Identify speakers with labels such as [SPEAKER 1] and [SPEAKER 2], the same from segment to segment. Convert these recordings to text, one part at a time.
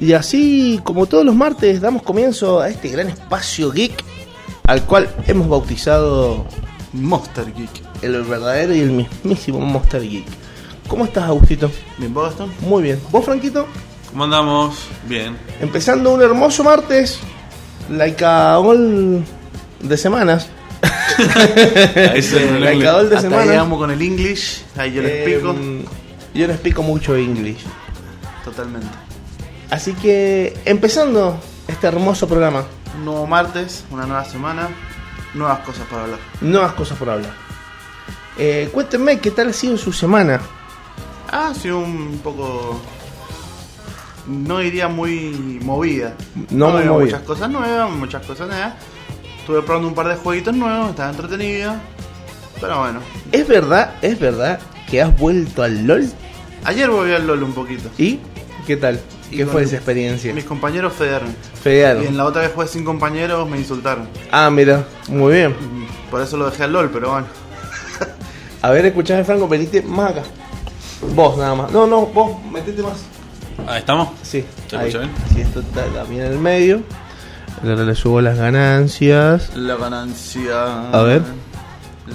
[SPEAKER 1] Y así como todos los martes damos comienzo a este gran espacio geek al cual hemos bautizado
[SPEAKER 2] Monster Geek.
[SPEAKER 1] el verdadero y el mismísimo Monster Geek. ¿Cómo estás, Agustito?
[SPEAKER 2] Bien, ¿vos, Gastón?
[SPEAKER 1] Muy bien. ¿Vos, Franquito?
[SPEAKER 3] ¿Cómo andamos? Bien.
[SPEAKER 1] Empezando un hermoso martes, like a all de semanas.
[SPEAKER 3] Ese no lo
[SPEAKER 1] like a all de
[SPEAKER 2] Hasta ahí
[SPEAKER 1] semanas.
[SPEAKER 2] llegamos con el Eh, mm. English, ahí yo les pico.
[SPEAKER 1] Em, yo no explico mucho inglés.
[SPEAKER 2] Totalmente.
[SPEAKER 1] Así que empezando este hermoso programa,
[SPEAKER 2] Un nuevo martes, una nueva semana, nuevas cosas para hablar.
[SPEAKER 1] nuevas cosas por hablar. Eh, cuéntenme qué tal ha sido su semana.
[SPEAKER 2] Ah, ha sido un poco. No diría muy movida.
[SPEAKER 1] No muy
[SPEAKER 2] había
[SPEAKER 1] movida.
[SPEAKER 2] Muchas cosas nuevas, muchas cosas nuevas. Estuve probando un par de jueguitos nuevos, estaba entretenido. Pero bueno,
[SPEAKER 1] ¿Es verdad, es verdad que has vuelto al LOL?
[SPEAKER 2] ayer volví al LOL un poquito.
[SPEAKER 1] ¿Y qué tal?
[SPEAKER 2] Y
[SPEAKER 1] ¿Qué
[SPEAKER 2] con
[SPEAKER 1] fue
[SPEAKER 2] tu-
[SPEAKER 1] esa experiencia?
[SPEAKER 2] Mis compañeros fedearon.
[SPEAKER 1] Fedearon.
[SPEAKER 2] Y en la otra vez jugué sin compañeros, me insultaron.
[SPEAKER 1] Ah, mira, muy bien.
[SPEAKER 2] Por eso lo dejé al LOL, pero bueno.
[SPEAKER 1] A ver, escuchame, Franco, venite más acá. Vos nada más. No, no, vos, metete más.
[SPEAKER 3] Ahí Ah, estamos.
[SPEAKER 1] Sí,
[SPEAKER 3] ¿Se
[SPEAKER 1] ahí.
[SPEAKER 3] escucha bien?
[SPEAKER 1] Sí, esto está también en el medio. Ahora le subo las ganancias.
[SPEAKER 2] La ganancia.
[SPEAKER 1] A ver.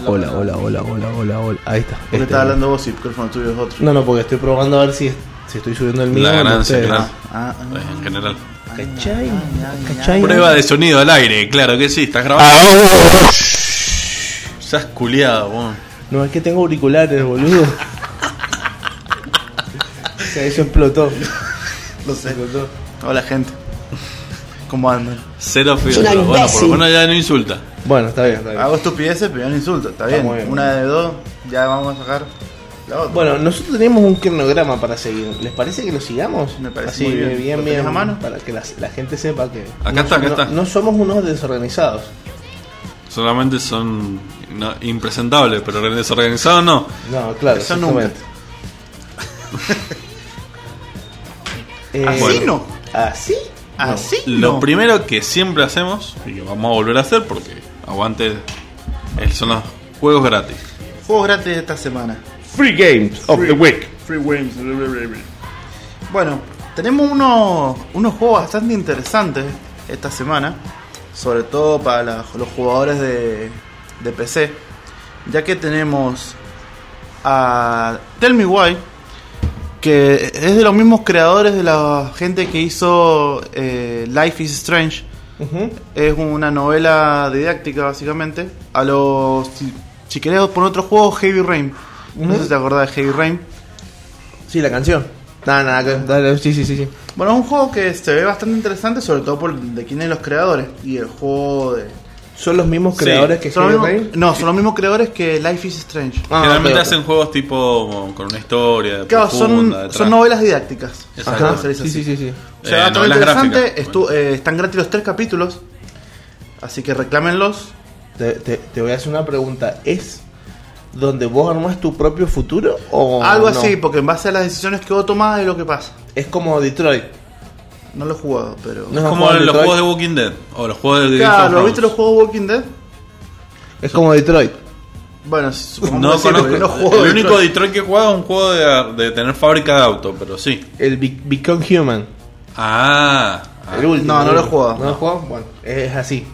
[SPEAKER 1] Hola, hola, hola, hola, hola, hola. Ahí está.
[SPEAKER 2] Porque
[SPEAKER 1] Este-
[SPEAKER 2] estás hablando vos y el micrófono tuyo es otro.
[SPEAKER 1] No, no, porque estoy probando a ver si, si estoy subiendo el mío.
[SPEAKER 3] La
[SPEAKER 1] o no
[SPEAKER 3] ganancia,
[SPEAKER 1] ustedes.
[SPEAKER 3] claro.
[SPEAKER 2] Ah, ah.
[SPEAKER 3] Pues, en general.
[SPEAKER 1] ¿Cachai? ¿Cachai?
[SPEAKER 3] Prueba de sonido al aire, claro que sí. ¿Estás grabando?
[SPEAKER 2] Ah.
[SPEAKER 3] Estás culiado, vos.
[SPEAKER 1] No, es que tengo auriculares, boludo. o sea, eso explotó.
[SPEAKER 2] Lo sé.
[SPEAKER 1] explotó.
[SPEAKER 2] Hola, gente. ¿Cómo andan?
[SPEAKER 3] Cero filtro. Bueno, por lo menos ya no insulta.
[SPEAKER 1] Bueno, está bien, está bien.
[SPEAKER 2] Hago estupideces, pero yo no insulto. Está bien.
[SPEAKER 1] muy bien.
[SPEAKER 2] Una de dos, ya vamos a sacar la otra.
[SPEAKER 1] Bueno, nosotros tenemos un cronograma para seguir. ¿Les parece que lo sigamos?
[SPEAKER 2] Me parece
[SPEAKER 1] Así,
[SPEAKER 2] muy bien.
[SPEAKER 1] bien,
[SPEAKER 2] ¿Lo tenés a mano?
[SPEAKER 1] Para que las- la, gente sepa que.
[SPEAKER 3] Acá
[SPEAKER 1] no,
[SPEAKER 3] está, acá
[SPEAKER 1] no-
[SPEAKER 3] está.
[SPEAKER 1] no somos unos desorganizados.
[SPEAKER 3] Solamente son no, impresentables, pero desorganizados no.
[SPEAKER 1] No, claro.
[SPEAKER 2] Eso nunca.
[SPEAKER 1] exactamente. Eh,
[SPEAKER 2] así
[SPEAKER 3] bueno.
[SPEAKER 2] no.
[SPEAKER 1] ¿Así? No.
[SPEAKER 2] Así
[SPEAKER 3] Lo
[SPEAKER 2] no.
[SPEAKER 3] primero que siempre hacemos, y que vamos a volver a hacer porque aguante, eh, son los juegos gratis.
[SPEAKER 2] Juegos gratis de esta semana.
[SPEAKER 1] Free Games of the Week.
[SPEAKER 2] Free wins. Bueno, tenemos unos, unos juegos bastante interesantes esta semana, sobre todo para la- los jugadores de, de PC, ya que tenemos a Tell Me Why, que es de los mismos creadores de la gente que hizo eh, Life is Strange.
[SPEAKER 1] Ujú.
[SPEAKER 2] Es una novela didáctica, básicamente. A los. Si, si querés poner otro juego, Heavy Rain. No sé si te acordás de Heavy Rain.
[SPEAKER 1] Sí, la canción. Nada, nada, que- dale, sí, sí, sí. sí.
[SPEAKER 2] Bueno, es un juego que se ve bastante interesante, sobre todo por de quiénes los creadores. Y el juego de.
[SPEAKER 1] Son los mismos
[SPEAKER 3] Sí,
[SPEAKER 1] creadores que
[SPEAKER 2] Son
[SPEAKER 1] Heavy
[SPEAKER 2] los mismos-
[SPEAKER 1] Rain.
[SPEAKER 2] no, son los mismos creadores que Life is Strange.
[SPEAKER 1] Ah,
[SPEAKER 3] Generalmente
[SPEAKER 1] ok, ok.
[SPEAKER 3] hacen juegos tipo con una historia.
[SPEAKER 2] Claro, son,
[SPEAKER 3] profunda detrás.
[SPEAKER 2] son novelas didácticas.
[SPEAKER 3] Exacto.
[SPEAKER 2] Ajá,
[SPEAKER 1] Ajá,
[SPEAKER 2] se dice
[SPEAKER 1] Sí, sí, sí,
[SPEAKER 2] así.
[SPEAKER 1] sí.
[SPEAKER 2] O sea,
[SPEAKER 3] Eh,
[SPEAKER 2] bastante
[SPEAKER 3] novelas
[SPEAKER 2] interesante.
[SPEAKER 3] gráficas.
[SPEAKER 2] Estu- eh, están gratis los tres capítulos. Así que reclámenlos.
[SPEAKER 1] Te, te- te voy a hacer una pregunta. ¿Es donde vos armás tu propio futuro o
[SPEAKER 2] Algo
[SPEAKER 1] Oh, no?
[SPEAKER 2] así, porque en base a las decisiones que vos tomás es lo que pasa.
[SPEAKER 1] Es como Detroit.
[SPEAKER 2] No lo he jugado, pero.
[SPEAKER 1] No.
[SPEAKER 3] Es como
[SPEAKER 1] Juan
[SPEAKER 3] los
[SPEAKER 1] Detroit.
[SPEAKER 3] juegos de Walking Dead o los juegos de Game of
[SPEAKER 2] Claro,
[SPEAKER 3] Thrones.
[SPEAKER 2] ¿viste los juegos Walking Dead?
[SPEAKER 1] Es como Detroit.
[SPEAKER 2] Bueno, supongo
[SPEAKER 3] No
[SPEAKER 2] que sí,
[SPEAKER 3] conozco.
[SPEAKER 2] porque no juego
[SPEAKER 3] el
[SPEAKER 2] Detroit.
[SPEAKER 3] único Detroit que he jugado es un juego de, de tener fábrica de auto, pero sí.
[SPEAKER 1] El Be- Become Human.
[SPEAKER 3] Ah, ah.
[SPEAKER 1] El último.
[SPEAKER 2] no, no lo he jugado.
[SPEAKER 1] ¿No lo he jugado? Bueno, es así.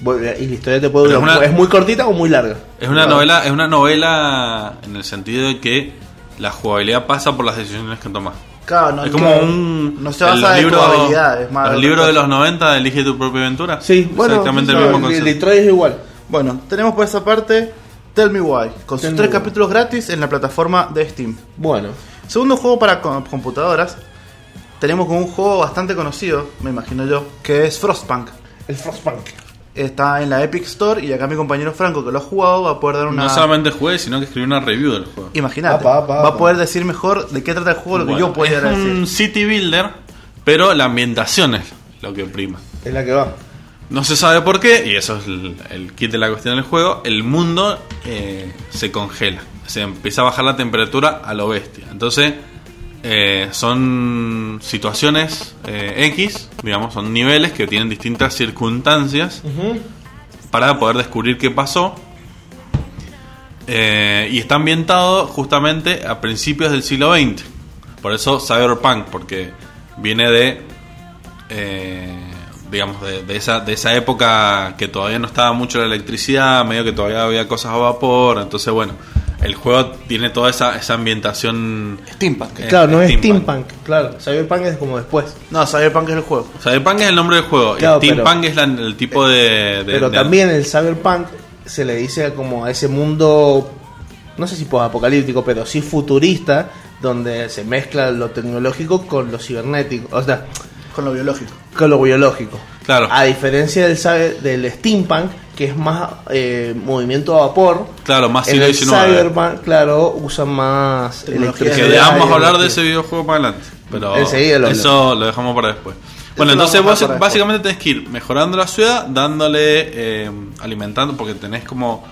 [SPEAKER 1] Voy- eh, Y la historia te puede
[SPEAKER 3] Pero
[SPEAKER 1] durar.
[SPEAKER 3] es
[SPEAKER 1] ¿Es,
[SPEAKER 3] una-
[SPEAKER 1] muy cortita o muy larga?
[SPEAKER 3] es una novela, es una novela en el sentido de que la jugabilidad pasa por las decisiones que tomas.
[SPEAKER 2] Claro, no,
[SPEAKER 3] es como
[SPEAKER 2] claro,
[SPEAKER 3] un
[SPEAKER 2] No se basa
[SPEAKER 3] el
[SPEAKER 2] en
[SPEAKER 3] libro-
[SPEAKER 2] tu habilidad, es más.
[SPEAKER 3] El
[SPEAKER 2] otra
[SPEAKER 3] libro de
[SPEAKER 2] cosa.
[SPEAKER 3] los 90 elige tu propia aventura.
[SPEAKER 1] Sí, bueno.
[SPEAKER 3] exactamente
[SPEAKER 1] sí,
[SPEAKER 3] el
[SPEAKER 1] no,
[SPEAKER 3] mismo
[SPEAKER 1] de-
[SPEAKER 3] concepto.
[SPEAKER 1] Detroit es igual.
[SPEAKER 2] Bueno, tenemos por esa parte Tell Me Why, con sus
[SPEAKER 1] Tell Me
[SPEAKER 2] tres
[SPEAKER 1] Why.
[SPEAKER 2] capítulos gratis en la plataforma de Steam.
[SPEAKER 1] Bueno.
[SPEAKER 2] Segundo juego para co- computadoras, tenemos con un juego bastante conocido, me imagino yo, que es Frostpunk.
[SPEAKER 1] El Frostpunk.
[SPEAKER 2] Está en la Epic Store y acá mi compañero Franco, que lo ha jugado, va a poder dar una.
[SPEAKER 3] No solamente jugué, sino que escribí una review del juego.
[SPEAKER 2] Imagínate,
[SPEAKER 1] Apa, apa,
[SPEAKER 2] va a
[SPEAKER 1] apa.
[SPEAKER 2] poder decir mejor de qué trata el juego, lo que
[SPEAKER 3] Bueno,
[SPEAKER 2] yo podía
[SPEAKER 3] es un
[SPEAKER 2] decir.
[SPEAKER 3] city builder, pero la ambientación es lo que prima.
[SPEAKER 1] Es la que va.
[SPEAKER 3] No se sabe por qué, y eso es el, el kit de la cuestión del juego, el mundo eh, se congela, se empieza a bajar la temperatura a lo bestia. Entonces, eh, son situaciones eh, X, digamos, son niveles que tienen distintas circunstancias para poder descubrir qué pasó. Eh, y está ambientado justamente a principios del siglo XX. Por eso Cyberpunk, porque viene de eh, digamos, de, de esa, de esa época que todavía no estaba mucho la electricidad, medio que todavía había cosas a vapor, entonces bueno, el juego tiene toda esa, esa ambientación...
[SPEAKER 2] Steampunk.
[SPEAKER 3] eh,
[SPEAKER 1] claro, no es
[SPEAKER 3] steampunk.
[SPEAKER 1] steampunk, claro. Cyberpunk es como después.
[SPEAKER 2] No, Cyberpunk es el juego.
[SPEAKER 3] Cyberpunk es el nombre del juego,
[SPEAKER 1] Claro,
[SPEAKER 3] y
[SPEAKER 1] pero-
[SPEAKER 3] Steampunk es la- el tipo de... de-
[SPEAKER 1] Pero
[SPEAKER 3] de-
[SPEAKER 1] también el cyberpunk se le dice como a ese mundo, no sé si apocalíptico, pero sí futurista, donde se mezcla lo tecnológico con lo cibernético, o sea,
[SPEAKER 2] Con lo biológico.
[SPEAKER 1] con lo biológico.
[SPEAKER 3] Claro.
[SPEAKER 1] A diferencia del, cyber- del steampunk, que es más eh, movimiento a vapor,
[SPEAKER 3] Claro, más
[SPEAKER 1] en
[SPEAKER 3] siglo
[SPEAKER 1] el
[SPEAKER 3] XIX.
[SPEAKER 1] cyberpunk, claro, usan más
[SPEAKER 2] Tecnología.
[SPEAKER 3] Que
[SPEAKER 2] Ese
[SPEAKER 3] ya vamos
[SPEAKER 1] y
[SPEAKER 3] a hablar de ese
[SPEAKER 1] electricidad.
[SPEAKER 3] videojuego para adelante. Pero
[SPEAKER 1] Enseguida lo
[SPEAKER 3] eso lo dejamos para después.
[SPEAKER 2] lo
[SPEAKER 3] Bueno, entonces
[SPEAKER 2] vamos a
[SPEAKER 3] vos
[SPEAKER 2] para después.
[SPEAKER 3] básicamente tenés que ir mejorando la ciudad, dándole, eh, alimentando, porque tenés como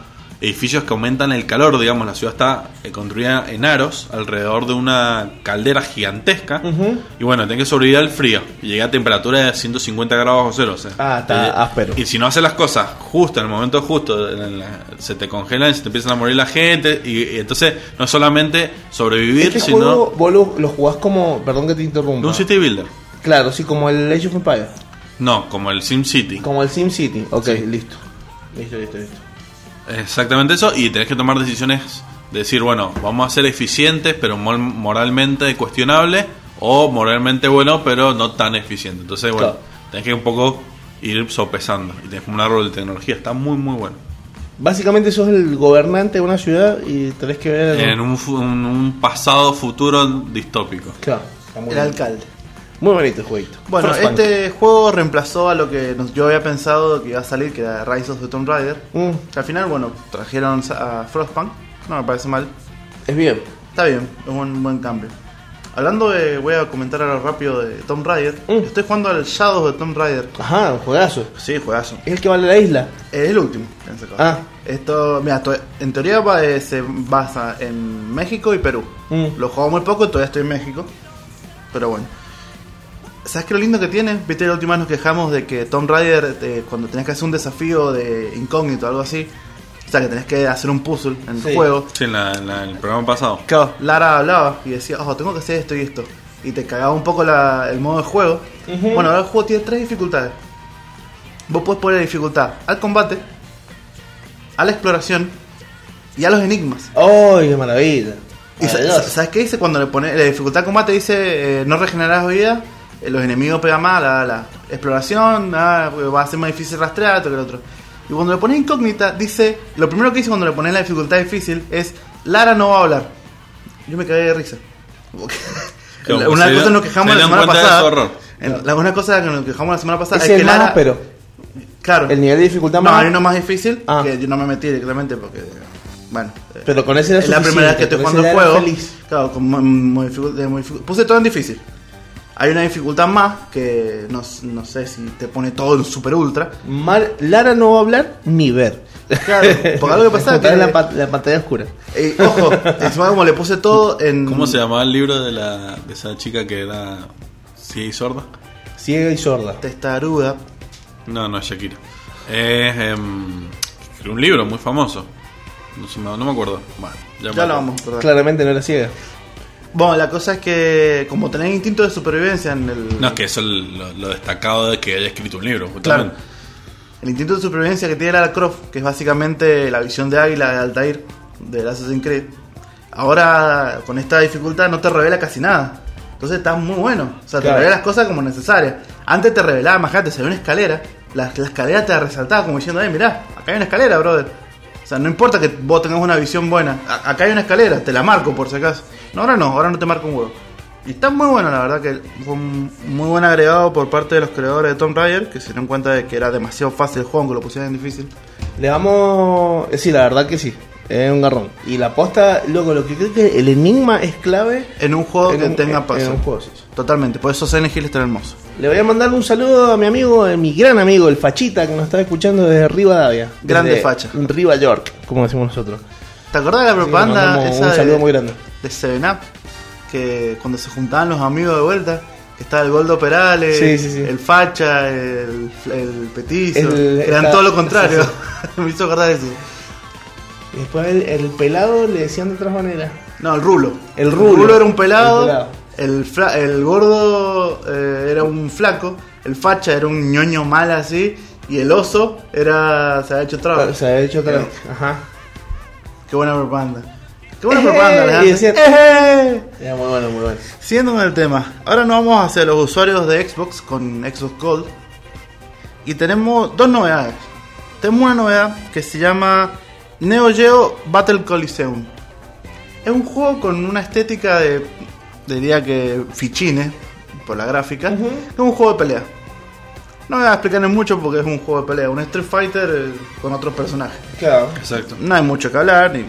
[SPEAKER 3] edificios que aumentan el calor, digamos, la ciudad está eh, construida en aros, alrededor de una caldera gigantesca,
[SPEAKER 1] Ujú.
[SPEAKER 3] y bueno, tenés que sobrevivir al frío, y llegué a temperatura de 150 grados o cero, o sea,
[SPEAKER 1] Ah, está
[SPEAKER 3] eh,
[SPEAKER 1] áspero.
[SPEAKER 3] Y si no haces las cosas justo, en el momento justo, en la- se te congelan, se te empiezan a morir la gente, y, y entonces no solamente sobrevivir,
[SPEAKER 1] Este
[SPEAKER 3] sino
[SPEAKER 1] juego vos lo, lo jugás como, perdón que te interrumpa,
[SPEAKER 3] de un city builder.
[SPEAKER 1] claro, sí, como el Age of Empires.
[SPEAKER 3] No, como el Sim City.
[SPEAKER 1] Como el SimCity. Ok, listo. Listo, listo, listo.
[SPEAKER 3] Exactamente eso, y tenés que tomar decisiones, decir, bueno, vamos a ser eficientes, pero mol- moralmente cuestionable, o moralmente bueno, pero no tan eficiente. Entonces, bueno,
[SPEAKER 1] Claro.
[SPEAKER 3] tenés que un poco ir sopesando. Y tenés como un árbol de tecnología, está muy, muy bueno.
[SPEAKER 1] Básicamente sos el gobernante de una ciudad y tenés que ver...
[SPEAKER 3] En un, fu- un- un pasado futuro distópico.
[SPEAKER 1] Claro, está muy,
[SPEAKER 2] El
[SPEAKER 1] bonito.
[SPEAKER 2] alcalde.
[SPEAKER 1] muy bonito el jueguito.
[SPEAKER 2] Bueno,
[SPEAKER 1] Frostpunk.
[SPEAKER 2] este juego reemplazó a lo que nos- yo había pensado que iba a salir, que era Rise of the Tomb Raider.
[SPEAKER 1] Mm,
[SPEAKER 2] Que al final, bueno, trajeron a Frostpunk. No me parece mal.
[SPEAKER 1] es bien.
[SPEAKER 2] Está bien, es un buen cambio. Hablando de. Voy a comentar algo rápido de Tomb Raider.
[SPEAKER 1] Mm.
[SPEAKER 2] Estoy jugando al Shadows de Tomb Raider.
[SPEAKER 1] Ajá, un juegazo.
[SPEAKER 2] Sí, juegazo.
[SPEAKER 1] Es el que vale la isla.
[SPEAKER 2] Es el último que han sacado.
[SPEAKER 1] Ah.
[SPEAKER 2] Esto, mira, to- en teoría va- eh, se basa en México y Perú.
[SPEAKER 1] Mm.
[SPEAKER 2] Lo juego muy poco, todavía estoy en México. Pero bueno. ¿Sabes qué lo lindo que tiene? Viste, la última vez nos quejamos de que Tomb Raider, eh, cuando tenías que hacer un desafío de incógnito o algo así, o sea, que tenés que hacer un puzzle en
[SPEAKER 1] Sí.
[SPEAKER 2] el juego.
[SPEAKER 3] Sí, en, la- en la- en el programa pasado.
[SPEAKER 2] Claro, Lara hablaba y decía, oh, tengo que hacer esto y esto. Y te cagaba un poco la- el modo de juego.
[SPEAKER 1] Ujú.
[SPEAKER 2] Bueno, ahora el juego tiene tres dificultades. Vos podés poner dificultad al combate, a la exploración y a los enigmas.
[SPEAKER 1] ¡Ay, qué maravilla!
[SPEAKER 3] Ah,
[SPEAKER 2] Y sa-
[SPEAKER 1] Maravilloso.
[SPEAKER 2] sa- ¿Sabes qué dice? Cuando le pones la dificultad al combate dice, eh, no regenerarás vida, eh, los enemigos pegan más, la, la exploración ah, va a ser más difícil rastrear, esto que lo otro. Y cuando le pones incógnita, dice, lo primero que dice cuando le pones la dificultad difícil es, Lara no va a hablar. Yo me cagué de risa.
[SPEAKER 3] Claro,
[SPEAKER 2] una
[SPEAKER 3] se
[SPEAKER 2] cosa
[SPEAKER 3] da-
[SPEAKER 2] nos quejamos
[SPEAKER 3] se
[SPEAKER 2] la
[SPEAKER 3] dan
[SPEAKER 2] semana
[SPEAKER 3] cuenta de su
[SPEAKER 2] pasada.
[SPEAKER 3] error.
[SPEAKER 2] en- La, una cosa que nos quejamos la semana pasada
[SPEAKER 1] es el más áspero.
[SPEAKER 2] Claro.
[SPEAKER 1] El nivel de dificultad
[SPEAKER 2] No,
[SPEAKER 1] más...
[SPEAKER 2] hay uno más difícil
[SPEAKER 1] Ah.
[SPEAKER 2] que yo no me metí directamente porque. Bueno. eh,
[SPEAKER 1] Pero con ese era
[SPEAKER 2] es la primera vez que estoy
[SPEAKER 1] suficiente,
[SPEAKER 2] jugando el
[SPEAKER 1] con ese era
[SPEAKER 2] juego.
[SPEAKER 1] feliz.
[SPEAKER 2] Claro, con mo- modificu- de modificu- puse todo en difícil. Hay una dificultad más que no, s- no sé si te pone todo en super ultra.
[SPEAKER 1] Mar- Lara no va a hablar ni ver.
[SPEAKER 2] Claro, porque algo que pasaba
[SPEAKER 1] Está
[SPEAKER 2] que-
[SPEAKER 1] en la, pat- la pantalla oscura.
[SPEAKER 2] Eh, ojo, encima como le puse todo en.
[SPEAKER 3] ¿Cómo se llamaba el libro de, la, de esa chica que era ciega y sorda?
[SPEAKER 1] Ciega y sorda.
[SPEAKER 2] Testaruda.
[SPEAKER 3] No, no, es Shakira. Es em, escribió un libro muy famoso. No, se me, no me acuerdo. Bueno, ya, me
[SPEAKER 2] Ya lo
[SPEAKER 3] acuerdo.
[SPEAKER 2] vamos a acordar.
[SPEAKER 1] Claramente no era ciega.
[SPEAKER 2] Bueno, la cosa es que como tenés instinto de supervivencia en el.
[SPEAKER 3] No, es que eso es lo, lo destacado de que haya escrito un libro, justamente.
[SPEAKER 2] El instinto de supervivencia que tiene Lara Croft, que es básicamente la visión de Águila de Altair, del Assassin's Creed, ahora con esta dificultad no te revela casi nada. Entonces está muy bueno. O sea,
[SPEAKER 1] Claro.
[SPEAKER 2] te revela las cosas como necesarias. Antes te revelaba, imagínate, se ve una escalera. La, la escalera te la resaltaba como diciendo, eh, mirá, acá hay una escalera, brother. O sea, no importa que vos tengas una visión buena. A- acá hay una escalera, te la marco por si acaso. No, ahora no, ahora no te marco un huevo. Y está muy bueno, la verdad que fue un muy buen agregado por parte de los creadores de Tomb Raider, que se dieron cuenta de que era demasiado fácil el juego, aunque lo pusieran difícil.
[SPEAKER 1] Le vamos. eh, Sí, la verdad que sí. Es un garrón. Y la posta, loco, lo que creo que el enigma es clave.
[SPEAKER 2] En un juego
[SPEAKER 1] en
[SPEAKER 2] que
[SPEAKER 1] un-
[SPEAKER 2] tenga
[SPEAKER 1] en-
[SPEAKER 2] paso.
[SPEAKER 1] en un juego, sí.
[SPEAKER 2] Totalmente, por eso Silent Hill es tan hermoso.
[SPEAKER 1] Le voy a mandar un saludo a mi amigo, eh, mi gran amigo, el Fachita, que nos está escuchando desde Rivadavia.
[SPEAKER 2] Grande
[SPEAKER 1] Desde
[SPEAKER 2] Facha.
[SPEAKER 1] Riva York, como decimos nosotros.
[SPEAKER 2] ¿Te acordás de la
[SPEAKER 1] Así que le
[SPEAKER 2] propaganda
[SPEAKER 1] mandamos
[SPEAKER 2] esa
[SPEAKER 1] un saludo
[SPEAKER 2] de,
[SPEAKER 1] muy grande.
[SPEAKER 2] de Seven Up? Que cuando se juntaban los amigos de vuelta, que estaba el Goldo Perales,
[SPEAKER 1] Sí, sí, sí.
[SPEAKER 2] el Facha, el, el Petizo,
[SPEAKER 1] El-
[SPEAKER 2] eran
[SPEAKER 1] está-
[SPEAKER 2] todo lo contrario.
[SPEAKER 1] sí,
[SPEAKER 2] Me hizo acordar eso.
[SPEAKER 1] Y después el, el pelado le decían de otras maneras.
[SPEAKER 2] No, el Rulo.
[SPEAKER 1] El Rulo.
[SPEAKER 2] era un pelado.
[SPEAKER 1] El pelado.
[SPEAKER 2] El, El, fra- el gordo eh, era un flaco, el facha era un ñoño mal así, y el oso era. se ha hecho
[SPEAKER 1] O
[SPEAKER 2] traba.
[SPEAKER 1] sea, de
[SPEAKER 2] Eh.
[SPEAKER 1] hecho, otra Ajá.
[SPEAKER 2] Qué buena propaganda. Qué buena
[SPEAKER 1] Ejé,
[SPEAKER 2] propaganda, Eh, Alejandro.
[SPEAKER 1] y decía-
[SPEAKER 2] Ejé.
[SPEAKER 1] Era muy bueno, muy bueno.
[SPEAKER 2] Siguiendo con el tema, ahora nos vamos hacia los usuarios de Xbox con Xbox Gold. Y tenemos dos novedades. Tenemos una novedad que se llama Neo Geo Battle Coliseum. Es un juego con una estética de, diría que fichines, por la gráfica.
[SPEAKER 1] Ujú.
[SPEAKER 2] Es un juego de pelea. No voy a explicarles mucho porque es un juego de pelea. Un Street Fighter eh, con otros personajes
[SPEAKER 1] Claro.
[SPEAKER 3] Exacto.
[SPEAKER 2] no hay mucho que hablar. ni-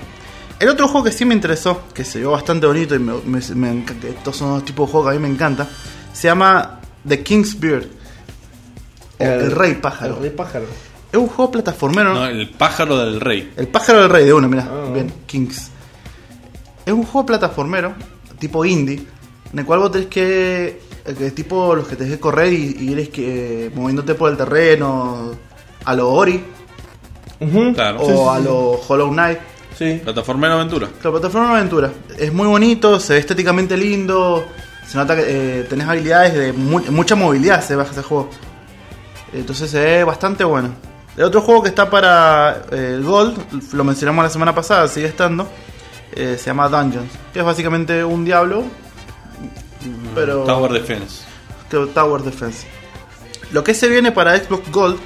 [SPEAKER 2] El otro juego que sí me interesó, que se vio bastante bonito y me, me- me enca- que estos son los tipos de juegos que a mí me encanta, se llama The King's Beard. o El, Rey Pájaro.
[SPEAKER 1] El Rey Pájaro.
[SPEAKER 2] Es un juego plataformero.
[SPEAKER 3] No, el pájaro del rey.
[SPEAKER 2] El pájaro del rey de uno, mirá.
[SPEAKER 1] Ah.
[SPEAKER 2] Bien, Kings. Es un juego plataformero, tipo indie, en el cual vos tenés que. eh, que es tipo los que tenés que correr y, y eres que. eh, moviéndote por el terreno. A lo Ori
[SPEAKER 1] Ujú.
[SPEAKER 3] Claro.
[SPEAKER 2] o
[SPEAKER 1] Sí, sí,
[SPEAKER 2] a
[SPEAKER 1] sí.
[SPEAKER 2] lo Hollow Knight.
[SPEAKER 1] Sí.
[SPEAKER 3] Plataforma de aventura.
[SPEAKER 2] La plataforma de aventura es muy bonito, se ve estéticamente lindo, se nota que eh, tenés habilidades de mu- mucha movilidad, se baja ese juego. Entonces se ve bastante bueno. El otro juego que está para eh, el Gold, lo mencionamos la semana pasada, sigue estando, eh, se llama Dungeons, que es básicamente un diablo, pero
[SPEAKER 3] Tower Defense.
[SPEAKER 2] que Tower Defense. Lo que se viene para Xbox Gold,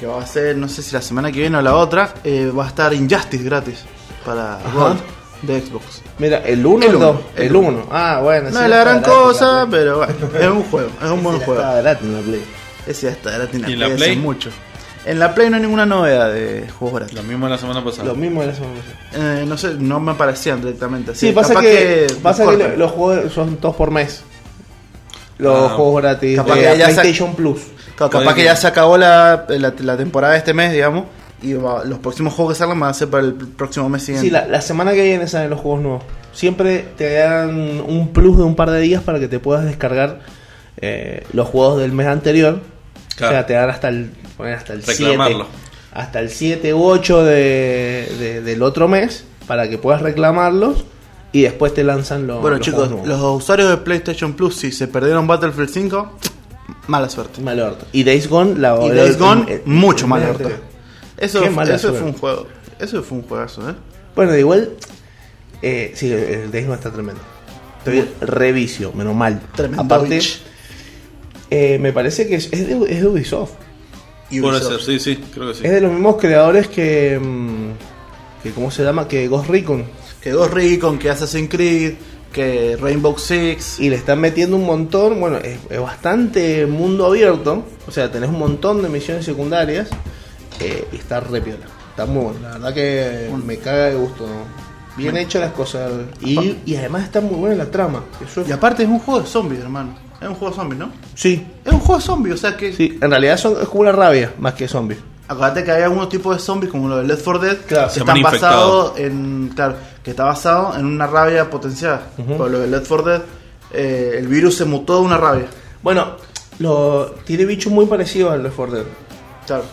[SPEAKER 2] que va a ser, no sé si la semana que viene o la otra, eh, va a estar Injustice gratis para
[SPEAKER 1] Ajá.
[SPEAKER 2] Gold de Xbox.
[SPEAKER 1] Mira, el 1
[SPEAKER 2] El
[SPEAKER 1] el
[SPEAKER 2] uno,
[SPEAKER 1] 2.
[SPEAKER 2] el
[SPEAKER 1] El 1. Ah, bueno.
[SPEAKER 2] No
[SPEAKER 1] sí,
[SPEAKER 2] es la
[SPEAKER 1] está
[SPEAKER 2] gran
[SPEAKER 1] barato,
[SPEAKER 2] cosa,
[SPEAKER 1] la Play.
[SPEAKER 2] pero bueno, es un juego, es un buen
[SPEAKER 1] Sí,
[SPEAKER 2] juego.
[SPEAKER 1] Está barato en la Play.
[SPEAKER 2] Ese ya está gratis
[SPEAKER 3] ¿Y en la Play?
[SPEAKER 2] mucho. En la Play no hay ninguna novedad de juegos gratis.
[SPEAKER 3] Lo mismo la semana pasada.
[SPEAKER 1] Lo mismo de la semana pasada.
[SPEAKER 2] Eh, no sé, no me aparecían directamente. así
[SPEAKER 1] Sí, pasa
[SPEAKER 2] capaz
[SPEAKER 1] que, pasa que
[SPEAKER 2] cortan.
[SPEAKER 1] lo- los juegos son todos por mes. Los
[SPEAKER 3] Ah.
[SPEAKER 1] juegos gratis
[SPEAKER 2] Capaz
[SPEAKER 1] de
[SPEAKER 2] que ya sa-
[SPEAKER 1] PlayStation Plus.
[SPEAKER 2] Claro, capaz que ya se acabó la, la, la temporada de este mes, digamos, y va- los próximos juegos que salgan van a ser para el próximo mes siguiente.
[SPEAKER 1] Sí, la, la semana que viene salen los juegos nuevos. Siempre te dan un plus de un par de días para que te puedas descargar eh, los juegos del mes anterior.
[SPEAKER 3] Claro.
[SPEAKER 1] O sea, te dan hasta el, ponen hasta el 7.
[SPEAKER 3] Reclamarlo.
[SPEAKER 1] Hasta el 7 u 8 de, de- del otro mes para que puedas reclamarlos y después te lanzan los.
[SPEAKER 2] Bueno
[SPEAKER 1] los
[SPEAKER 2] chicos,
[SPEAKER 1] juegos
[SPEAKER 2] los
[SPEAKER 1] nuevos.
[SPEAKER 2] usuarios de PlayStation Plus, si se perdieron Battlefield 5, mala suerte.
[SPEAKER 1] Mal orto. Y Days Gone, la
[SPEAKER 2] Y
[SPEAKER 1] la-
[SPEAKER 2] Days Gone,
[SPEAKER 1] el- el-
[SPEAKER 2] mucho
[SPEAKER 1] el
[SPEAKER 2] más
[SPEAKER 1] mes
[SPEAKER 2] harto.
[SPEAKER 1] anterior.
[SPEAKER 2] Eso,
[SPEAKER 1] Qué
[SPEAKER 2] fu-
[SPEAKER 1] mala
[SPEAKER 2] eso fue
[SPEAKER 1] suerte.
[SPEAKER 2] un juego. Eso fue un juegazo, ¿eh?
[SPEAKER 1] Bueno, igual. Eh, sí, el Days Gone está tremendo. Estoy revicio, menos mal.
[SPEAKER 2] Tremendo
[SPEAKER 1] Aparte,
[SPEAKER 2] bitch.
[SPEAKER 1] eh, me parece que es, es de, es de Ubisoft.
[SPEAKER 3] Puede
[SPEAKER 2] Ubisoft.
[SPEAKER 3] ser, sí, sí, creo que sí.
[SPEAKER 1] Es de los mismos creadores que. mm, que ¿Cómo se llama? Que Ghost Recon.
[SPEAKER 2] Que Ghost Recon, que Assassin's Creed, que Rainbow Six.
[SPEAKER 1] Y le están metiendo un montón. Bueno, es, es bastante mundo abierto. O sea, tenés un montón de misiones secundarias. eh, y está re piola. Está muy bueno. La verdad que me caga de gusto. Bien hecho las cosas. Y, y además está muy buena la trama. Eso es-
[SPEAKER 2] Y aparte es un juego de zombies, hermano. Es un juego de zombies, ¿no?
[SPEAKER 1] Sí,
[SPEAKER 2] Es un juego de zombies, o sea que...
[SPEAKER 1] Sí, en realidad son, es como una rabia más que zombies.
[SPEAKER 2] Acuérdate que hay algunos tipos de zombies como los de Left 4 Dead
[SPEAKER 1] Claro,
[SPEAKER 2] que
[SPEAKER 1] se
[SPEAKER 2] están
[SPEAKER 3] llaman
[SPEAKER 2] basados en. Claro, que está basado en una rabia potenciada.
[SPEAKER 1] Ujú.
[SPEAKER 2] Por lo de Left 4 Dead, eh, el virus se mutó de una rabia.
[SPEAKER 1] Bueno, lo, tiene bichos muy parecidos al Left 4 Dead.
[SPEAKER 2] Claro.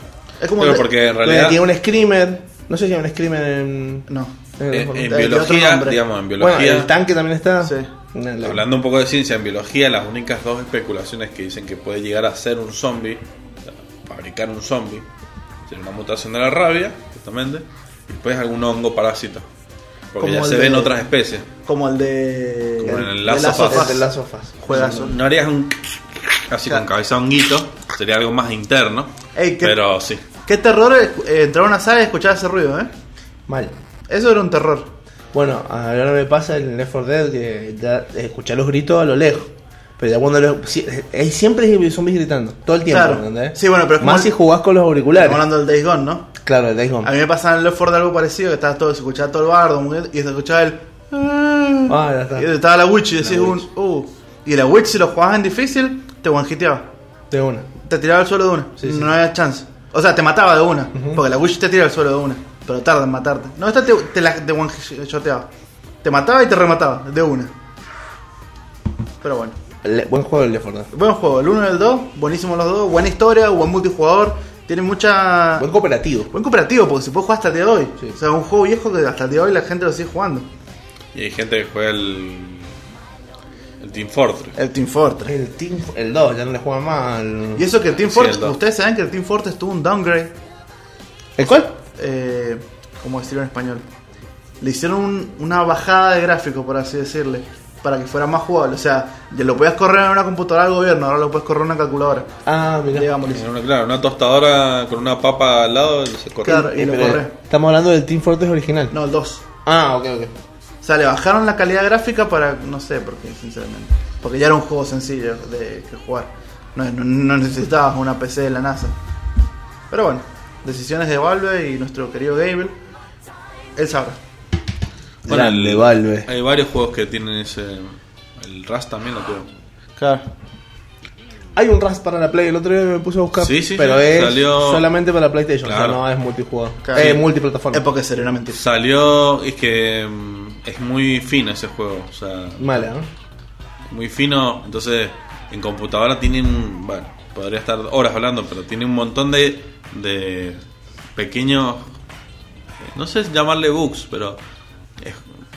[SPEAKER 2] Es como.
[SPEAKER 3] Pero
[SPEAKER 2] de-
[SPEAKER 3] porque en
[SPEAKER 1] Donde
[SPEAKER 3] realidad eh,
[SPEAKER 1] Tiene un screamer. No sé si hay un screamer en.
[SPEAKER 2] No.
[SPEAKER 1] en el Left
[SPEAKER 3] eh,
[SPEAKER 1] 4
[SPEAKER 3] en
[SPEAKER 1] Dead.
[SPEAKER 2] de otro
[SPEAKER 3] biología,
[SPEAKER 2] nombre.
[SPEAKER 3] digamos, en
[SPEAKER 1] Bueno, el
[SPEAKER 3] biología,
[SPEAKER 1] tanque también está.
[SPEAKER 2] Sí.
[SPEAKER 1] No, la-
[SPEAKER 3] hablando un poco de ciencia, en biología las únicas dos especulaciones que dicen que puede llegar a ser un zombie, o sea, fabricar un zombie, sería una mutación de la rabia, justamente, y después algún hongo parásito. Porque
[SPEAKER 2] Como
[SPEAKER 3] ya
[SPEAKER 2] el
[SPEAKER 3] se
[SPEAKER 2] de-
[SPEAKER 3] ven otras especies.
[SPEAKER 2] Como el de.
[SPEAKER 3] Como en el
[SPEAKER 2] de
[SPEAKER 3] Last of
[SPEAKER 2] Last of
[SPEAKER 3] Us.
[SPEAKER 2] Us.
[SPEAKER 1] El de las sofás.
[SPEAKER 2] Juegazo.
[SPEAKER 3] No harías un así
[SPEAKER 2] Claro.
[SPEAKER 3] con cabeza honguito, sería algo más interno.
[SPEAKER 2] Ey, ¿qué-
[SPEAKER 3] pero sí.
[SPEAKER 2] Qué terror eh, entrar a una sala y escuchar ese ruido, ¿eh?
[SPEAKER 1] Mal.
[SPEAKER 2] Eso era un terror.
[SPEAKER 1] Bueno, ahora me pasa en Left 4 Dead que ya escuchar los gritos a lo lejos. Pero ya cuando los- si- eh, siempre hay zombies gritando, todo el tiempo,
[SPEAKER 2] Claro.
[SPEAKER 1] ¿entendés?
[SPEAKER 2] Sí, bueno, pero es como
[SPEAKER 1] Más
[SPEAKER 2] el-
[SPEAKER 1] si jugás con los auriculares.
[SPEAKER 2] Estamos hablando del Days Gone, ¿no?
[SPEAKER 1] Claro, el Days
[SPEAKER 2] A
[SPEAKER 1] Gone.
[SPEAKER 2] mí me pasaba en el Left 4 Dead algo parecido, que estaba todo, se escuchaba todo el bardo muy- y se escuchaba el.
[SPEAKER 1] Ah, ya está.
[SPEAKER 2] Y estaba la Witch y decís
[SPEAKER 3] La
[SPEAKER 2] un.
[SPEAKER 3] Witch.
[SPEAKER 2] Uh. Y la Witch, si lo jugabas en difícil, te guanjeteaba.
[SPEAKER 1] De una.
[SPEAKER 2] Te tiraba al suelo de una.
[SPEAKER 1] Sí, sí.
[SPEAKER 2] No había chance. O sea, te mataba de una.
[SPEAKER 1] Ujú.
[SPEAKER 2] Porque la Witch te tira al suelo de una. Pero tarda en matarte. No, esta te, te, la, te guanjeteaba. Te mataba y te remataba de una. Pero bueno.
[SPEAKER 1] Le- buen juego el Left 4 Dead.
[SPEAKER 2] Buen juego, el 1 y el 2. Buenísimos los dos. Buena historia, buen multijugador. Tiene mucha.
[SPEAKER 1] Buen cooperativo.
[SPEAKER 2] Buen cooperativo, porque se puede jugar hasta el día de hoy.
[SPEAKER 1] Sí.
[SPEAKER 2] O sea, un juego viejo que hasta el día de hoy la gente lo sigue jugando.
[SPEAKER 3] Y hay gente que juega el, El Team Fortress.
[SPEAKER 2] El Team Fortress.
[SPEAKER 1] El, Team, el 2, ya no le juegan mal.
[SPEAKER 2] Y eso que el Team
[SPEAKER 3] Sí,
[SPEAKER 2] Fortress,
[SPEAKER 3] el dos.
[SPEAKER 2] ustedes saben que el Team Fortress tuvo un downgrade.
[SPEAKER 1] ¿El cuál?
[SPEAKER 2] Eh, ¿Cómo decirlo en español? Le hicieron un- una bajada de gráfico, por así decirle, para que fuera más jugable. O sea, ya lo podías correr en una computadora del gobierno, ahora lo puedes correr en una calculadora.
[SPEAKER 1] Ah, mirá.
[SPEAKER 2] Digámoslo.
[SPEAKER 3] Era una, claro, una tostadora con una papa al lado se cortó.
[SPEAKER 2] Claro. y lo
[SPEAKER 1] Eh, pero
[SPEAKER 2] corre.
[SPEAKER 1] Estamos hablando del Team Fortress original.
[SPEAKER 2] No, el 2.
[SPEAKER 1] Ah, ok, ok.
[SPEAKER 2] O sea, le bajaron la calidad gráfica para. No sé por qué, sinceramente. Porque ya era un juego sencillo de que jugar. No, no- no necesitabas una PC de la NASA. Pero bueno, decisiones de Valve y nuestro querido Gable. Él sabrá.
[SPEAKER 3] Bueno,
[SPEAKER 1] Grande,
[SPEAKER 3] el-
[SPEAKER 1] Valve.
[SPEAKER 3] Hay varios juegos que tienen ese. El Rust también lo tuvo.
[SPEAKER 1] Hay un RAS para la Play, el otro día me puse a buscar.
[SPEAKER 3] Sí, sí,
[SPEAKER 1] pero
[SPEAKER 3] sí,
[SPEAKER 1] es
[SPEAKER 3] salió-
[SPEAKER 1] solamente para PlayStation, o sea,
[SPEAKER 3] Claro.
[SPEAKER 1] no es multijugador.
[SPEAKER 2] Claro.
[SPEAKER 1] Eh,
[SPEAKER 2] Sí.
[SPEAKER 1] multiplataforma.
[SPEAKER 2] Es porque sería una mentira.
[SPEAKER 3] Salió. Es que. mm, Es muy fino ese juego. O sea,
[SPEAKER 1] Mala, ¿no?
[SPEAKER 3] muy fino. Entonces, en computadora tienen. Bueno, podría estar horas hablando, pero tiene un montón de. de pequeños. eh, No sé llamarle bugs, pero. Es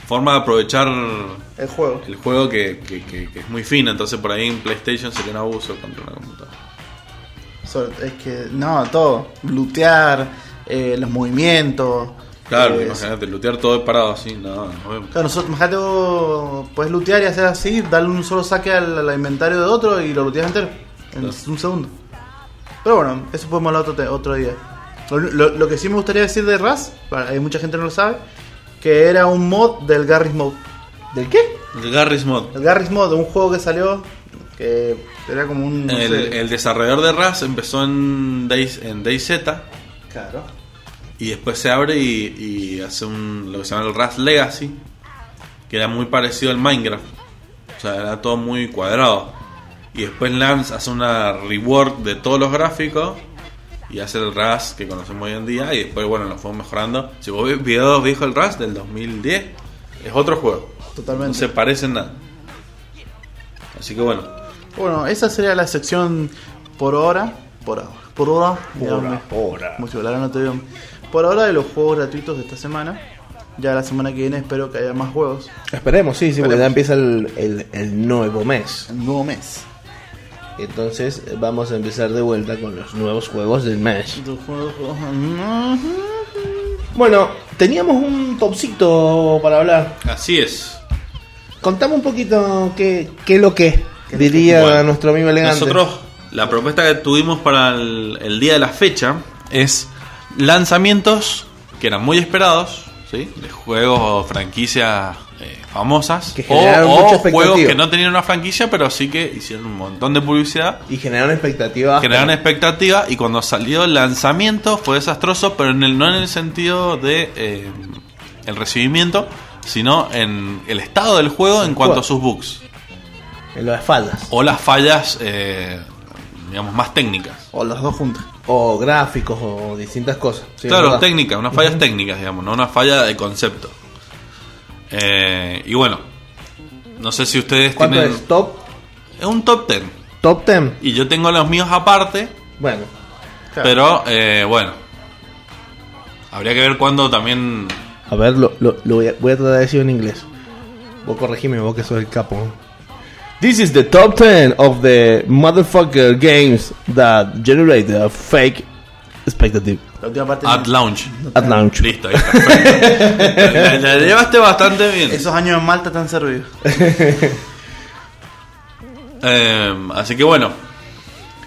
[SPEAKER 3] forma de aprovechar
[SPEAKER 2] El juego.
[SPEAKER 3] el juego que, que- que- que es muy fino. Entonces, por ahí en PlayStation sería un abuso contra una computadora.
[SPEAKER 2] Sobre- es que. No, todo. Lootear, eh, los movimientos.
[SPEAKER 3] Claro,
[SPEAKER 2] eh,
[SPEAKER 3] imagínate, lootear todo parado así. No, no.
[SPEAKER 2] Claro, nosotros, imagínate vos puedes lootear y hacer así, darle un solo saque al, al inventario de otro y lo looteas entero en
[SPEAKER 3] Claro.
[SPEAKER 2] un segundo. Pero bueno, eso podemos hablar otro, te- otro día. Lo, lo- lo que sí me gustaría decir de Raz, para- hay mucha gente que no lo sabe, que era un mod del Garry's Mod.
[SPEAKER 1] ¿Del qué?
[SPEAKER 3] El Garry's Mod.
[SPEAKER 2] El Garry's Mod, un juego que salió que era como un... no
[SPEAKER 3] El,
[SPEAKER 2] sé.
[SPEAKER 3] el desarrollador de Rust empezó en DayZ en DayZ,
[SPEAKER 2] Claro.
[SPEAKER 3] y después se abre y, y hace un, lo que se llama el Rust Legacy, que era muy parecido al Minecraft. O sea, era todo muy cuadrado. Y después Lance hace una rework de todos los gráficos y hace el Rust que conocemos hoy en día. Y después, bueno, lo fue mejorando. Si vos ves videos viejos del Rust del 2010, es otro juego.
[SPEAKER 2] Totalmente.
[SPEAKER 3] No se parece en nada. Así que bueno,
[SPEAKER 2] Bueno, esa sería la sección por ahora. Por ahora. Por ahora. dígame. Mucho hablar, no te digo. Por ahora de los juegos gratuitos de esta semana. Ya la semana que viene espero que haya más juegos.
[SPEAKER 1] Esperemos, sí, sí, porque ya empieza el, el- el nuevo mes.
[SPEAKER 2] El nuevo mes.
[SPEAKER 1] Entonces eh, vamos a empezar de vuelta con los nuevos juegos del mes.
[SPEAKER 2] Los juegos- Ujú.
[SPEAKER 1] Bueno, teníamos un topcito para hablar.
[SPEAKER 3] así es.
[SPEAKER 1] Contame un poquito qué, qué es lo que diría
[SPEAKER 3] Bueno,
[SPEAKER 1] nuestro amigo elegante.
[SPEAKER 3] Nosotros, la propuesta que tuvimos para el, el día de la fecha es lanzamientos que eran muy esperados, ¿sí? De juegos o franquicias eh, famosas.
[SPEAKER 1] Que
[SPEAKER 3] o-
[SPEAKER 1] generaron
[SPEAKER 3] o
[SPEAKER 1] mucha expectativa.
[SPEAKER 3] juegos que no tenían una franquicia, pero sí que hicieron un montón de publicidad.
[SPEAKER 1] Y generaron expectativas.
[SPEAKER 3] Generaron expectativa y cuando salió el lanzamiento fue desastroso, pero en el, no en el sentido de eh, el recibimiento, sino en el estado del juego en cuanto a sus bugs
[SPEAKER 1] En las faldas.
[SPEAKER 3] o las fallas, eh, digamos, más técnicas.
[SPEAKER 2] O las dos juntas.
[SPEAKER 1] O gráficos o distintas cosas. Sí, es
[SPEAKER 3] claro,
[SPEAKER 1] verdad.
[SPEAKER 3] técnicas, unas fallas técnicas, digamos, no una falla de concepto. Eh, y bueno, no sé si ustedes
[SPEAKER 1] ¿Cuánto
[SPEAKER 3] tienen.
[SPEAKER 1] es? ¿Top?
[SPEAKER 3] Es un top 10.
[SPEAKER 1] ¿Top 10?
[SPEAKER 3] Y yo tengo los míos aparte,
[SPEAKER 1] Bueno,
[SPEAKER 3] pero eh, bueno. Habría que ver cuándo también.
[SPEAKER 1] a ver, lo, lo- lo voy, a, voy a tratar de decir en inglés. Vos corregime, vos que sos el capo. This is the top 10 of the motherfucker games that generate a fake expectative
[SPEAKER 2] La última parte.
[SPEAKER 3] At launch.
[SPEAKER 1] at launch.
[SPEAKER 3] Listo, ahí está. perfecto. La, la llevaste bastante bien.
[SPEAKER 2] Esos años en Malta están servidos.
[SPEAKER 3] Eh, así que bueno.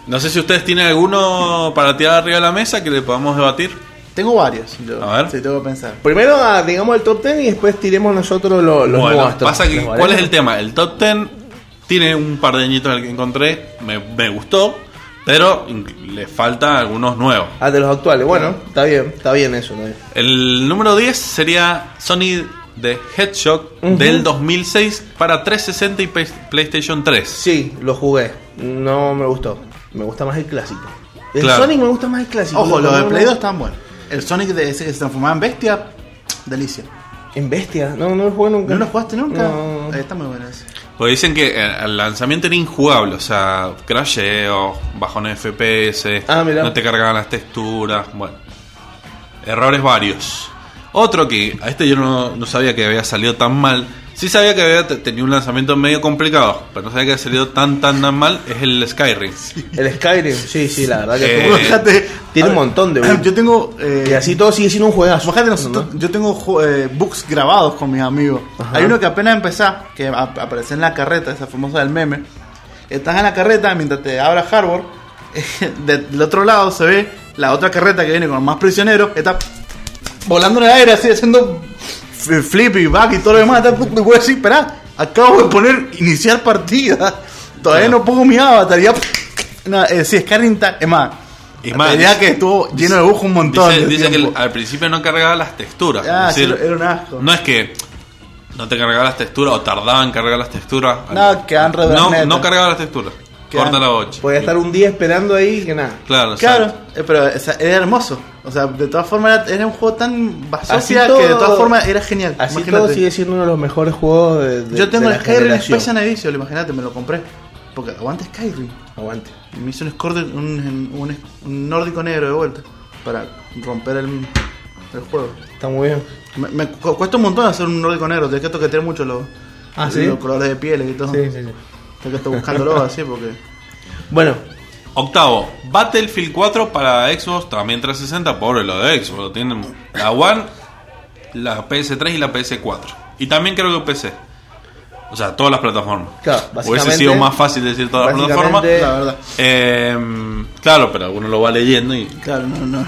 [SPEAKER 3] No sé si ustedes tienen alguno para tirar arriba de la mesa que le podamos debatir.
[SPEAKER 2] Tengo varios. yo.
[SPEAKER 3] A ver.
[SPEAKER 2] Sí, tengo que pensar.
[SPEAKER 1] Primero, ah, digamos el top 10 y después tiremos nosotros lo- los
[SPEAKER 3] bueno,
[SPEAKER 1] nuestros.
[SPEAKER 3] pasa que,
[SPEAKER 1] ¿Les
[SPEAKER 3] ¿cuál
[SPEAKER 1] parece?
[SPEAKER 3] es el tema? El top 10 tiene un par de añitos en el que encontré, me, me gustó, pero inc- le falta algunos nuevos.
[SPEAKER 1] Ah, de los actuales. Bueno, está bien, está bien eso. está bien.
[SPEAKER 3] El número 10 sería Sony de Hedgehog
[SPEAKER 1] Ujú.
[SPEAKER 3] del 2006 para 360 y Play- PlayStation 3.
[SPEAKER 1] Sí, lo jugué. No me gustó. Me gusta más el clásico. El
[SPEAKER 3] Claro.
[SPEAKER 1] Sonic me gusta más el clásico.
[SPEAKER 2] Ojo, los de
[SPEAKER 1] No,
[SPEAKER 2] Play
[SPEAKER 1] no.
[SPEAKER 2] 2 están buenos. El Sonic de ese que se transformaba en bestia. Delicia.
[SPEAKER 1] En bestia, no, no lo jugué nunca.
[SPEAKER 2] ¿No lo jugaste nunca?
[SPEAKER 1] No.
[SPEAKER 2] Eh, está muy bueno ese.
[SPEAKER 3] Porque dicen que eh, el lanzamiento era injugable, o sea, crasheos, bajones de FPS,
[SPEAKER 1] Ah, mirá.
[SPEAKER 3] no te cargaban las texturas, bueno, errores varios. Otro que, a este yo no, no sabía que había salido tan mal, Sí sabía que había te- tenido un lanzamiento medio complicado, pero no sabía que había salido tan, tan, tan mal. Es el Skyrim.
[SPEAKER 1] El Skyrim, sí, sí, la verdad que
[SPEAKER 3] Eh,
[SPEAKER 1] es como- tiene un montón de bugs.
[SPEAKER 2] Yo tengo. eh,
[SPEAKER 1] Y así todo sigue siendo un juegazo.
[SPEAKER 2] Bajate,
[SPEAKER 1] ¿no?
[SPEAKER 2] nosotros, yo tengo ju- eh, books grabados con mis amigos.
[SPEAKER 1] Ajá.
[SPEAKER 2] Hay uno que apenas empezás, que a- aparece en la carreta, esa famosa del meme. Estás en la carreta mientras te abra Harbor. del otro lado se ve la otra carreta que viene con más prisioneros. Está volando en el aire, así haciendo f- flip y back y todo lo demás. Está, y voy a decir, "Esperá, acabo de poner iniciar partida. Todavía
[SPEAKER 3] Claro.
[SPEAKER 2] no pongo mi avatar. Ya. No, eh, sí, Skyrim está- Es más,
[SPEAKER 3] Es más,
[SPEAKER 2] la idea
[SPEAKER 3] dice-
[SPEAKER 2] que estuvo lleno de bugs un montón.
[SPEAKER 3] Dice,
[SPEAKER 2] de
[SPEAKER 3] dice que
[SPEAKER 2] tiempo.
[SPEAKER 3] el- al principio no cargaba las texturas.
[SPEAKER 2] Ah,
[SPEAKER 3] es decir,
[SPEAKER 2] sí, era un asco.
[SPEAKER 3] No es que no te cargaba las texturas o tardaba en cargar las texturas.
[SPEAKER 2] No, que han
[SPEAKER 3] No,
[SPEAKER 2] redondeado.
[SPEAKER 3] no cargaba las texturas.
[SPEAKER 2] Que
[SPEAKER 3] Corta
[SPEAKER 2] han-
[SPEAKER 3] la bocha.
[SPEAKER 1] Podía estar un día esperando ahí que nada.
[SPEAKER 3] Claro,
[SPEAKER 2] Claro,
[SPEAKER 3] exacto.
[SPEAKER 2] eh, pero o sea, era hermoso. O sea, de todas formas era, era un juego tan
[SPEAKER 1] Así
[SPEAKER 2] basofia
[SPEAKER 1] todo-
[SPEAKER 2] que de todas formas era genial.
[SPEAKER 1] Así
[SPEAKER 2] Imagínate.
[SPEAKER 1] todo sigue siendo uno de los mejores juegos de, de-
[SPEAKER 2] Yo tengo
[SPEAKER 1] de
[SPEAKER 2] el
[SPEAKER 1] la
[SPEAKER 2] Skyrim
[SPEAKER 1] generación.
[SPEAKER 2] Special Edition, imagínate, me lo compré. Porque aguanta Skyrim.
[SPEAKER 1] Aguante.
[SPEAKER 2] Y me hice un, score- un, un, un nórdico negro de vuelta para romper el, el juego.
[SPEAKER 1] Está muy bien.
[SPEAKER 2] Me, me cu- cuesta un montón hacer un nórdico negro, tenés que toquetear mucho los,
[SPEAKER 1] Ah,
[SPEAKER 2] los
[SPEAKER 1] ¿sí?
[SPEAKER 2] colores de piel y todo.
[SPEAKER 1] Sí, sí, sí.
[SPEAKER 2] Tengo que estar buscándolo así porque.
[SPEAKER 1] Bueno,
[SPEAKER 3] Octavo, Battlefield 4 para Xbox, también 360, pobre lo de Xbox, lo tienen la One, la PS3 y la PS4. Y también creo que PC. O sea, todas las plataformas.
[SPEAKER 1] Claro,
[SPEAKER 3] Hubiese
[SPEAKER 1] básicamente-
[SPEAKER 3] sido más fácil decir todas las plataformas.
[SPEAKER 1] básicamente-
[SPEAKER 2] La verdad.
[SPEAKER 3] Eh, claro, pero uno lo va leyendo y
[SPEAKER 2] Claro, no, no.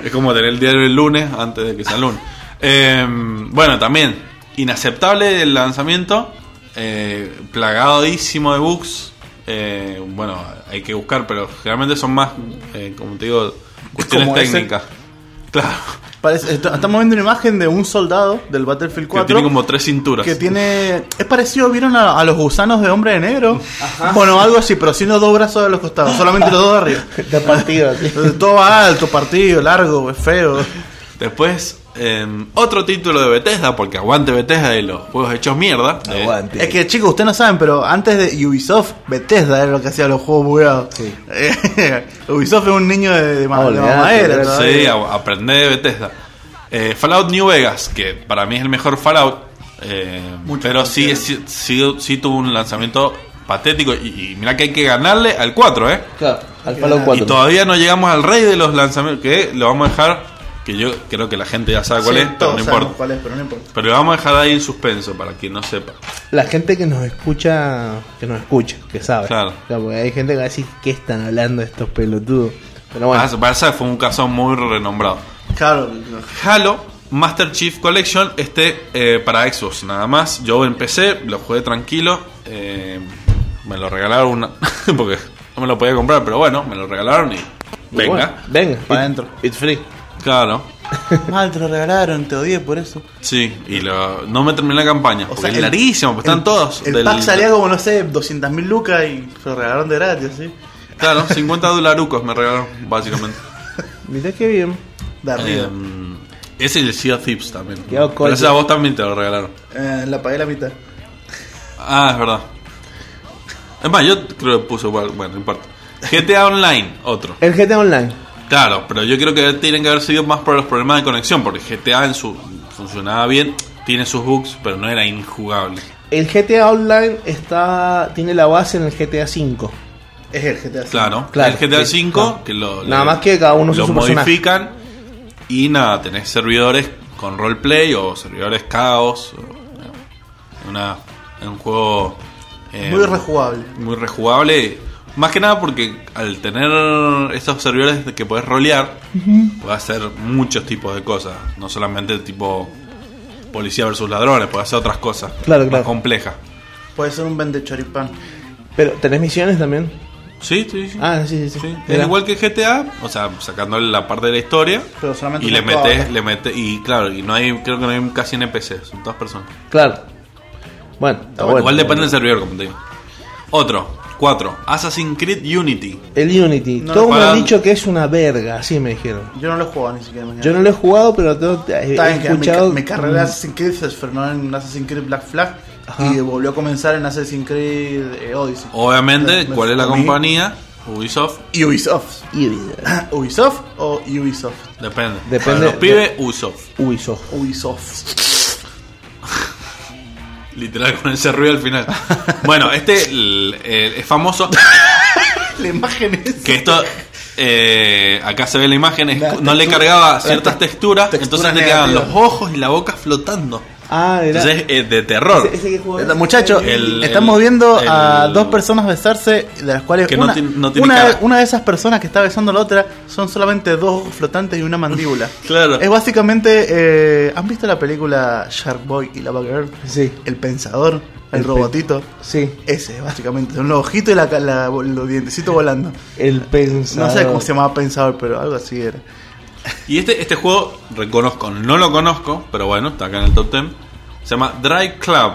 [SPEAKER 3] es como tener el diario el lunes antes de que sea el lunes. Eh, bueno, también, inaceptable el lanzamiento, eh, plagadísimo de bugs. Eh, bueno, hay que buscar, pero generalmente son más, eh, como te digo, cuestiones
[SPEAKER 2] como ese.
[SPEAKER 3] técnicas. Claro,
[SPEAKER 2] Parece- est- estamos viendo una imagen de un soldado del Battlefield 4.
[SPEAKER 3] que tiene como tres cinturas.
[SPEAKER 2] Que tiene. Es parecido, ¿vieron a, a los gusanos de hombre de negro? Bueno, algo así, pero sin los dos brazos de los costados, solamente los dos de arriba.
[SPEAKER 1] de partido. tío.
[SPEAKER 2] Entonces, todo va alto, partido, largo, es feo.
[SPEAKER 3] Después, eh, otro título de Bethesda, porque aguante Bethesda de los juegos hechos mierda. Eh,
[SPEAKER 1] Aguante.
[SPEAKER 2] Es que chicos, ustedes no saben, pero antes de Ubisoft, Bethesda era lo que hacía los juegos bugueados.
[SPEAKER 1] Sí.
[SPEAKER 2] Ubisoft es un niño de, de ma-
[SPEAKER 1] Ah,
[SPEAKER 2] de
[SPEAKER 1] olvidate,
[SPEAKER 2] mamadera.
[SPEAKER 1] olvidate.
[SPEAKER 3] Sí,
[SPEAKER 2] todavía.
[SPEAKER 3] a- aprendé de Bethesda. Eh, Fallout New Vegas, que para mí es el mejor Fallout, eh,
[SPEAKER 2] Mucho
[SPEAKER 3] pero sí, es- sí, sí- sí tuvo un lanzamiento patético. Y, y mirá que hay que ganarle al 4, ¿eh?
[SPEAKER 1] Claro, al Fallout
[SPEAKER 3] Y
[SPEAKER 1] 4.
[SPEAKER 3] todavía no llegamos al rey de los lanzamientos, que lo vamos a dejar, que yo creo que la gente ya sabe cuál
[SPEAKER 2] Sí,
[SPEAKER 3] es, pero
[SPEAKER 2] todos
[SPEAKER 3] no
[SPEAKER 2] sabemos
[SPEAKER 3] importa.
[SPEAKER 2] cuál es, pero no importa.
[SPEAKER 3] Pero lo vamos a dejar ahí en suspenso para quien no sepa.
[SPEAKER 1] La gente que nos escucha, que nos escucha, que sabe.
[SPEAKER 3] Claro.
[SPEAKER 1] porque hay gente que va a decir, ¿qué están hablando estos pelotudos? Pero bueno,
[SPEAKER 3] Barça- Barça fue un caso muy renombrado.
[SPEAKER 2] Claro,
[SPEAKER 3] Halo Master Chief Collection, este eh, para Xbox nada más. Yo empecé, lo jugué tranquilo. eh, me lo regalaron una- porque no me lo podía comprar, pero bueno, me lo regalaron y
[SPEAKER 1] y
[SPEAKER 3] venga.
[SPEAKER 1] bueno, venga, It-
[SPEAKER 2] Para adentro.
[SPEAKER 1] It's free.
[SPEAKER 3] Claro,
[SPEAKER 2] mal te lo regalaron, te odié por eso.
[SPEAKER 3] sí. Y lo- no me terminé la campaña.
[SPEAKER 2] O
[SPEAKER 3] porque
[SPEAKER 2] sea,
[SPEAKER 3] es
[SPEAKER 2] el-
[SPEAKER 3] larguísimo, porque están
[SPEAKER 2] el-
[SPEAKER 3] todos.
[SPEAKER 2] El
[SPEAKER 3] del-
[SPEAKER 2] pack salía como, no sé, 200.000 lucas y se lo regalaron de gratis, ¿sí?
[SPEAKER 3] Claro, 50 dolarucos me regalaron, básicamente.
[SPEAKER 1] Mirá qué bien.
[SPEAKER 2] De arriba.
[SPEAKER 3] Eh, ese y el Sea of Thieves también.
[SPEAKER 1] Qué
[SPEAKER 3] Pero
[SPEAKER 1] coño.
[SPEAKER 3] ese a vos también te lo regalaron.
[SPEAKER 2] Eh, la pagué la mitad.
[SPEAKER 3] Ah, es verdad. Es más, yo creo que puso. igual, Bueno, no importa. GTA Online, otro.
[SPEAKER 1] El GTA Online.
[SPEAKER 3] Claro, pero yo creo que tienen que haber sido más por los problemas de conexión, porque GTA en su funcionaba bien, tiene sus bugs, pero no era injugable.
[SPEAKER 1] El GTA Online está tiene la base en el GTA 5.
[SPEAKER 2] Es el GTA V.
[SPEAKER 3] Claro,
[SPEAKER 1] Claro,
[SPEAKER 3] el GTA
[SPEAKER 1] sí,
[SPEAKER 3] 5
[SPEAKER 1] claro.
[SPEAKER 3] que lo
[SPEAKER 1] Nada
[SPEAKER 3] lo-
[SPEAKER 1] más que cada uno usa
[SPEAKER 3] lo
[SPEAKER 1] su personaje.
[SPEAKER 3] modifican y nada, tenés servidores con roleplay o servidores caos, o, una en un juego eh,
[SPEAKER 2] Muy rejugable.
[SPEAKER 3] muy rejugable. Más que nada porque al tener estos servidores de que podés rolear, podés hacer muchos tipos de cosas. No solamente tipo policía versus ladrones, podés hacer otras cosas
[SPEAKER 1] Claro,
[SPEAKER 3] más
[SPEAKER 1] claro.
[SPEAKER 3] complejas.
[SPEAKER 2] Puede ser un vende choripán.
[SPEAKER 1] Pero tenés misiones también.
[SPEAKER 3] Sí, sí, sí.
[SPEAKER 1] Ah, sí, sí, sí.
[SPEAKER 3] Sí, Es
[SPEAKER 1] Mirá.
[SPEAKER 3] igual que GTA, o sea, sacándole la parte de la historia.
[SPEAKER 2] Pero solamente
[SPEAKER 3] y
[SPEAKER 2] una
[SPEAKER 3] le metes,
[SPEAKER 2] cuadra.
[SPEAKER 3] le metes, y claro, y no hay, creo que no hay casi NPC, son todas personas.
[SPEAKER 1] Claro. Bueno, está bueno.
[SPEAKER 3] Igual depende del servidor, como te digo. Otro, cuatro, Assassin's Creed Unity.
[SPEAKER 1] El Unity.
[SPEAKER 2] No lo
[SPEAKER 1] Todos me han
[SPEAKER 3] pagan.
[SPEAKER 1] dicho que es una verga, así me dijeron.
[SPEAKER 2] Yo no lo he jugado ni siquiera. Mañana.
[SPEAKER 1] Yo no lo he jugado, pero tengo- he
[SPEAKER 2] Está bien que mi, ca-
[SPEAKER 1] escuchado. Mm.
[SPEAKER 2] mi carrera de Assassin's Creed se frenó en Assassin's Creed Black Flag
[SPEAKER 1] Ajá.
[SPEAKER 2] y volvió a comenzar en Assassin's Creed eh, Odyssey.
[SPEAKER 3] Oh. Obviamente,
[SPEAKER 2] Me- me-
[SPEAKER 3] ¿cuál es la
[SPEAKER 2] a mí-
[SPEAKER 3] compañía? Ubisoft,
[SPEAKER 2] Ubisoft.
[SPEAKER 1] Ubisoft.
[SPEAKER 2] ¿Ubisoft o Ubisoft?
[SPEAKER 3] depende.
[SPEAKER 1] Depende
[SPEAKER 3] Para los
[SPEAKER 1] de-
[SPEAKER 3] pibes, Ubisoft.
[SPEAKER 1] Ubisoft.
[SPEAKER 2] Ubisoft.
[SPEAKER 3] Literal, con ese ruido al final. Bueno, este el- el- es famoso.
[SPEAKER 2] La imagen es.
[SPEAKER 3] Que esto. eh, acá se ve la imagen. es-
[SPEAKER 2] La
[SPEAKER 3] no le
[SPEAKER 2] textura-
[SPEAKER 3] cargaba
[SPEAKER 2] la
[SPEAKER 3] ciertas
[SPEAKER 2] te-
[SPEAKER 3] texturas.
[SPEAKER 2] textura
[SPEAKER 3] entonces le quedaban
[SPEAKER 2] negativa.
[SPEAKER 3] los ojos y la boca flotando.
[SPEAKER 1] Ah, era.
[SPEAKER 3] Entonces es de terror.
[SPEAKER 1] Ese- ese que jugó-
[SPEAKER 2] Eh, Muchachos,
[SPEAKER 3] El-
[SPEAKER 2] estamos
[SPEAKER 3] el-
[SPEAKER 2] viendo a
[SPEAKER 3] el-
[SPEAKER 2] dos personas besarse, de las cuales
[SPEAKER 3] Que no
[SPEAKER 2] una,
[SPEAKER 3] tiene- no tiene
[SPEAKER 2] una-
[SPEAKER 3] cara.
[SPEAKER 2] una de esas personas que está besando a la otra son solamente dos ojos flotantes y una mandíbula.
[SPEAKER 3] Claro.
[SPEAKER 2] Es básicamente, eh, ¿han visto la película Shark Boy y Lava Girl?
[SPEAKER 1] Sí,
[SPEAKER 2] El pensador, el,
[SPEAKER 1] El pe-
[SPEAKER 2] robotito.
[SPEAKER 1] sí.
[SPEAKER 2] Ese, básicamente, son los ojitos y la, ca- la- los dientecitos volando.
[SPEAKER 1] El pensador.
[SPEAKER 2] No sé cómo se llamaba pensador, pero algo así era.
[SPEAKER 3] Y este, este juego, reconozco, no lo conozco, pero bueno, está acá en el top 10. Se llama Dry Club.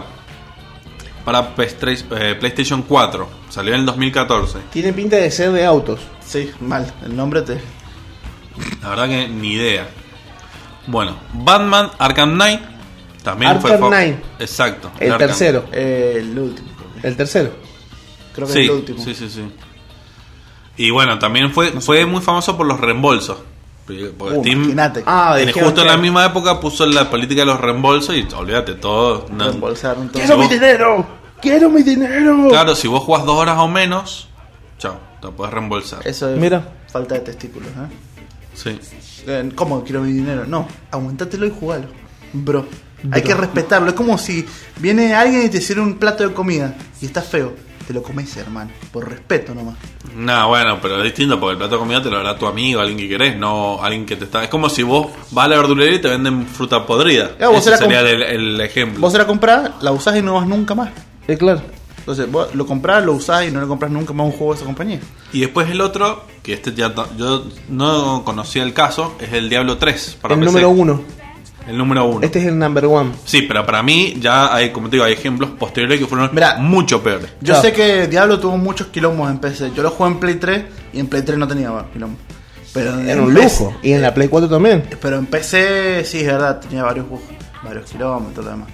[SPEAKER 3] Para PS3 eh, PlayStation 4. Salió en el 2014.
[SPEAKER 1] Tiene pinta de ser de autos.
[SPEAKER 2] Sí, mal. El nombre te.
[SPEAKER 3] La verdad que ni idea. Bueno, Batman Arkham Knight. También fue
[SPEAKER 1] Arkham
[SPEAKER 3] fa-
[SPEAKER 1] Knight.
[SPEAKER 3] Exacto.
[SPEAKER 1] El
[SPEAKER 3] Arkham.
[SPEAKER 1] tercero.
[SPEAKER 2] eh, el último. creo que.
[SPEAKER 1] El tercero.
[SPEAKER 2] Creo que
[SPEAKER 3] Sí,
[SPEAKER 2] el último.
[SPEAKER 3] sí, sí, sí. Y bueno, también fue, fue muy famoso por los reembolsos. Porque
[SPEAKER 2] Uh,
[SPEAKER 3] Steam,
[SPEAKER 2] imagínate.
[SPEAKER 1] Ah,
[SPEAKER 3] en-
[SPEAKER 1] dijeron
[SPEAKER 3] justo en la
[SPEAKER 1] que-
[SPEAKER 3] misma época puso la política de los reembolsos y olvídate, todo. no-
[SPEAKER 2] Reembolsaron todo.
[SPEAKER 1] ¡Quiero mi dinero! ¡Quiero mi dinero!
[SPEAKER 3] Claro, si vos jugás dos horas o menos, chao, te lo puedes reembolsar.
[SPEAKER 2] Eso es
[SPEAKER 1] Mira.
[SPEAKER 2] falta de testículos, ¿eh?
[SPEAKER 3] Sí.
[SPEAKER 2] Eh, ¿Cómo quiero mi dinero? No, aumentátelo y jugalo. Bro. Hay que respetarlo. Es como si viene alguien y te sirve un plato de comida y está feo. Te lo comes, hermano. Por respeto nomás.
[SPEAKER 3] No, bueno, pero es distinto porque el plato de comida te lo dará tu amigo, alguien que querés, no alguien que te está. Es como si vos vas a la verdulería y te venden fruta podrida.
[SPEAKER 2] Ya, vos
[SPEAKER 3] Ese
[SPEAKER 2] era
[SPEAKER 3] sería
[SPEAKER 2] como-
[SPEAKER 3] el, el ejemplo.
[SPEAKER 2] Vos se la comprás, la usás y no vas nunca más.
[SPEAKER 1] Eh, claro.
[SPEAKER 2] Entonces, vos lo comprás, lo usás y no le compras nunca más un juego a esa compañía.
[SPEAKER 3] Y después el otro, que este ya ta- yo no conocía el caso, es el Diablo 3. Para
[SPEAKER 1] el
[SPEAKER 3] PC.
[SPEAKER 1] número uno.
[SPEAKER 3] El número uno.
[SPEAKER 1] Este es el number one.
[SPEAKER 3] Sí, pero para mí ya hay, como te digo, hay ejemplos posteriores que fueron
[SPEAKER 2] Mirá.
[SPEAKER 3] mucho peores.
[SPEAKER 2] Yo
[SPEAKER 1] Claro.
[SPEAKER 2] sé que Diablo tuvo muchos quilombos en PC. Yo lo jugué en Play 3 y en Play 3 no tenía quilombo. Pero en
[SPEAKER 1] Era un
[SPEAKER 2] PC
[SPEAKER 1] lujo. Y en la Play 4 también.
[SPEAKER 2] Pero en PC sí, es verdad, tenía varios bugs, varios kilómetros, todo lo demás.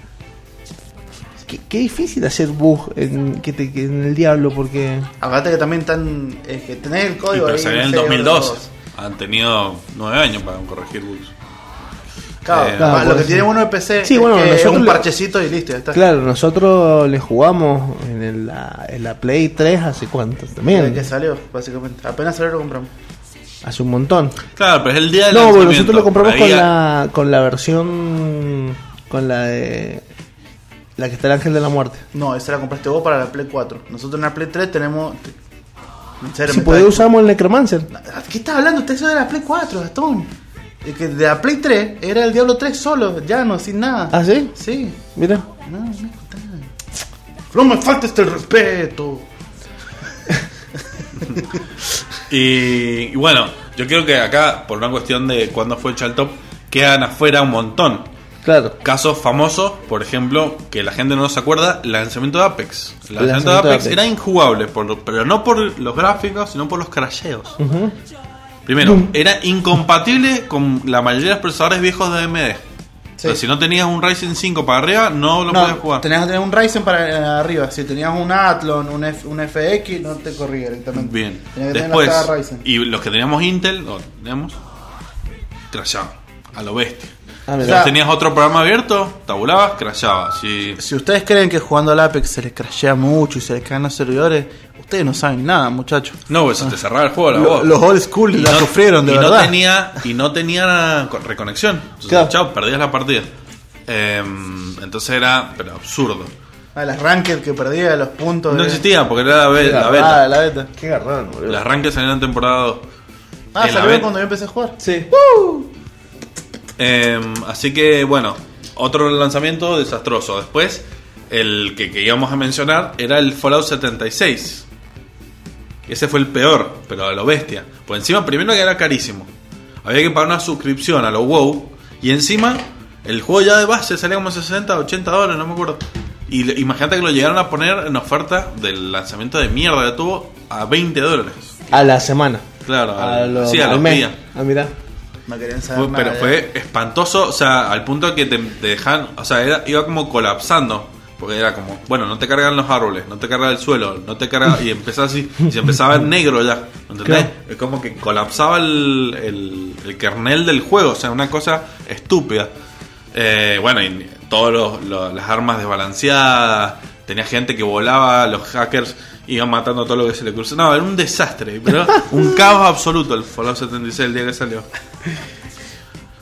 [SPEAKER 1] Qué, qué difícil hacer bug en, que te- que en el diablo porque.
[SPEAKER 2] Aparte que también están. Es que tenés el
[SPEAKER 3] Y
[SPEAKER 2] código.
[SPEAKER 3] pero
[SPEAKER 2] ahí,
[SPEAKER 3] salió en el
[SPEAKER 2] no sé,
[SPEAKER 3] 2012.
[SPEAKER 2] otros-
[SPEAKER 3] Han tenido nueve años para corregir bugs.
[SPEAKER 2] Claro,
[SPEAKER 3] Eh,
[SPEAKER 2] claro, lo
[SPEAKER 1] por
[SPEAKER 2] que
[SPEAKER 1] eso.
[SPEAKER 2] tiene uno de PC
[SPEAKER 1] Sí,
[SPEAKER 2] es,
[SPEAKER 1] bueno,
[SPEAKER 2] que es
[SPEAKER 1] nosotros
[SPEAKER 2] un
[SPEAKER 1] le-
[SPEAKER 2] parchecito y listo, ya está.
[SPEAKER 1] Claro, nosotros le jugamos en, el- la, en la Play 3 hace cuánto
[SPEAKER 2] Desde
[SPEAKER 1] también.
[SPEAKER 2] que salió, básicamente. Apenas salió lo compramos.
[SPEAKER 1] Hace un montón.
[SPEAKER 3] Claro, pero es el día del
[SPEAKER 1] No, bueno,
[SPEAKER 3] lanzamiento.
[SPEAKER 1] nosotros lo compramos
[SPEAKER 3] Ahí
[SPEAKER 1] con
[SPEAKER 3] ya-
[SPEAKER 1] la, con la versión. Con la de. La que está el ángel de la muerte.
[SPEAKER 2] No, esa la compraste vos para la Play 4. Nosotros en la Play 3 tenemos. te- En serio,
[SPEAKER 1] Si
[SPEAKER 2] me
[SPEAKER 1] podés,
[SPEAKER 2] está-
[SPEAKER 1] usamos el Necromancer.
[SPEAKER 2] ¿Qué estás hablando? Usted es de la Play 4, Gastón. El que de la Play 3 era el Diablo 3 solo, ya no, sin nada.
[SPEAKER 1] ¿Ah, sí?
[SPEAKER 2] Sí.
[SPEAKER 1] Mira.
[SPEAKER 2] No, no contame. No me faltes el respeto.
[SPEAKER 3] Y, y bueno, yo creo que acá, por una cuestión de cuándo fue hecho el top, quedan afuera un montón.
[SPEAKER 1] Claro.
[SPEAKER 3] Casos famosos, por ejemplo, que la gente no se acuerda, el lanzamiento de Apex. El lanzamiento,
[SPEAKER 1] lanzamiento
[SPEAKER 3] de
[SPEAKER 1] de
[SPEAKER 3] Apex,
[SPEAKER 1] Apex.
[SPEAKER 3] era injugable, por- pero no por los gráficos, sino por los crasheos.
[SPEAKER 1] Ujú.
[SPEAKER 3] Primero, era incompatible con la mayoría de los procesadores viejos de AMD. O sea, si no tenías un Ryzen 5 para arriba, no lo podías jugar.
[SPEAKER 2] tenías que tener un Ryzen para eh, arriba. Si tenías un Athlon, un, F- un FX, no te corría directamente.
[SPEAKER 3] Bien.
[SPEAKER 2] Tenías que
[SPEAKER 3] Después,
[SPEAKER 2] tener la saga Ryzen.
[SPEAKER 3] y los que teníamos Intel, o teníamos, crashaban. A lo bestia.
[SPEAKER 1] Ah,
[SPEAKER 3] Si
[SPEAKER 1] mira.
[SPEAKER 2] O sea,
[SPEAKER 3] vos tenías otro programa abierto, tabulabas, crashabas. Si
[SPEAKER 2] Si ustedes creen que jugando al Apex se les crashea mucho y se les caen los servidores, ustedes no saben nada, muchachos.
[SPEAKER 3] no, eso te cerraba el juego la
[SPEAKER 2] Lo-
[SPEAKER 3] voz.
[SPEAKER 2] los old school la sufrieron, de
[SPEAKER 3] y
[SPEAKER 2] verdad.
[SPEAKER 3] No tenía, y no tenía co- reconexión. Entonces,
[SPEAKER 1] Claro.
[SPEAKER 3] chao, perdías la partida. Em, entonces era pero absurdo.
[SPEAKER 2] Ah, las ranked que perdía, los puntos.
[SPEAKER 3] No
[SPEAKER 2] de-
[SPEAKER 3] existía porque era la, be-
[SPEAKER 1] Era
[SPEAKER 3] la
[SPEAKER 2] Ah,
[SPEAKER 3] beta.
[SPEAKER 2] la beta.
[SPEAKER 1] Qué garrón, boludo.
[SPEAKER 3] Las rankings salieron en temporada 2.
[SPEAKER 2] Ah,
[SPEAKER 3] En la
[SPEAKER 2] salió
[SPEAKER 3] beta.
[SPEAKER 2] cuando yo empecé a jugar.
[SPEAKER 1] Sí.
[SPEAKER 3] Em, así que bueno, otro lanzamiento desastroso. Después, el que, que íbamos a mencionar era el Fallout 76. Ese fue el peor, pero a lo bestia. Por encima, primero que era carísimo. Había que pagar una suscripción a lo WoW. Y encima, el juego ya de base salía como 60, 80 dólares, no me acuerdo. Y le- imagínate que lo llegaron a poner en oferta del lanzamiento de mierda que tuvo a 20 dólares.
[SPEAKER 1] A la semana.
[SPEAKER 3] Claro,
[SPEAKER 1] A
[SPEAKER 3] al-
[SPEAKER 1] lo-
[SPEAKER 3] sí, a
[SPEAKER 1] al
[SPEAKER 3] los
[SPEAKER 1] mes.
[SPEAKER 3] días.
[SPEAKER 1] Ah, mira.
[SPEAKER 2] No querían saber
[SPEAKER 3] Fue-
[SPEAKER 2] nada.
[SPEAKER 3] pero
[SPEAKER 2] ya.
[SPEAKER 3] fue espantoso, o sea, al punto que te, te dejan, o sea, era- iba como colapsando. Porque era como, bueno, no te cargan los árboles, no te carga el suelo, no te carga. Y empezaba así, y se empezaba a ver negro ya. ¿Entendés?
[SPEAKER 1] Claro.
[SPEAKER 3] Es como que colapsaba el, el, el kernel del juego, o sea, una cosa estúpida. Eh, bueno, y todas las armas desbalanceadas, tenía gente que volaba, los hackers iban matando todo lo que se le cruzaba. No, era un desastre, pero un caos absoluto el Fallout 76 el día que salió.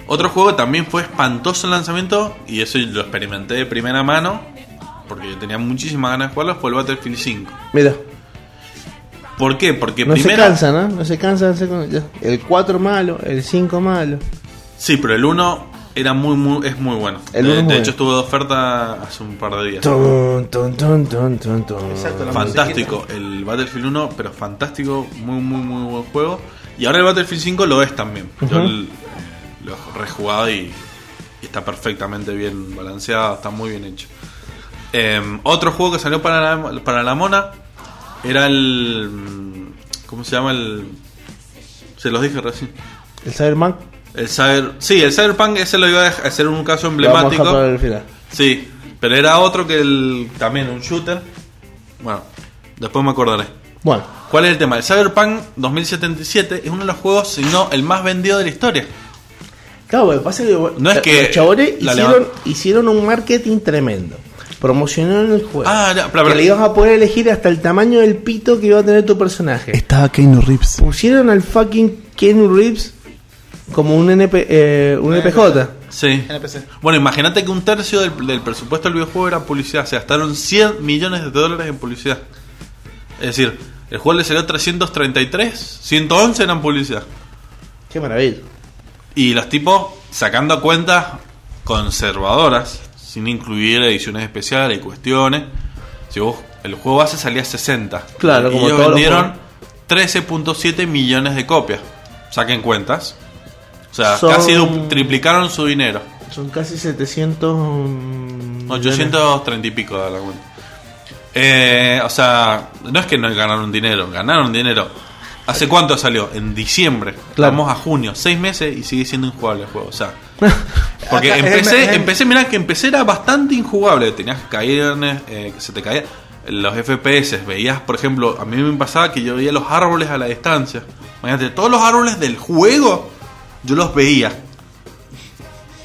[SPEAKER 3] Otro juego que también fue espantoso el lanzamiento, y eso lo experimenté de primera mano, porque yo tenía muchísimas ganas de jugarlo, fue el Battlefield 5.
[SPEAKER 1] Mira.
[SPEAKER 3] ¿Por qué? Porque
[SPEAKER 1] No
[SPEAKER 3] primero...
[SPEAKER 1] se cansa, ¿no? No se cansa. no se cansa. Ya. El 4 malo, el 5 malo.
[SPEAKER 3] Sí, pero el 1 era muy, muy, es muy bueno.
[SPEAKER 1] El uno
[SPEAKER 3] de
[SPEAKER 1] es
[SPEAKER 3] de
[SPEAKER 1] muy
[SPEAKER 3] hecho
[SPEAKER 1] bueno.
[SPEAKER 3] estuvo de oferta hace un par de días.
[SPEAKER 1] Tun, tun, tun, tun, tun, tun.
[SPEAKER 2] Exacto, la
[SPEAKER 3] Fantástico el Battlefield 1, pero fantástico, muy, muy, muy buen juego. Y ahora el Battlefield 5 lo es también. Yo
[SPEAKER 1] Ujú.
[SPEAKER 3] el- lo he rejugado y, y está perfectamente bien balanceado, está muy bien hecho. Em, otro juego que salió para la, para la mona era el. mm, ¿Cómo se llama el.? Se los dije recién.
[SPEAKER 1] El Cyberman
[SPEAKER 3] El Cyber, sí, el Cyberpunk ese lo iba a hacer un caso
[SPEAKER 1] lo vamos a dejar
[SPEAKER 3] emblemático.
[SPEAKER 1] para el final.
[SPEAKER 3] Sí, pero era otro que el. También un shooter. Bueno, después me acordaré.
[SPEAKER 1] Bueno,
[SPEAKER 3] ¿Cuál es el tema? El Cyberpunk 2077 es uno de los juegos, si no el más vendido de la historia.
[SPEAKER 1] claro, lo que pasa es que, eh,
[SPEAKER 3] No es que
[SPEAKER 1] los chabones
[SPEAKER 3] la
[SPEAKER 1] hicieron,
[SPEAKER 3] levant-
[SPEAKER 1] hicieron un marketing tremendo. Promocionaron el juego.
[SPEAKER 3] Ah, ya, pero-
[SPEAKER 1] que le ibas a poder elegir hasta el tamaño del pito que iba a tener tu personaje.
[SPEAKER 2] Estaba Keanu Reeves.
[SPEAKER 1] pusieron al fucking Keanu Reeves como un, NP, eh, un NPJ.
[SPEAKER 3] Sí.
[SPEAKER 2] NPC.
[SPEAKER 3] Bueno, imagínate que un tercio del, del presupuesto del videojuego era publicidad. Se gastaron 100 millones de dólares en publicidad. Es decir, el juego le salió 333, 111 eran publicidad.
[SPEAKER 1] Qué maravilla.
[SPEAKER 3] Y los tipos sacando cuentas conservadoras, sin incluir ediciones especiales y cuestiones. Si vos, el juego base salía 60.
[SPEAKER 1] Claro,
[SPEAKER 3] y
[SPEAKER 1] como
[SPEAKER 3] ellos
[SPEAKER 1] todos los
[SPEAKER 3] vendieron 13.7 millones de copias. Saquen cuentas. O sea,
[SPEAKER 1] Son-
[SPEAKER 3] casi du- triplicaron su dinero.
[SPEAKER 1] Son casi 700... mm,
[SPEAKER 3] 830 y pico de la cuenta. Eh, o sea, no es que no ganaron dinero, ganaron dinero. ¿Hace cuánto salió? En diciembre.
[SPEAKER 1] Claro.
[SPEAKER 3] Vamos a junio, seis meses y sigue siendo injugable el juego. O sea, porque
[SPEAKER 2] Acá es el-
[SPEAKER 3] empecé,
[SPEAKER 2] es el-
[SPEAKER 3] empecé, mirá que empecé era bastante injugable. Tenías caídas, eh, que se te caían los FPS. Veías, por ejemplo, a mí me pasaba que yo veía los árboles a la distancia. Imagínate, todos los árboles del juego yo los veía.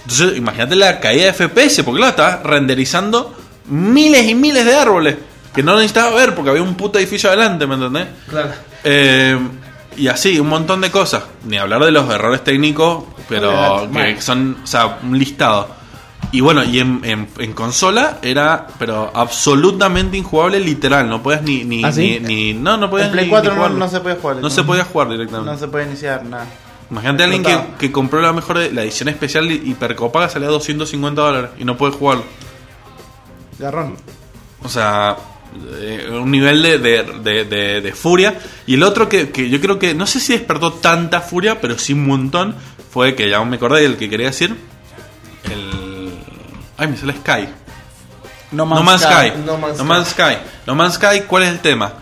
[SPEAKER 3] Entonces, imagínate la caída de FPS, porque claro, estabas renderizando miles y miles de árboles que no necesitaba ver porque había un puto edificio adelante, ¿me entendés?
[SPEAKER 1] Claro.
[SPEAKER 3] Eh, y así, un montón de cosas. Ni hablar de los errores técnicos, pero que son, o sea, un listado. Y bueno, y en, en- en consola era, pero absolutamente injugable, literal. No podías ni. ni,
[SPEAKER 1] ¿Ah, sí?
[SPEAKER 3] ni- ni- no, no podías
[SPEAKER 2] En Play
[SPEAKER 3] ni-
[SPEAKER 2] 4
[SPEAKER 3] ni
[SPEAKER 2] no,
[SPEAKER 3] jugarlo.
[SPEAKER 2] no se podía jugar.
[SPEAKER 3] No se podía jugar directamente.
[SPEAKER 2] No se puede iniciar nada.
[SPEAKER 3] Imagínate a alguien que,
[SPEAKER 2] Explotaba.
[SPEAKER 3] que compró la mejor la edición especial y- hipercopada salía a 250 dólares y no puede jugarlo.
[SPEAKER 2] Garrón.
[SPEAKER 3] O sea, eh, un nivel de, de- de- de- de furia. Y el otro que, que yo creo que, no sé si despertó tanta furia, pero sí un montón, fue que ya me acordé del que quería decir. El. Ay, me sale Sky.
[SPEAKER 2] No
[SPEAKER 3] No Man's Sky.
[SPEAKER 1] No Man's
[SPEAKER 3] No Man's Sky. No Man's Sky, ¿cuál es el tema?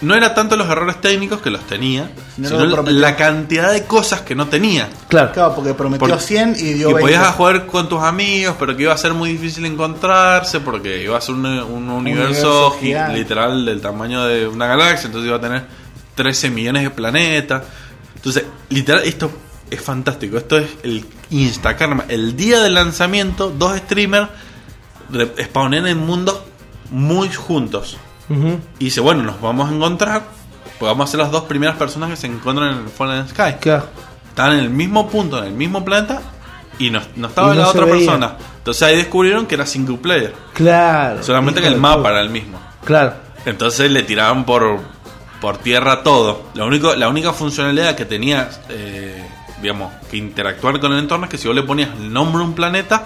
[SPEAKER 3] No era tanto los errores técnicos que los tenía,
[SPEAKER 2] Sino
[SPEAKER 3] sino
[SPEAKER 2] lo prometido.
[SPEAKER 3] la cantidad de cosas que no tenía.
[SPEAKER 1] Claro.
[SPEAKER 2] Claro, porque prometió
[SPEAKER 3] Por-
[SPEAKER 2] 100 y dio
[SPEAKER 3] Que
[SPEAKER 2] 20.
[SPEAKER 3] podías jugar con tus amigos, pero que iba a ser muy difícil encontrarse porque iba a ser un, un universo,
[SPEAKER 2] universo
[SPEAKER 3] gi-
[SPEAKER 2] gigante.
[SPEAKER 3] literal del tamaño de una galaxia, entonces iba a tener 13 millones de planetas. Entonces, literal, esto es fantástico. Esto es el Instacarma. El día del lanzamiento, dos streamers re- spawnean en mundos muy juntos.
[SPEAKER 1] Ujú.
[SPEAKER 3] Y dice, bueno, nos vamos a encontrar, pues vamos a ser las dos primeras personas que se encuentran en el Fallen Sky.
[SPEAKER 1] Claro.
[SPEAKER 3] Estaban en el mismo punto, en el mismo planeta, y no, no estaba
[SPEAKER 1] Y no
[SPEAKER 3] la
[SPEAKER 1] se
[SPEAKER 3] otra
[SPEAKER 1] veía.
[SPEAKER 3] persona. Entonces ahí descubrieron que era single player.
[SPEAKER 1] Claro.
[SPEAKER 3] Solamente que
[SPEAKER 1] Hijo de
[SPEAKER 3] el mapa
[SPEAKER 1] puta.
[SPEAKER 3] era el mismo.
[SPEAKER 1] Claro.
[SPEAKER 3] Entonces le tiraban por, por tierra todo. Lo único, la única funcionalidad que tenía, eh, digamos, que interactuar con el entorno es que si vos le ponías el nombre a un planeta,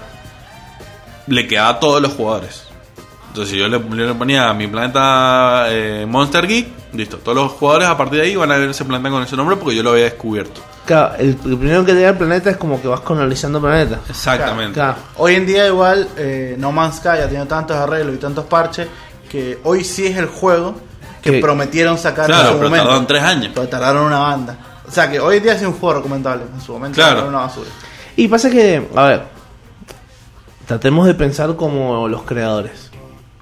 [SPEAKER 3] le quedaba a todos los jugadores. Entonces si yo le, yo le ponía a mi planeta eh, Monster Geek, listo. Todos los jugadores a partir de ahí van a ver ese planeta con ese nombre porque yo lo había descubierto.
[SPEAKER 1] Claro, el, el primero que te da el planeta es como que vas colonizando planetas.
[SPEAKER 3] Exactamente.
[SPEAKER 1] Claro.
[SPEAKER 2] Hoy en día igual eh, No Man's Sky ha tenido tantos arreglos y tantos parches que hoy sí es el juego que
[SPEAKER 1] Sí.
[SPEAKER 2] prometieron sacar en
[SPEAKER 3] Claro,
[SPEAKER 2] su
[SPEAKER 3] pero
[SPEAKER 2] momento.
[SPEAKER 3] tardaron tres años.
[SPEAKER 2] Pero tardaron una banda. O sea que hoy en día es un juego recomendable. En su momento
[SPEAKER 3] Claro.
[SPEAKER 2] era una basura.
[SPEAKER 1] Y pasa que, a ver, tratemos de pensar como los creadores.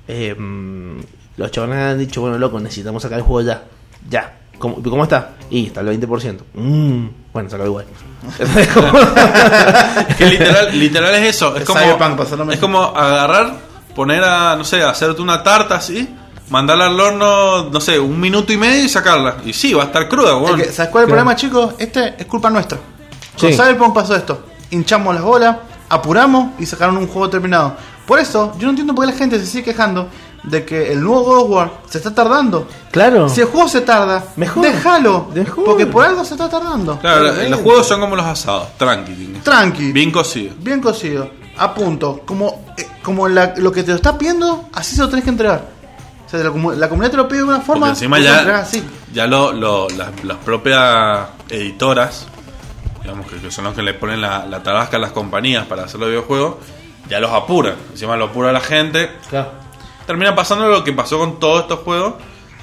[SPEAKER 1] Eh, mm, los chavales han dicho, bueno, loco, necesitamos sacar el juego ya. Ya. ¿Cómo, cómo está? Y está al 20%. Mm, Bueno, sacó igual.
[SPEAKER 3] Que literal, literal es eso. Es
[SPEAKER 2] Es
[SPEAKER 3] como,
[SPEAKER 2] Cyberpunk, pasó lo mismo.
[SPEAKER 3] es como agarrar, poner a, no sé, hacerte una tarta así, mandarla al horno, no sé, un minuto y medio y sacarla. Y sí, va a estar cruda,
[SPEAKER 2] Es
[SPEAKER 3] weón.
[SPEAKER 2] que, ¿Sabes cuál es el
[SPEAKER 1] Claro.
[SPEAKER 2] problema, chicos? Este es culpa nuestra. Con
[SPEAKER 1] Sí.
[SPEAKER 2] Cyberpunk pasó esto. Hinchamos las bolas, apuramos y sacaron un juego terminado. Por eso, yo no entiendo por qué la gente se sigue quejando de que el nuevo God of War se está tardando.
[SPEAKER 1] Claro.
[SPEAKER 2] Si el juego se tarda,
[SPEAKER 1] Mejor.
[SPEAKER 2] déjalo.
[SPEAKER 1] Mejor.
[SPEAKER 2] Porque por algo se está tardando.
[SPEAKER 3] Claro,
[SPEAKER 1] claramente.
[SPEAKER 3] los juegos son como los asados, tranqui, tiene.
[SPEAKER 2] Tranqui.
[SPEAKER 3] bien cocido.
[SPEAKER 2] Bien cocido. A punto. Como, eh, como la- lo que te lo está pidiendo, así se lo tenés que entregar. O sea, la, comu- la comunidad te lo pide de una forma.
[SPEAKER 3] Porque encima
[SPEAKER 2] vos lo entregás
[SPEAKER 3] ya,
[SPEAKER 2] así.
[SPEAKER 3] ya lo, lo- las, las propias editoras, digamos que, que son los que le ponen la, la tabasca a las compañías para hacer los videojuegos, ya los apuran. Encima lo apura la gente.
[SPEAKER 1] Claro.
[SPEAKER 3] Termina pasando lo que pasó con todos estos juegos,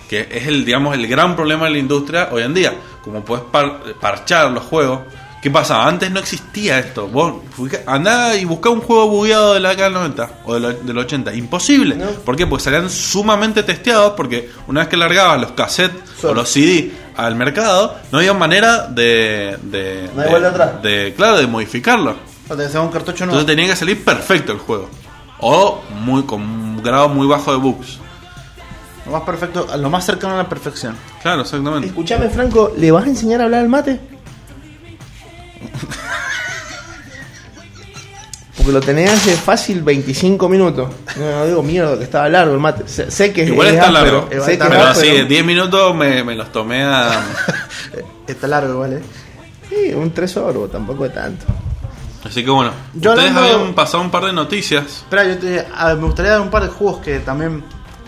[SPEAKER 3] que es el, digamos, el gran problema de la industria hoy en día. Como puedes par- parchar los juegos. ¿Qué pasa? Antes no existía esto. Vos fija- andá y buscá un juego bugueado de la década del 90 o de la- del 80. Imposible.
[SPEAKER 1] No.
[SPEAKER 3] ¿Por qué? Porque salían sumamente testeados. Porque una vez que largaban los cassettes
[SPEAKER 1] Solo.
[SPEAKER 3] o los CD al mercado, no había manera de. de
[SPEAKER 1] No hay
[SPEAKER 3] de-
[SPEAKER 1] vuelta atrás.
[SPEAKER 3] de- claro, de modificarlo.
[SPEAKER 2] O te hacemos un cartucho nuevo.
[SPEAKER 3] Entonces tenía que salir perfecto el juego. O muy con un grado muy bajo de bugs.
[SPEAKER 2] Lo más perfecto, lo más cercano a la perfección.
[SPEAKER 3] Claro, exactamente.
[SPEAKER 1] Escuchame, Franco, ¿le vas a enseñar a hablar al mate? Porque lo tenés hace fácil 25 minutos. No, no, digo mierda, que estaba largo el mate. Sé, sé que es-
[SPEAKER 3] Igual
[SPEAKER 1] es
[SPEAKER 3] está
[SPEAKER 1] áspero,
[SPEAKER 3] largo.
[SPEAKER 1] sé que es
[SPEAKER 3] Pero
[SPEAKER 1] áspero.
[SPEAKER 3] así, 10 minutos me, me los tomé a.
[SPEAKER 2] Está largo igual, eh.
[SPEAKER 1] Sí, un tres orbo, tampoco es tanto.
[SPEAKER 3] Así que bueno.
[SPEAKER 2] Yo
[SPEAKER 3] Ustedes
[SPEAKER 2] hablando-
[SPEAKER 3] habían pasado un par de noticias.
[SPEAKER 2] Espera, yo te- a- me gustaría dar un par de juegos que también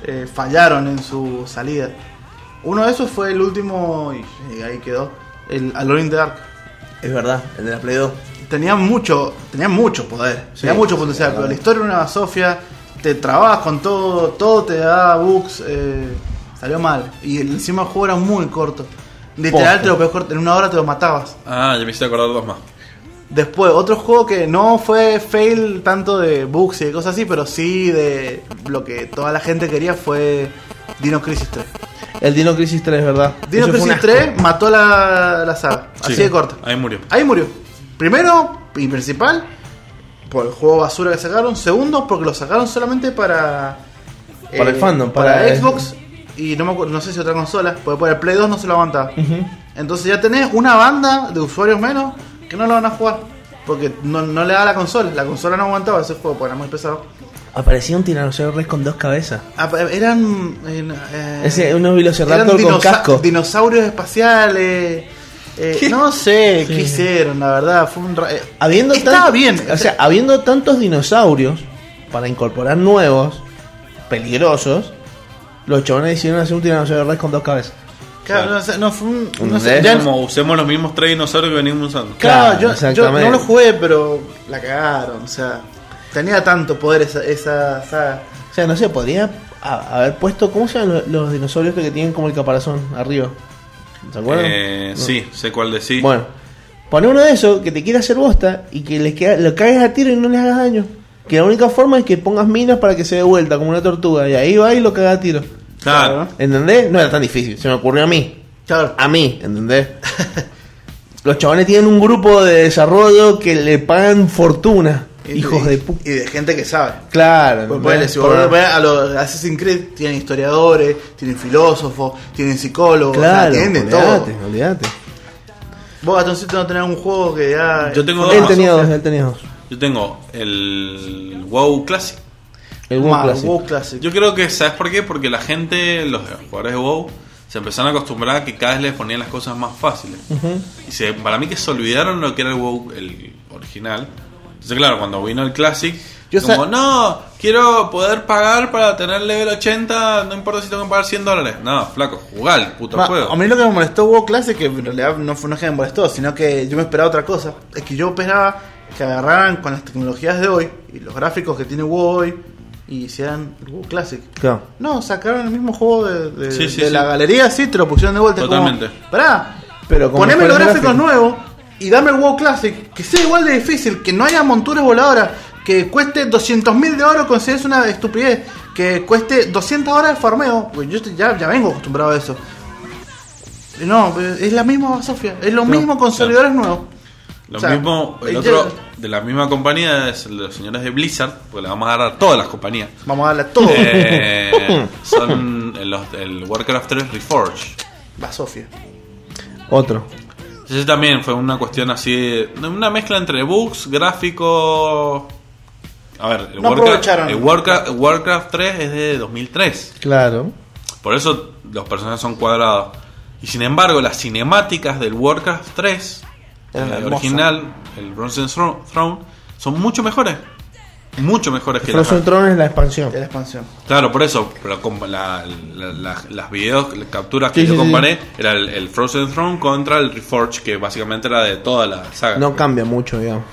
[SPEAKER 2] eh, fallaron en su salida. Uno de esos fue el último, y, y ahí quedó, el Alone in the Dark.
[SPEAKER 1] Es verdad, el de la Play 2.
[SPEAKER 2] Tenía mucho, tenía mucho poder,
[SPEAKER 1] Sí,
[SPEAKER 2] tenía mucho potencial,
[SPEAKER 1] claro.
[SPEAKER 2] pero la historia era una sofia, te trabas con todo, todo te da bugs, eh, salió mal. Y el- encima el juego era muy corto. Literal,
[SPEAKER 1] Posta.
[SPEAKER 2] te lo podías cortar- en una hora te lo matabas.
[SPEAKER 3] Ah, ya me hice acordar dos más.
[SPEAKER 2] Después, otro juego que no fue fail tanto de bugs y de cosas así, pero sí de lo que toda la gente quería fue Dino Crisis 3.
[SPEAKER 1] El Dino Crisis 3, es verdad.
[SPEAKER 2] Dino
[SPEAKER 1] Eso fue un
[SPEAKER 2] Crisis
[SPEAKER 1] asco.
[SPEAKER 2] 3 mató la, la saga, así
[SPEAKER 3] Sí,
[SPEAKER 2] de corta.
[SPEAKER 3] Ahí murió.
[SPEAKER 2] Ahí murió. Primero y principal, por el juego basura que sacaron. Segundo, porque lo sacaron solamente para. eh,
[SPEAKER 1] Para el fandom,
[SPEAKER 2] para,
[SPEAKER 1] para el-
[SPEAKER 2] Xbox y no, me acuerdo- no sé si otra consola, porque por el Play 2 no se lo aguantaba.
[SPEAKER 1] Ujú.
[SPEAKER 2] Entonces ya tenés una banda de usuarios menos que no lo van a jugar. Porque no, no le da la consola. La consola no aguantaba ese juego porque era muy pesado.
[SPEAKER 1] Aparecía un Tiranosaurio Rex con dos cabezas.
[SPEAKER 2] Ah, pa- Eran. eh, eh,
[SPEAKER 1] Ese, unos
[SPEAKER 2] eran
[SPEAKER 1] Velociraptor con
[SPEAKER 2] dinosa-
[SPEAKER 1] casco.
[SPEAKER 2] Dinosaurios espaciales. eh, no sé
[SPEAKER 1] Sí.
[SPEAKER 2] qué hicieron, la verdad. Fue un. ra- eh,
[SPEAKER 1] Habiendo
[SPEAKER 2] Estaba
[SPEAKER 1] tan-
[SPEAKER 2] bien.
[SPEAKER 1] O sea, habiendo tantos dinosaurios para incorporar nuevos, peligrosos, los chavales decidieron hacer un tiranosaurio rex con dos cabezas.
[SPEAKER 2] Claro,
[SPEAKER 3] Claro.
[SPEAKER 2] no sé, no fue un. No sé,
[SPEAKER 1] ¿Entendés?
[SPEAKER 2] ya-
[SPEAKER 3] Como usemos los mismos tres dinosaurios que venimos usando.
[SPEAKER 2] claro, yo- yo,
[SPEAKER 1] exactamente.
[SPEAKER 2] no lo jugué, pero la cagaron. O sea, tenía tanto poder esa, esa saga.
[SPEAKER 1] O sea, no sé, podría a- haber puesto. ¿Cómo se llaman los, los dinosaurios que tienen como el caparazón arriba? ¿Se acuerdan?
[SPEAKER 3] Eh,
[SPEAKER 1] No.
[SPEAKER 3] Sí, sé cuál decir.
[SPEAKER 1] Bueno, poné uno de esos que te quiera hacer bosta y que les queda- lo caigas a tiro y no les hagas daño. Que la única forma es que pongas minas para que se dé vuelta como una tortuga y ahí va y lo cagas a tiro.
[SPEAKER 3] claro.
[SPEAKER 2] claro.
[SPEAKER 1] ¿Entendés? No era tan difícil, se me ocurrió a mí.
[SPEAKER 2] Claro,
[SPEAKER 1] a mí, ¿entendés? Los chabones tienen un grupo de desarrollo que le pagan fortuna. Hijos
[SPEAKER 2] y,
[SPEAKER 1] de puta.
[SPEAKER 2] Y de gente que sabe.
[SPEAKER 1] Claro.
[SPEAKER 2] Pues,
[SPEAKER 1] ¿entendés?
[SPEAKER 2] ponele, si vos
[SPEAKER 1] Por-
[SPEAKER 2] ves a los Assassin's Creed tienen historiadores, tienen filósofos, tienen psicólogos,
[SPEAKER 1] claro,
[SPEAKER 2] o sea, tienen de todo.
[SPEAKER 1] olvídate, olvídate.
[SPEAKER 2] Vos, Gatoncito, no tenés un juego que ah, ya.
[SPEAKER 3] Yo tengo
[SPEAKER 2] Fue
[SPEAKER 1] Él
[SPEAKER 3] más,
[SPEAKER 1] tenía
[SPEAKER 2] Sofía.
[SPEAKER 1] dos, él tenía dos.
[SPEAKER 3] Yo tengo el WoW Classic.
[SPEAKER 1] El
[SPEAKER 2] Ma,
[SPEAKER 1] buen clásico.
[SPEAKER 2] WoW Classic.
[SPEAKER 3] Yo creo que, ¿sabes por qué? Porque la gente, los jugadores de WoW, se empezaron a acostumbrar a que cada vez les ponían las cosas más fáciles.
[SPEAKER 1] Ujú.
[SPEAKER 3] Y se- para mí que se olvidaron lo que era el WoW el original. Entonces, claro, cuando vino el Classic,
[SPEAKER 2] Yo
[SPEAKER 3] como,
[SPEAKER 2] sé-
[SPEAKER 3] no, quiero poder pagar para tener level 80, no importa si tengo que pagar 100 dólares. No, flaco, jugar el puto
[SPEAKER 2] Ma,
[SPEAKER 3] juego.
[SPEAKER 2] A mí lo que me molestó WoW Classic, que en realidad no fue no es que me molestó, sino que yo me esperaba otra cosa. Es que yo esperaba que agarraran con las tecnologías de hoy y los gráficos que tiene WoW hoy y hicieran el WoW Classic.
[SPEAKER 1] Claro.
[SPEAKER 2] No, sacaron el mismo juego de, de-
[SPEAKER 3] Sí, sí,
[SPEAKER 2] de
[SPEAKER 3] sí.
[SPEAKER 2] la galería, sí, te lo pusieron de vuelta. es como,
[SPEAKER 3] Totalmente.
[SPEAKER 2] Pará,
[SPEAKER 1] Pero con
[SPEAKER 2] poneme los
[SPEAKER 1] mejores
[SPEAKER 2] gráficos
[SPEAKER 1] gráficos.
[SPEAKER 2] nuevos y dame el WoW Classic, que sea igual de difícil, que no haya monturas voladoras, que cueste 200.000 de oro, consideres una estupidez, que cueste 200 horas de farmeo, pues yo te- ya, ya vengo acostumbrado a eso. No, es la misma Sofía, es lo
[SPEAKER 3] No,
[SPEAKER 2] mismo con
[SPEAKER 3] claro.
[SPEAKER 2] servidores nuevos.
[SPEAKER 3] Lo
[SPEAKER 2] O sea,
[SPEAKER 3] mismo, el
[SPEAKER 2] ya-
[SPEAKER 3] otro de la misma compañía es el de los señores de Blizzard, porque le vamos a dar a todas las compañías.
[SPEAKER 2] Vamos a darle a todo.
[SPEAKER 3] Eh, son el, los- el Warcraft 3 Reforged.
[SPEAKER 2] Va Sofía.
[SPEAKER 1] Otro.
[SPEAKER 3] Ese también fue una cuestión así, de- una mezcla entre bugs, gráfico... A ver, el,
[SPEAKER 2] No
[SPEAKER 3] Warcraft,
[SPEAKER 2] aprovecharon.
[SPEAKER 3] el Warcraft, Warcraft 3 es de 2003.
[SPEAKER 1] Claro.
[SPEAKER 3] Por eso los personajes son cuadrados. Y sin embargo, las cinemáticas del Warcraft 3,
[SPEAKER 2] Eran
[SPEAKER 3] el
[SPEAKER 2] hermosas.
[SPEAKER 3] original, el Bronze Thro- Throne, son mucho mejores. Mucho mejores que las
[SPEAKER 1] Frozen Throne es la expansión.
[SPEAKER 2] De la expansión.
[SPEAKER 3] Claro, por eso, pero con la- la- la- las videos, las capturas que
[SPEAKER 1] Sí,
[SPEAKER 3] yo
[SPEAKER 1] sí,
[SPEAKER 3] comparé, era el, el Frozen Throne contra el Reforge, que básicamente era de toda la saga.
[SPEAKER 1] No cambia mucho, digamos.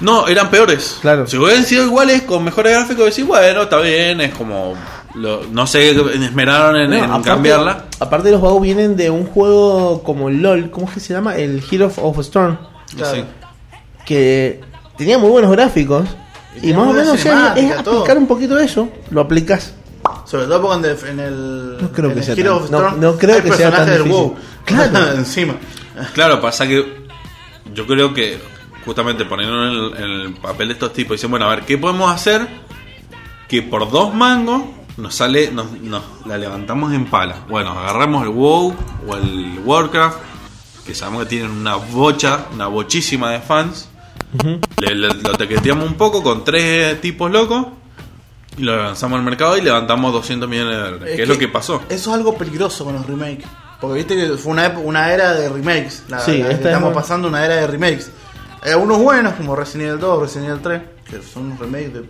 [SPEAKER 3] No, eran peores.
[SPEAKER 1] Claro.
[SPEAKER 3] Si hubieran sido iguales, con mejores gráficos, decís, bueno, está bien, es como... lo- no sé, esmeraron en,
[SPEAKER 1] No,
[SPEAKER 3] en
[SPEAKER 1] aparte-
[SPEAKER 3] cambiarla.
[SPEAKER 1] Aparte los juegos vienen de un juego como el LOL, ¿cómo es que se llama? El Hero of Storm,
[SPEAKER 2] Claro.
[SPEAKER 3] Sí.
[SPEAKER 1] que tenía muy buenos gráficos. Y,
[SPEAKER 2] tenía
[SPEAKER 1] más o
[SPEAKER 2] buena
[SPEAKER 1] menos o sea, es
[SPEAKER 2] cinemática, todo.
[SPEAKER 1] aplicar un poquito eso, lo aplicas.
[SPEAKER 2] Sobre todo porque en el- en el.
[SPEAKER 1] No creo
[SPEAKER 2] en
[SPEAKER 1] que
[SPEAKER 2] el
[SPEAKER 1] sea
[SPEAKER 2] Hero
[SPEAKER 1] tan-
[SPEAKER 2] of
[SPEAKER 1] no-
[SPEAKER 2] Thrones
[SPEAKER 1] no creo
[SPEAKER 2] hay
[SPEAKER 1] que sea tan
[SPEAKER 2] personajes del
[SPEAKER 1] difícil.
[SPEAKER 2] WoW.
[SPEAKER 1] Claro.
[SPEAKER 2] encima.
[SPEAKER 3] Claro, pasa que yo creo que justamente poniéndonos en el, en el papel de estos tipos, dicen, bueno, a ver, ¿qué podemos hacer que por dos mangos nos sale, nos, nos la levantamos en pala? Bueno, agarramos el WoW o el Warcraft, que sabemos que tienen una bocha, una bochísima de fans, le, le- lo tequeteamos un poco con tres tipos locos. Y lo lanzamos al mercado y levantamos 200 millones de dólares. que es lo que pasó.
[SPEAKER 2] Eso es algo peligroso con los remakes. Porque viste que fue una, ep- una era de remakes. La,
[SPEAKER 1] Sí,
[SPEAKER 2] la que
[SPEAKER 1] esta es
[SPEAKER 2] estamos
[SPEAKER 1] una-
[SPEAKER 2] pasando una era de remakes. Hay algunos buenos como Resident Evil 2, Resident Evil 3, que son unos remakes de.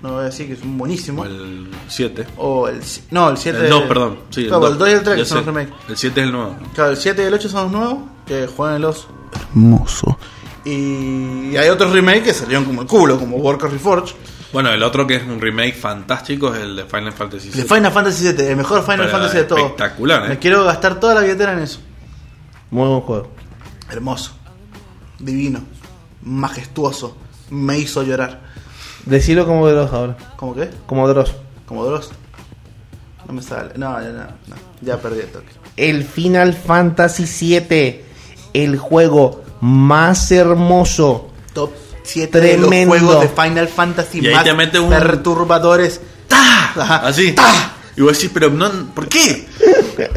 [SPEAKER 2] No voy a decir que son
[SPEAKER 3] Como
[SPEAKER 2] buenísimos.
[SPEAKER 3] el 7.
[SPEAKER 2] O el. si- No, el 7.
[SPEAKER 3] El 2, perdón. Sí,
[SPEAKER 2] Claro, el 2 y el 3
[SPEAKER 3] Ya
[SPEAKER 2] que son
[SPEAKER 3] sé.
[SPEAKER 2] los remakes.
[SPEAKER 3] El 7 es el nuevo.
[SPEAKER 2] Claro, el 7 y el 8 son los nuevos, que juegan en los. Hermoso. Y hay otros remakes que salieron como el culo, como Warcraft Reforged.
[SPEAKER 3] Bueno, el otro que es un remake fantástico es el de Final Fantasy
[SPEAKER 2] El
[SPEAKER 3] VII.
[SPEAKER 2] Final Fantasy VII, el mejor Final
[SPEAKER 3] Pero
[SPEAKER 2] Fantasy de todo.
[SPEAKER 3] espectacular, ¿eh?
[SPEAKER 2] Me quiero gastar toda la billetera en eso.
[SPEAKER 1] Muy buen juego.
[SPEAKER 2] Hermoso, divino, majestuoso. Me hizo llorar.
[SPEAKER 1] Decirlo como Dross ahora,
[SPEAKER 2] ¿Cómo qué?
[SPEAKER 1] como Dross.
[SPEAKER 2] Como Dross. No me sale. No, no, no. no. Ya perdí el toque.
[SPEAKER 1] El Final Fantasy VII, el juego más hermoso.
[SPEAKER 2] Top 7 de los
[SPEAKER 1] Tremendo.
[SPEAKER 2] juegos de Final Fantasy
[SPEAKER 3] Y ahí
[SPEAKER 2] más
[SPEAKER 3] te mete un-
[SPEAKER 2] perturbadores.
[SPEAKER 3] ¡Ta!
[SPEAKER 2] Ajá.
[SPEAKER 3] Así.
[SPEAKER 2] ¡Ta!
[SPEAKER 3] Ah, Y vos decís, pero no, ¿por qué?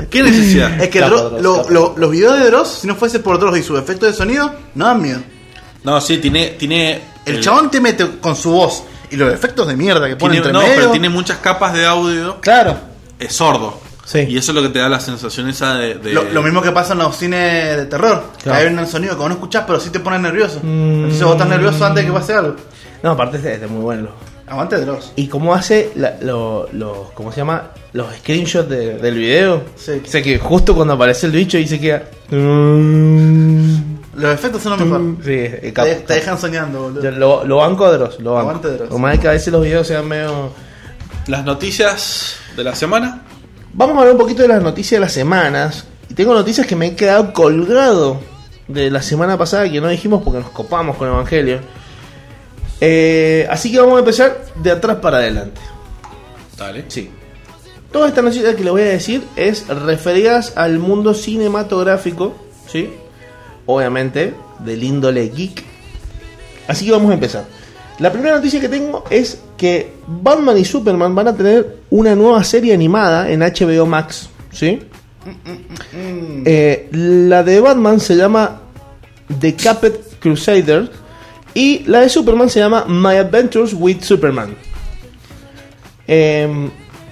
[SPEAKER 3] ¿Qué necesidad?
[SPEAKER 2] Es que
[SPEAKER 1] Capo,
[SPEAKER 2] Dross-
[SPEAKER 1] Dross,
[SPEAKER 2] lo-
[SPEAKER 1] capo.
[SPEAKER 2] lo- los videos de Dross, si no fuese por Dross y su efecto de sonido, no dan miedo.
[SPEAKER 3] No, sí, tiene. tiene
[SPEAKER 2] El, chabón te mete con su voz y los efectos de mierda que pone
[SPEAKER 3] Tiene,
[SPEAKER 2] entre
[SPEAKER 3] no,
[SPEAKER 2] medio.
[SPEAKER 3] pero tiene muchas capas de audio.
[SPEAKER 2] Claro.
[SPEAKER 3] Es sordo.
[SPEAKER 1] Sí.
[SPEAKER 3] Y eso es lo que te da la sensación esa de. de-
[SPEAKER 2] Lo, lo mismo que pasa en los cines de terror.
[SPEAKER 1] Este, Claro.
[SPEAKER 2] Que hay un sonido que vos no escuchás, pero sí te pones nervioso.
[SPEAKER 1] Mm.
[SPEAKER 2] Entonces vos estás nervioso antes de que pase algo.
[SPEAKER 1] No, aparte este este es muy bueno.
[SPEAKER 2] Aguante Dross.
[SPEAKER 1] Y cómo hace la- lo- los, ¿cómo se llama? Los screenshots de- del video.
[SPEAKER 2] Sí.
[SPEAKER 1] O sea que justo cuando aparece el bicho y se queda... Sí,
[SPEAKER 2] Los efectos son lo mejor.
[SPEAKER 1] eh,
[SPEAKER 2] Te,
[SPEAKER 1] capo,
[SPEAKER 2] de- te
[SPEAKER 1] capo.
[SPEAKER 2] dejan soñando, boludo.
[SPEAKER 1] Yo lo, lo banco a Dross, lo banco.
[SPEAKER 2] Aguante Dross.
[SPEAKER 1] O más que a veces los videos sean medio...
[SPEAKER 3] Las noticias de la semana.
[SPEAKER 1] Vamos a hablar un poquito de las noticias de las semanas. Y tengo noticias que me he quedado colgado de la semana pasada que no dijimos porque nos copamos con Evangelio. Eh, así que vamos a empezar de atrás para adelante.
[SPEAKER 3] Dale.
[SPEAKER 1] Sí. Todas estas noticias que les voy a decir es referidas al mundo cinematográfico, ¿sí? Obviamente, del índole geek. Así que vamos a empezar. La primera noticia que tengo es que Batman y Superman van a tener una nueva serie animada en HBO Max, ¿sí? Eh, la de Batman se llama The Caped Crusader y la de Superman se llama My Adventures with Superman. Eh,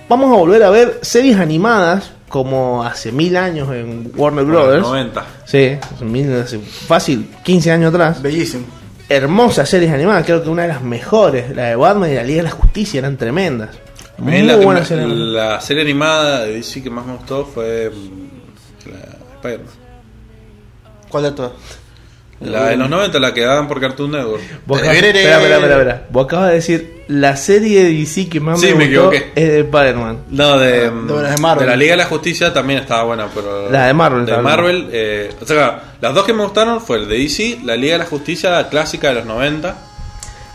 [SPEAKER 1] vamos a volver a ver series animadas como hace mil años en Warner Brothers.
[SPEAKER 3] 90.
[SPEAKER 1] Sí, hace mil- hace fácil, 15 años atrás.
[SPEAKER 2] Bellísimo.
[SPEAKER 1] Hermosas series animadas, creo que una de las mejores. La de Batman y la Liga de la Justicia eran tremendas. Muy
[SPEAKER 3] la, que
[SPEAKER 1] buena
[SPEAKER 3] me-
[SPEAKER 1] serie. animada.
[SPEAKER 3] la serie animada de DC que más me gustó fue. mm, La de Spider-Man.
[SPEAKER 2] ¿Cuál de todas?
[SPEAKER 3] La de los 90, la que daban por Cartoon Network.
[SPEAKER 1] Vos acabas, espera, espera, espera, espera. Vos acabas de decir la serie de DC que más
[SPEAKER 3] Sí,
[SPEAKER 1] me,
[SPEAKER 3] me
[SPEAKER 1] gustó
[SPEAKER 3] equivoqué.
[SPEAKER 1] es de Spider-Man.
[SPEAKER 3] No, de,
[SPEAKER 2] De las de Marvel.
[SPEAKER 3] Ah, de la Liga de la Justicia también estaba buena, pero...
[SPEAKER 1] La de Marvel
[SPEAKER 3] De
[SPEAKER 1] también.
[SPEAKER 3] Marvel, eh, o sea, las dos que me gustaron fue el de DC, la Liga de la Justicia clásica de los 90.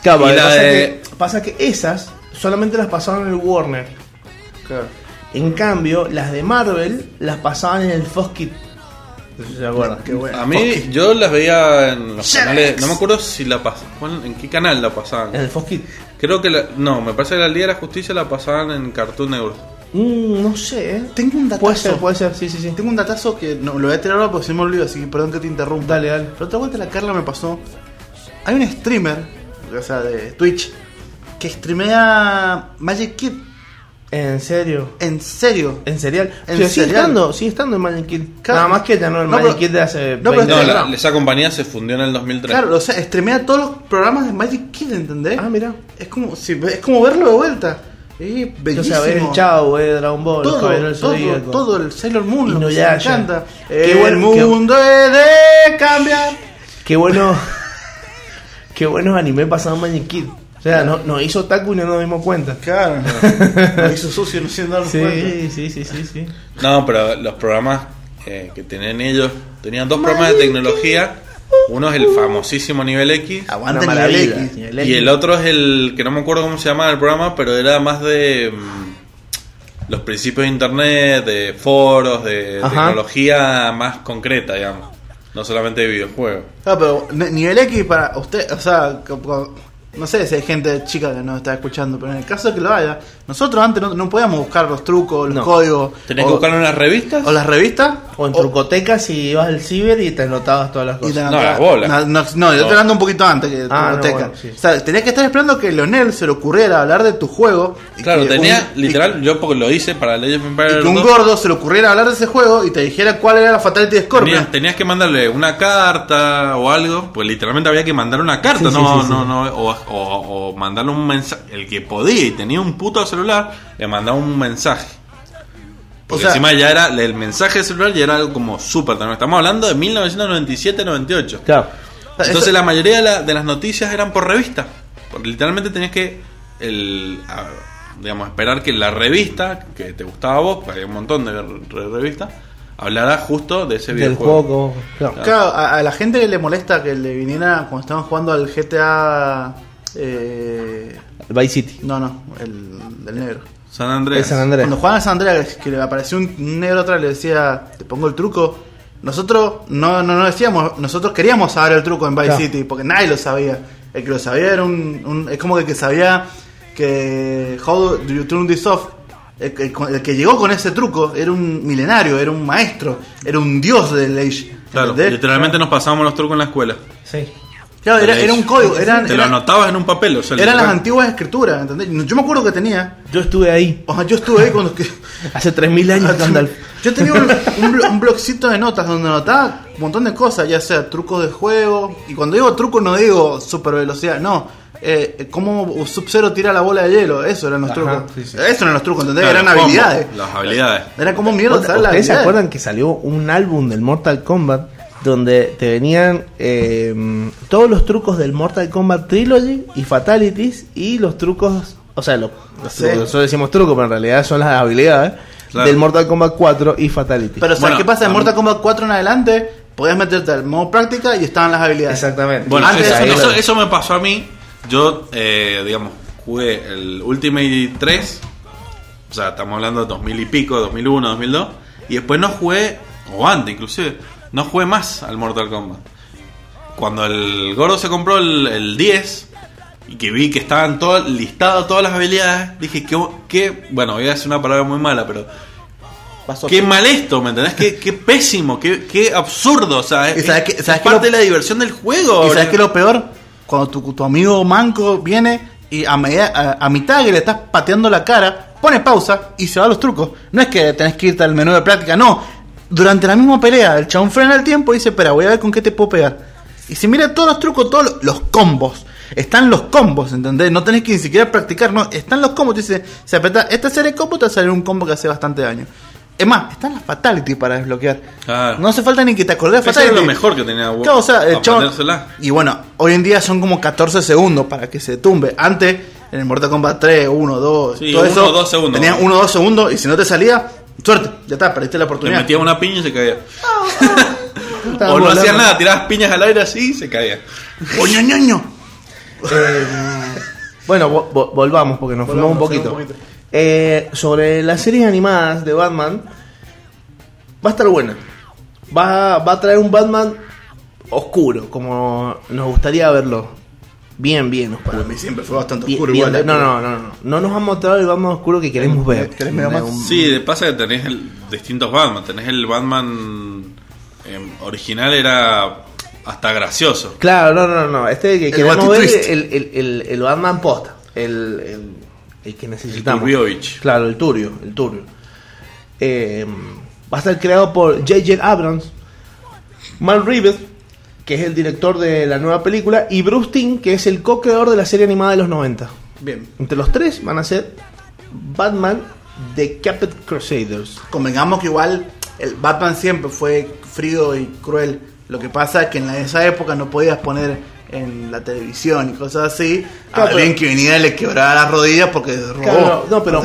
[SPEAKER 1] Claro,
[SPEAKER 3] Y
[SPEAKER 1] lo que
[SPEAKER 3] la
[SPEAKER 1] pasa,
[SPEAKER 3] de-
[SPEAKER 1] que, pasa que esas solamente las pasaban en el Warner.
[SPEAKER 2] Claro.
[SPEAKER 1] En cambio, las de Marvel las pasaban en el Fox Kids. ¿Se acuerdan?
[SPEAKER 2] Qué bueno.
[SPEAKER 3] A mí, yo las veía en los canales. No me acuerdo si la pasaban. ¿En qué canal la pasaban?
[SPEAKER 1] En el Fosquit.
[SPEAKER 3] Creo que la- no, me parece que la Liga de la Justicia la pasaban en Cartoon Network.
[SPEAKER 1] Mm, no sé, ¿eh?
[SPEAKER 2] Tengo un datazo.
[SPEAKER 1] Puede ser, puede ser, sí, sí, sí.
[SPEAKER 2] Tengo un datazo que no, lo voy a tirar ahora porque se me olvidó, así que perdón que te interrumpa.
[SPEAKER 1] Dale, dale.
[SPEAKER 2] La otra vuelta la Carla me pasó. Hay un streamer, o sea, de Twitch, que streamea Magic Kid.
[SPEAKER 1] En serio.
[SPEAKER 2] En serio.
[SPEAKER 1] En serial.
[SPEAKER 2] En
[SPEAKER 1] Pero sigue
[SPEAKER 2] serial.
[SPEAKER 1] estando, sigue estando en Magic Kid.
[SPEAKER 2] Claro.
[SPEAKER 1] Nada más que ya no el
[SPEAKER 2] No,
[SPEAKER 1] Magic
[SPEAKER 2] pero-
[SPEAKER 1] Kid de hace.
[SPEAKER 2] no, pero
[SPEAKER 1] 20
[SPEAKER 3] No,
[SPEAKER 1] años.
[SPEAKER 3] la- esa compañía se fundió en el 2003.
[SPEAKER 2] Claro, o sea, streamea todos los programas de Magic Kid, ¿entendés?
[SPEAKER 1] Ah, mira.
[SPEAKER 2] Es como, si es como verlo de vuelta. Es bellísimo.
[SPEAKER 1] O sea, ves el Chavo, eh, Dragon Ball,
[SPEAKER 2] todo,
[SPEAKER 1] Caballero del
[SPEAKER 2] todo,
[SPEAKER 1] Zodíaco.
[SPEAKER 2] todo el Sailor Moon, lo que se me
[SPEAKER 1] Inuyasha.
[SPEAKER 2] encanta.
[SPEAKER 1] Qué
[SPEAKER 2] el
[SPEAKER 1] buen- qué-
[SPEAKER 2] mundo es de cambiar.
[SPEAKER 1] Qué bueno. qué buenos anime pasaban Magic Kid. O sea, no- nos hizo Taku y no nos dimos cuenta.
[SPEAKER 2] Claro. Lo hizo sucio no siendo darnos cuenta.
[SPEAKER 1] Sí, sí, sí, sí, sí.
[SPEAKER 3] No, pero los programas eh, que tenían ellos tenían dos programas de tecnología. Uno es el famosísimo Nivel X.
[SPEAKER 2] Aguanta
[SPEAKER 1] Una
[SPEAKER 2] Ah, nivel
[SPEAKER 1] maravilla.
[SPEAKER 2] X.
[SPEAKER 1] Nivel
[SPEAKER 3] Y el otro es el que no me acuerdo cómo se llamaba el programa, pero era más de mm, los principios de internet, de foros, de
[SPEAKER 1] Ajá.
[SPEAKER 3] tecnología más concreta, digamos. No solamente de videojuegos.
[SPEAKER 2] Ah, pero ni- nivel X para usted, o sea, co- co- no sé si hay gente chica que nos está escuchando, pero en el caso que lo haya, nosotros antes no, no podíamos buscar los trucos, los
[SPEAKER 1] No.
[SPEAKER 2] códigos.
[SPEAKER 3] Tenés
[SPEAKER 2] o,
[SPEAKER 3] que buscar en las revistas.
[SPEAKER 2] o las revistas.
[SPEAKER 1] O en trucotecas si ibas al ciber y te anotabas todas las
[SPEAKER 2] y te-
[SPEAKER 1] cosas.
[SPEAKER 3] No, las bolas.
[SPEAKER 2] No, no, no, yo
[SPEAKER 3] No.
[SPEAKER 2] te hablando un poquito antes que
[SPEAKER 1] Ah,
[SPEAKER 2] Trucoteca.
[SPEAKER 1] no, bueno, sí.
[SPEAKER 2] O sea, tenías que estar esperando que Leonel se le ocurriera hablar de tu juego. y
[SPEAKER 3] Claro,
[SPEAKER 2] que
[SPEAKER 3] tenía,
[SPEAKER 2] un-
[SPEAKER 3] literal, yo porque lo hice para Legend of
[SPEAKER 2] Y,
[SPEAKER 3] Empires
[SPEAKER 2] y que un
[SPEAKER 3] 2,
[SPEAKER 2] gordo se le ocurriera hablar de ese juego y te dijera cuál era la Fatality de Scorpion.
[SPEAKER 3] tenías, tenías que mandarle una carta o algo, pues literalmente había que mandar una carta,
[SPEAKER 1] Sí,
[SPEAKER 3] no,
[SPEAKER 1] sí, sí, sí.
[SPEAKER 3] no, no, o, o- o mandarle un mensaje, el que podía y tenía un puto celular, le mandaba un mensaje. Porque
[SPEAKER 2] sea-
[SPEAKER 3] encima ya era, el mensaje de celular ya era algo como súper, ¿no? estamos hablando de 1997-98.
[SPEAKER 1] Claro.
[SPEAKER 3] Entonces
[SPEAKER 2] Eso-
[SPEAKER 3] la mayoría de, la- de las noticias eran por revista. Porque literalmente tenías que el, a- digamos, esperar que la revista que te gustaba a vos, porque había un montón de re- revistas, hablara justo de ese
[SPEAKER 1] Del
[SPEAKER 3] videojuego.
[SPEAKER 1] juego como- claro.
[SPEAKER 2] Claro, a, a la gente que le molesta que le viniera cuando estaban jugando al GTA. eh,
[SPEAKER 1] El Vice City.
[SPEAKER 2] no, no, el del negro.
[SPEAKER 3] San
[SPEAKER 1] El
[SPEAKER 3] Andrés.
[SPEAKER 1] San Andrés.
[SPEAKER 2] Cuando jugaban a San Andreas, que le apareció un un negro atrás y le decía, te pongo el truco. Nosotros no, no, no decíamos, nosotros queríamos saber el truco en Vice
[SPEAKER 1] Claro.
[SPEAKER 2] City, porque nadie lo sabía. El que lo sabía era un. un- es como que el que sabía que. How do you turn this off? El, que- el que llegó con ese truco era un milenario, era un maestro, era un dios del Age.
[SPEAKER 3] Claro,
[SPEAKER 2] ¿entendés?
[SPEAKER 3] literalmente nos pasábamos los trucos en la escuela.
[SPEAKER 1] Sí.
[SPEAKER 2] Claro, era,
[SPEAKER 3] Del
[SPEAKER 2] era
[SPEAKER 3] Age.
[SPEAKER 2] un código, eran,
[SPEAKER 3] Te
[SPEAKER 2] eran-
[SPEAKER 3] lo anotabas en un papel, o sea,
[SPEAKER 2] eran las
[SPEAKER 3] literal.
[SPEAKER 2] antiguas escrituras, ¿entendés? Yo me acuerdo que tenía,
[SPEAKER 1] Yo estuve ahí
[SPEAKER 2] o sea, yo estuve ahí cuando... que-
[SPEAKER 1] hace 3000 años, Gandalf.
[SPEAKER 2] Yo tenía un, un, blo- un blogcito de notas donde anotaba un montón de cosas, ya sea trucos de juego, y cuando digo truco no digo super velocidad, no. Eh, cómo Sub-Zero tira la bola de hielo, eso eran los
[SPEAKER 1] Ajá,
[SPEAKER 2] trucos.
[SPEAKER 1] sí, sí.
[SPEAKER 2] Eso eran los trucos, ¿entendés?
[SPEAKER 3] Claro,
[SPEAKER 2] eran
[SPEAKER 3] los combos,
[SPEAKER 2] habilidades.
[SPEAKER 3] Las habilidades.
[SPEAKER 2] Era como mierda saber las
[SPEAKER 1] ¿Ustedes se
[SPEAKER 2] habilidades.
[SPEAKER 1] acuerdan que salió un álbum del Mortal Kombat donde te venían eh, todos los trucos del Mortal Kombat Trilogy y Fatalities y los trucos, o sea, los, los
[SPEAKER 2] Sí.
[SPEAKER 1] trucos, nosotros decimos trucos, pero en realidad son las habilidades
[SPEAKER 3] Claro.
[SPEAKER 1] del Mortal Kombat 4 y Fatalities.
[SPEAKER 2] Pero ¿sabes
[SPEAKER 3] Bueno,
[SPEAKER 2] qué pasa? En
[SPEAKER 3] a mí-
[SPEAKER 2] Mortal Kombat 4 en adelante podías meterte al modo práctica y estaban las habilidades.
[SPEAKER 1] Exactamente.
[SPEAKER 3] Bueno,
[SPEAKER 2] Antes
[SPEAKER 3] eso,
[SPEAKER 2] de-
[SPEAKER 3] eso- eso me pasó a mí. Yo, eh, digamos, jugué el Ultimate 3. O sea, estamos hablando de 2000 y pico, 2001, 2002. Y después no jugué, o antes inclusive, no jugué más al Mortal Kombat. Cuando el Gordo se compró el, el 10 y que vi que estaban todo, listadas todas las habilidades, dije que, que, bueno, voy a decir una palabra muy mala, pero
[SPEAKER 2] Pasó.
[SPEAKER 3] Qué mal esto, ¿me entendés? Qué, qué pésimo, qué, qué absurdo. O sea,
[SPEAKER 2] ¿Y
[SPEAKER 3] es,
[SPEAKER 2] sabes qué-
[SPEAKER 3] es
[SPEAKER 2] sabes qué
[SPEAKER 3] parte
[SPEAKER 2] lo-
[SPEAKER 3] de la diversión del juego.
[SPEAKER 2] ¿Y
[SPEAKER 3] ahora.
[SPEAKER 2] sabes qué es lo peor? Cuando tu, tu amigo manco viene y a, media- a, a mitad que le estás pateando la cara, pone pausa y se va a los trucos. No es que tenés que irte al menú de práctica, no. Durante la misma pelea, el chabón frena el tiempo y dice, espera, voy a ver con qué te puedo pegar. Y si mira todos los trucos, todos los, los combos. Están los combos, ¿entendés? No tenés que ni siquiera practicar, no. Están los combos. Te dice, si apretás esta serie de combos, te va a salir un combo que hace bastante daño. Es más, están las fatalities para desbloquear.
[SPEAKER 3] Claro.
[SPEAKER 2] No hace falta ni que te acordes de
[SPEAKER 3] Eso
[SPEAKER 2] fatality.
[SPEAKER 3] era lo mejor que tenía vos,
[SPEAKER 2] Claro, o sea, el chabón-
[SPEAKER 3] aprendérsela.
[SPEAKER 2] y bueno, hoy en día son como 14 segundos para que se tumbe. Antes, en el Mortal Kombat 3, 1, 2,
[SPEAKER 3] Sí,
[SPEAKER 2] todo
[SPEAKER 3] uno,
[SPEAKER 2] eso.
[SPEAKER 3] dos segundos.
[SPEAKER 2] Tenías 1 2 segundos y si no te salía, suerte, ya está, perdiste la
[SPEAKER 3] Te
[SPEAKER 2] oportunidad.
[SPEAKER 3] metía una piña y se caía.
[SPEAKER 1] Estaba
[SPEAKER 3] o no hacías
[SPEAKER 1] volando.
[SPEAKER 3] nada, tirabas piñas al aire así y se caía.
[SPEAKER 2] ¡Oño, ñoño!
[SPEAKER 1] Eh, bueno, vo- vo- volvamos porque nos
[SPEAKER 2] Volvamos,
[SPEAKER 1] fuimos un poquito.
[SPEAKER 2] un poquito.
[SPEAKER 1] Eh, sobre las series animadas de Batman, va a estar buena. va, va a traer un Batman oscuro, como nos gustaría verlo. Bien, bien oscuro.
[SPEAKER 2] Para mí siempre fue bastante
[SPEAKER 1] Bien-
[SPEAKER 2] oscuro
[SPEAKER 1] bien-
[SPEAKER 2] igual.
[SPEAKER 1] no,
[SPEAKER 2] eh,
[SPEAKER 1] no, no, no. No nos han mostrado el Batman oscuro que queremos ver.
[SPEAKER 2] ¿Querés medio más?
[SPEAKER 1] Un-
[SPEAKER 3] Sí, de- pasa que tenés el- distintos Batman. Tenés el Batman eh, original, era hasta gracioso.
[SPEAKER 1] Claro, no, no, no. Este que
[SPEAKER 2] El
[SPEAKER 1] queremos ver
[SPEAKER 2] Batitwist.
[SPEAKER 1] el, el, el, el Batman posta. El, el, el que necesitamos.
[SPEAKER 3] El Turbiovich.
[SPEAKER 1] Claro, el turbio, el turbio. Eh, va a estar creado por J.J. Abrams, Mal Reeves, que es el director de la nueva película, y Bruce Timm, que es el co-creador de la serie animada de los 90.
[SPEAKER 2] Bien.
[SPEAKER 1] Entre los tres van a ser Batman The Caped Crusaders.
[SPEAKER 2] Convengamos que igual el Batman siempre fue frío y cruel. Lo que pasa es que en la- esa época no podías poner en la televisión y cosas así a
[SPEAKER 1] Claro,
[SPEAKER 2] alguien
[SPEAKER 1] pero-
[SPEAKER 2] que venía y le quebraba las rodillas porque robó.
[SPEAKER 1] Claro, no, pero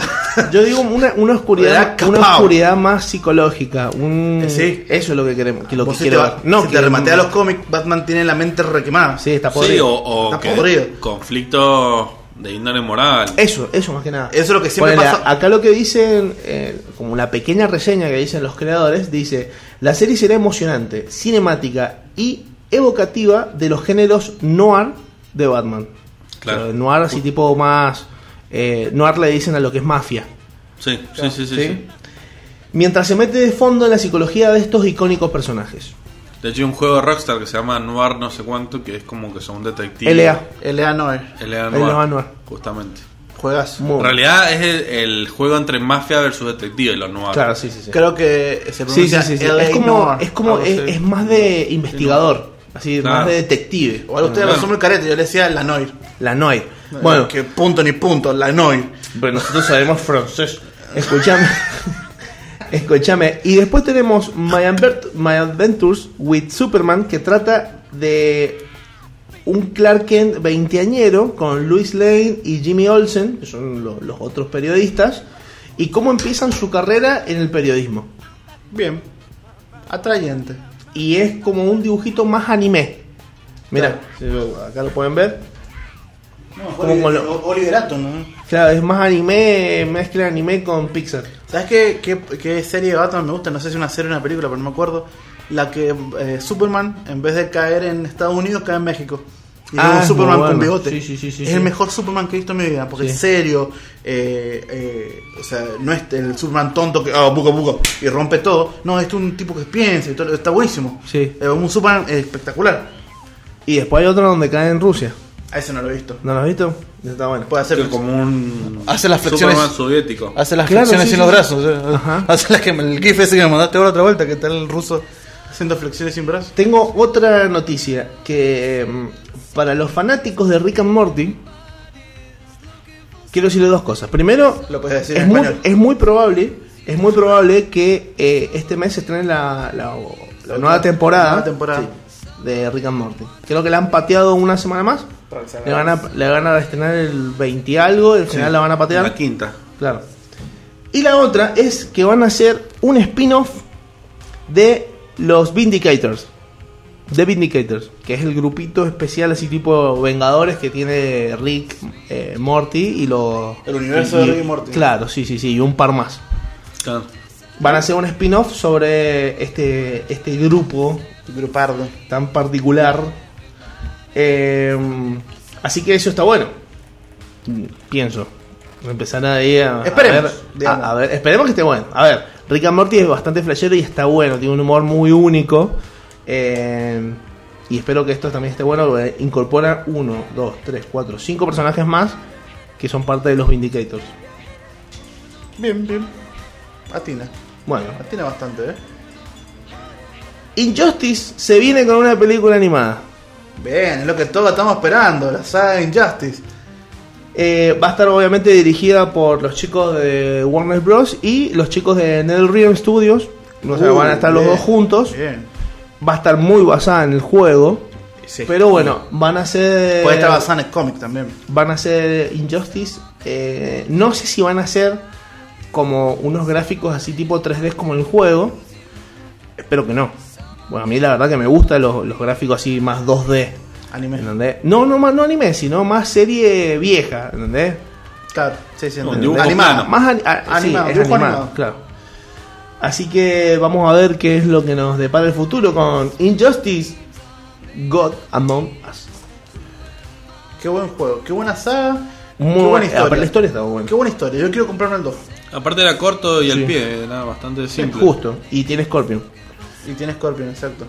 [SPEAKER 1] yo digo una, una oscuridad,
[SPEAKER 2] Era
[SPEAKER 1] una
[SPEAKER 2] capao.
[SPEAKER 1] oscuridad más psicológica, un
[SPEAKER 2] Eh, sí.
[SPEAKER 1] eso es lo que queremos, que lo que
[SPEAKER 2] Vos si
[SPEAKER 1] quiero
[SPEAKER 2] te,
[SPEAKER 1] ver. No,
[SPEAKER 2] si te
[SPEAKER 1] que-
[SPEAKER 2] rematea los cómics, Batman tiene la mente requemada.
[SPEAKER 1] Sí, está
[SPEAKER 3] Sí, o,
[SPEAKER 1] podrido.
[SPEAKER 3] o
[SPEAKER 2] Está
[SPEAKER 3] que-
[SPEAKER 2] podrido. Eh,
[SPEAKER 3] conflictos de índole moral.
[SPEAKER 1] Eso, eso más que nada.
[SPEAKER 2] Eso es lo que siempre
[SPEAKER 1] Ponele,
[SPEAKER 2] pasa.
[SPEAKER 1] Acá lo que dicen, eh, como la pequeña reseña que dicen los creadores, dice, la serie será emocionante, cinemática y evocativa de los géneros noir de Batman.
[SPEAKER 3] Claro.
[SPEAKER 1] O sea, noir así tipo más... eh, noir le dicen a lo que es mafia.
[SPEAKER 3] Sí, sí, sí, sí,
[SPEAKER 1] ¿sí?
[SPEAKER 3] sí.
[SPEAKER 1] Mientras se mete de fondo en la psicología de estos icónicos personajes.
[SPEAKER 3] De hecho, hay un juego de Rockstar que se llama Noir no sé cuánto, que es como que son un detective.
[SPEAKER 1] LA.
[SPEAKER 2] L.A. Noel,
[SPEAKER 3] LA
[SPEAKER 1] LA
[SPEAKER 3] Noir.
[SPEAKER 1] Noir. Oh.
[SPEAKER 3] Justamente.
[SPEAKER 2] juegas.
[SPEAKER 1] Muy-
[SPEAKER 3] En realidad es el, el juego entre mafia versus detective, los Noir.
[SPEAKER 1] Claro, sí, sí, sí.
[SPEAKER 2] Creo que se
[SPEAKER 1] Sí, sí,
[SPEAKER 2] pronuncia
[SPEAKER 1] sí, sí.
[SPEAKER 2] LA
[SPEAKER 1] Es como,
[SPEAKER 2] Noir,
[SPEAKER 1] es, como
[SPEAKER 2] algo
[SPEAKER 1] es,
[SPEAKER 2] así.
[SPEAKER 1] es más de investigador, así,
[SPEAKER 3] Claro.
[SPEAKER 1] más de detective.
[SPEAKER 2] Igual ustedes
[SPEAKER 3] Claro.
[SPEAKER 2] lo son muy caretas, yo le decía la Noir.
[SPEAKER 1] La Noir. Bueno,
[SPEAKER 2] que punto ni punto, la Noir.
[SPEAKER 1] pero nosotros sabemos francés. Escuchame. Escúchame. Y después tenemos My, Advert- My Adventures with Superman, que trata de un Clark Kent veinteañero con Louis Lane y Jimmy Olsen, que son lo- los otros periodistas, y cómo empiezan su carrera en el periodismo.
[SPEAKER 2] Bien. Atrayente.
[SPEAKER 1] y es como un dibujito más anime. Mira, acá lo pueden ver.
[SPEAKER 2] No,
[SPEAKER 1] Como con lo-
[SPEAKER 2] Oliverato, ¿no?
[SPEAKER 1] Claro, es más anime, mezcla anime con Pixar.
[SPEAKER 2] ¿Sabes qué, qué, qué serie de Batman me gusta? No sé si una serie o una película, pero no me acuerdo. La que eh, Superman, en vez de caer en Estados Unidos, cae en México. Y
[SPEAKER 1] Ah,
[SPEAKER 2] es un
[SPEAKER 1] es
[SPEAKER 2] Superman
[SPEAKER 1] muy
[SPEAKER 2] con
[SPEAKER 1] bueno.
[SPEAKER 2] bigote.
[SPEAKER 1] Sí, sí, sí, sí,
[SPEAKER 2] es
[SPEAKER 1] sí.
[SPEAKER 2] el mejor Superman que he visto en mi vida, porque
[SPEAKER 1] Sí.
[SPEAKER 2] es serio. eh, eh, o sea, no es el Superman tonto que. ah, buco, buco", Y rompe todo. No, es un tipo que piensa y todo. Está buenísimo.
[SPEAKER 1] Sí.
[SPEAKER 2] Es un Superman espectacular.
[SPEAKER 1] Y después hay otro donde cae en Rusia.
[SPEAKER 2] A ese no lo he visto.
[SPEAKER 1] ¿No lo has visto? Está bueno.
[SPEAKER 2] Puede hacer
[SPEAKER 3] Que como un.
[SPEAKER 4] Hace las flexiones.
[SPEAKER 3] Superman soviético.
[SPEAKER 4] Hace las
[SPEAKER 1] Claro,
[SPEAKER 4] flexiones
[SPEAKER 1] sí,
[SPEAKER 4] en
[SPEAKER 1] sí,
[SPEAKER 4] los
[SPEAKER 1] sí.
[SPEAKER 4] brazos. eh.
[SPEAKER 1] Ajá.
[SPEAKER 4] Hace las que el gif ese que me mandaste ahora otra vuelta, que tal el ruso.
[SPEAKER 2] haciendo flexiones sin brazos.
[SPEAKER 1] Tengo otra noticia que mm, para los fanáticos de Rick and Morty quiero decirle dos cosas. Primero,
[SPEAKER 2] Lo puedes decir
[SPEAKER 1] es
[SPEAKER 2] en
[SPEAKER 1] muy,
[SPEAKER 2] español.
[SPEAKER 1] es muy probable, es muy probable que eh, este mes se estrene la, la- la nueva temporada,
[SPEAKER 2] La nueva temporada.
[SPEAKER 1] sí, de Rick and Morty. Creo que la han pateado una semana más. Le van a, le van a estrenar el 20 y algo, el final la van a patear.
[SPEAKER 3] La quinta.
[SPEAKER 1] Claro. Y la otra es que van a hacer un spin-off de los Vindicators. The Vindicators, que es el grupito especial así tipo Vengadores que tiene Rick, eh, Morty y los...
[SPEAKER 2] El universo de Rick y Morty.
[SPEAKER 1] Claro, sí, sí, sí, y un par más.
[SPEAKER 3] Claro.
[SPEAKER 1] Van a hacer un spin-off sobre este, este grupo
[SPEAKER 2] Grupardo.
[SPEAKER 1] tan particular. Eh, así que eso está bueno. Mm, Pienso. Empezar ahí a, a
[SPEAKER 2] Esperemos,
[SPEAKER 1] ver,
[SPEAKER 2] digamos.
[SPEAKER 1] a- a ver, Esperemos que esté bueno. A ver, Rick and Morty es bastante flashero y está bueno. Tiene un humor muy único. Eh, y espero que esto también esté bueno. porque Incorpora 1, 2, 3, 4, 5 personajes más que son parte de los Vindicators.
[SPEAKER 2] Bien, bien. Atina.
[SPEAKER 1] Bueno,
[SPEAKER 2] Atina bastante, ¿eh?
[SPEAKER 1] Injustice se viene con una película animada.
[SPEAKER 2] Bien, es lo que todos estamos esperando, la saga de Injustice.
[SPEAKER 1] Eh, va a estar obviamente dirigida por los chicos de Warner Bros. y los chicos de Nel Realm Studios. O sea,
[SPEAKER 2] Uh,
[SPEAKER 1] van a estar los
[SPEAKER 2] bien,
[SPEAKER 1] dos juntos.
[SPEAKER 2] Bien.
[SPEAKER 1] Va a estar muy basada en el juego.
[SPEAKER 2] Sí.
[SPEAKER 1] Pero bueno, eh, van a ser.
[SPEAKER 2] Puede estar basada en el cómic también.
[SPEAKER 1] Van a ser Injustice. eh, no sé si van a ser como unos gráficos así tipo 3D como en el juego. Espero que no. Bueno, a mí la verdad que me gustan los, los gráficos así más 2D.
[SPEAKER 2] Anime.
[SPEAKER 1] ¿entendés? No, no, más- no anime, sino más serie vieja. ¿Entendés?
[SPEAKER 2] Claro, sí, sí,
[SPEAKER 3] Con
[SPEAKER 2] entiendo.
[SPEAKER 3] dibujos
[SPEAKER 2] Animado.
[SPEAKER 3] humanos.
[SPEAKER 1] Más ani- a-
[SPEAKER 2] Animado,
[SPEAKER 1] sí, es animado,
[SPEAKER 2] dibujo animado.
[SPEAKER 1] claro. Así que vamos a ver qué es lo que nos depara el futuro con Injustice God Among Us.
[SPEAKER 2] Qué buen juego, qué buena saga,
[SPEAKER 1] Muy
[SPEAKER 2] qué
[SPEAKER 1] buena
[SPEAKER 2] buena
[SPEAKER 1] historia.
[SPEAKER 2] historia.
[SPEAKER 1] la historia está buena.
[SPEAKER 2] Qué buena historia, yo quiero comprarme el 2.
[SPEAKER 3] Aparte era corto y
[SPEAKER 1] Sí.
[SPEAKER 3] al pie, era bastante simple.
[SPEAKER 1] Justo. Y tiene Scorpion.
[SPEAKER 2] Y tiene Scorpion, exacto.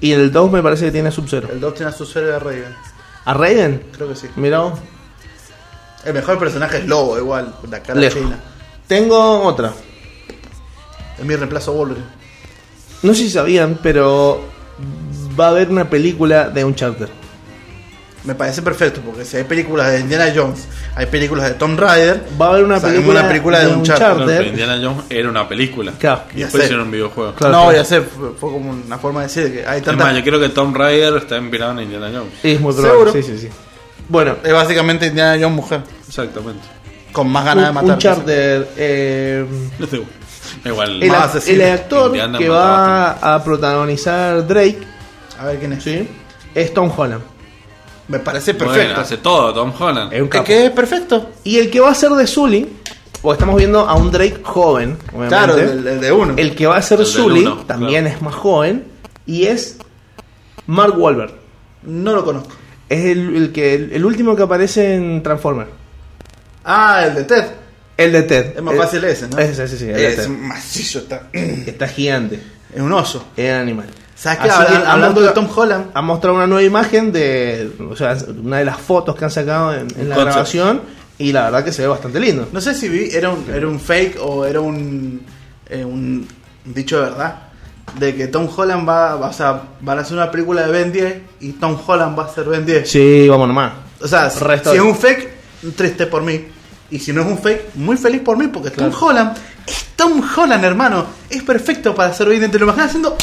[SPEAKER 1] Y el 2 me parece que tiene a Sub-Zero.
[SPEAKER 2] El 2 tiene a su serie de Raven,
[SPEAKER 1] ¿A Raiden?
[SPEAKER 2] creo que sí.
[SPEAKER 1] Mirá vos.
[SPEAKER 2] El mejor personaje es Lobo, igual, con la cara
[SPEAKER 1] Lejos.
[SPEAKER 2] china.
[SPEAKER 1] Tengo otra.
[SPEAKER 2] Es mi reemplazo a Wolverine.
[SPEAKER 1] No sé si sabían, pero va a haber una película de Uncharted.
[SPEAKER 2] Me parece perfecto, porque si hay películas de Indiana Jones, hay películas de Tomb Raider,
[SPEAKER 1] Va a haber una
[SPEAKER 2] Saquemos
[SPEAKER 1] película,
[SPEAKER 2] una película de Uncharted.
[SPEAKER 3] Claro, pero Indiana Jones era una película.
[SPEAKER 1] Claro.
[SPEAKER 3] Y
[SPEAKER 2] Ya
[SPEAKER 3] después
[SPEAKER 2] sé.
[SPEAKER 3] hicieron un videojuego.
[SPEAKER 1] Claro,
[SPEAKER 2] no,
[SPEAKER 1] claro.
[SPEAKER 2] ya sé, fue, fue como una forma de decir que hay
[SPEAKER 3] Es más,
[SPEAKER 2] tantas...
[SPEAKER 3] yo creo que Tom Raider está inspirado en Indiana Jones.
[SPEAKER 1] Es muy probable.
[SPEAKER 2] Seguro.
[SPEAKER 1] Sí, sí, sí. Bueno,
[SPEAKER 2] Es básicamente Indiana Jones mujer,
[SPEAKER 3] Exactamente.
[SPEAKER 2] con más ganas de
[SPEAKER 1] un,
[SPEAKER 2] matar.
[SPEAKER 1] Uncharted. eh,
[SPEAKER 3] No sé. Igual.
[SPEAKER 1] el,
[SPEAKER 2] Más
[SPEAKER 1] act-
[SPEAKER 2] asesino.
[SPEAKER 1] el actor
[SPEAKER 3] Indiana
[SPEAKER 1] que
[SPEAKER 3] mata
[SPEAKER 1] va a protagonizar Drake
[SPEAKER 2] A ver quién es.
[SPEAKER 1] ¿sí? es Tom Holland.
[SPEAKER 2] Me parece
[SPEAKER 3] Bueno,
[SPEAKER 2] perfecto.
[SPEAKER 3] hace todo Tom Holland.
[SPEAKER 1] Es un
[SPEAKER 2] es
[SPEAKER 1] capo.
[SPEAKER 2] que es perfecto.
[SPEAKER 1] Y el que va a ser de Sully, o estamos viendo a un Drake joven, obviamente.
[SPEAKER 2] Claro, el, el de uno.
[SPEAKER 1] El que va a ser
[SPEAKER 3] El del
[SPEAKER 1] Sully
[SPEAKER 3] uno,
[SPEAKER 1] también
[SPEAKER 3] claro.
[SPEAKER 1] es más joven y es Mark Wahlberg.
[SPEAKER 2] No lo conozco.
[SPEAKER 1] Es el, el que, el, último que aparece en Transformers.
[SPEAKER 2] Ah, el de Ted.
[SPEAKER 1] El de Ted.
[SPEAKER 2] Es más
[SPEAKER 1] El-
[SPEAKER 2] fácil ese, ¿no?
[SPEAKER 1] Ese, ese, sí, el de
[SPEAKER 2] es
[SPEAKER 1] Ted.
[SPEAKER 2] macizo, está.
[SPEAKER 1] Está gigante.
[SPEAKER 2] Es un oso.
[SPEAKER 1] Es un animal.
[SPEAKER 2] ¿Sabes qué?
[SPEAKER 1] Así que
[SPEAKER 2] Habla-
[SPEAKER 1] ha
[SPEAKER 2] hablando de
[SPEAKER 1] mostrado-
[SPEAKER 2] Tom Holland,
[SPEAKER 1] Ha mostrado una nueva imagen de. O sea, una de las fotos que han sacado en, en la
[SPEAKER 3] concept.
[SPEAKER 1] grabación. Y la verdad que se ve bastante lindo.
[SPEAKER 2] no sé si vi, era un, era un fake o era un, eh, un dicho de verdad. De que Tom Holland va, va- o sea, van a hacer una película de Ben 10 y Tom Holland va a ser Ben 10.
[SPEAKER 1] Sí, vamos nomás.
[SPEAKER 2] O sea, si,
[SPEAKER 1] Resto
[SPEAKER 2] si
[SPEAKER 1] de-
[SPEAKER 2] es un fake, triste por mí. Y si no es un fake, muy feliz por mí, porque Tom Holland es Tom Holland, hermano. Es perfecto para ser bien ¿Te lo imaginas haciendo?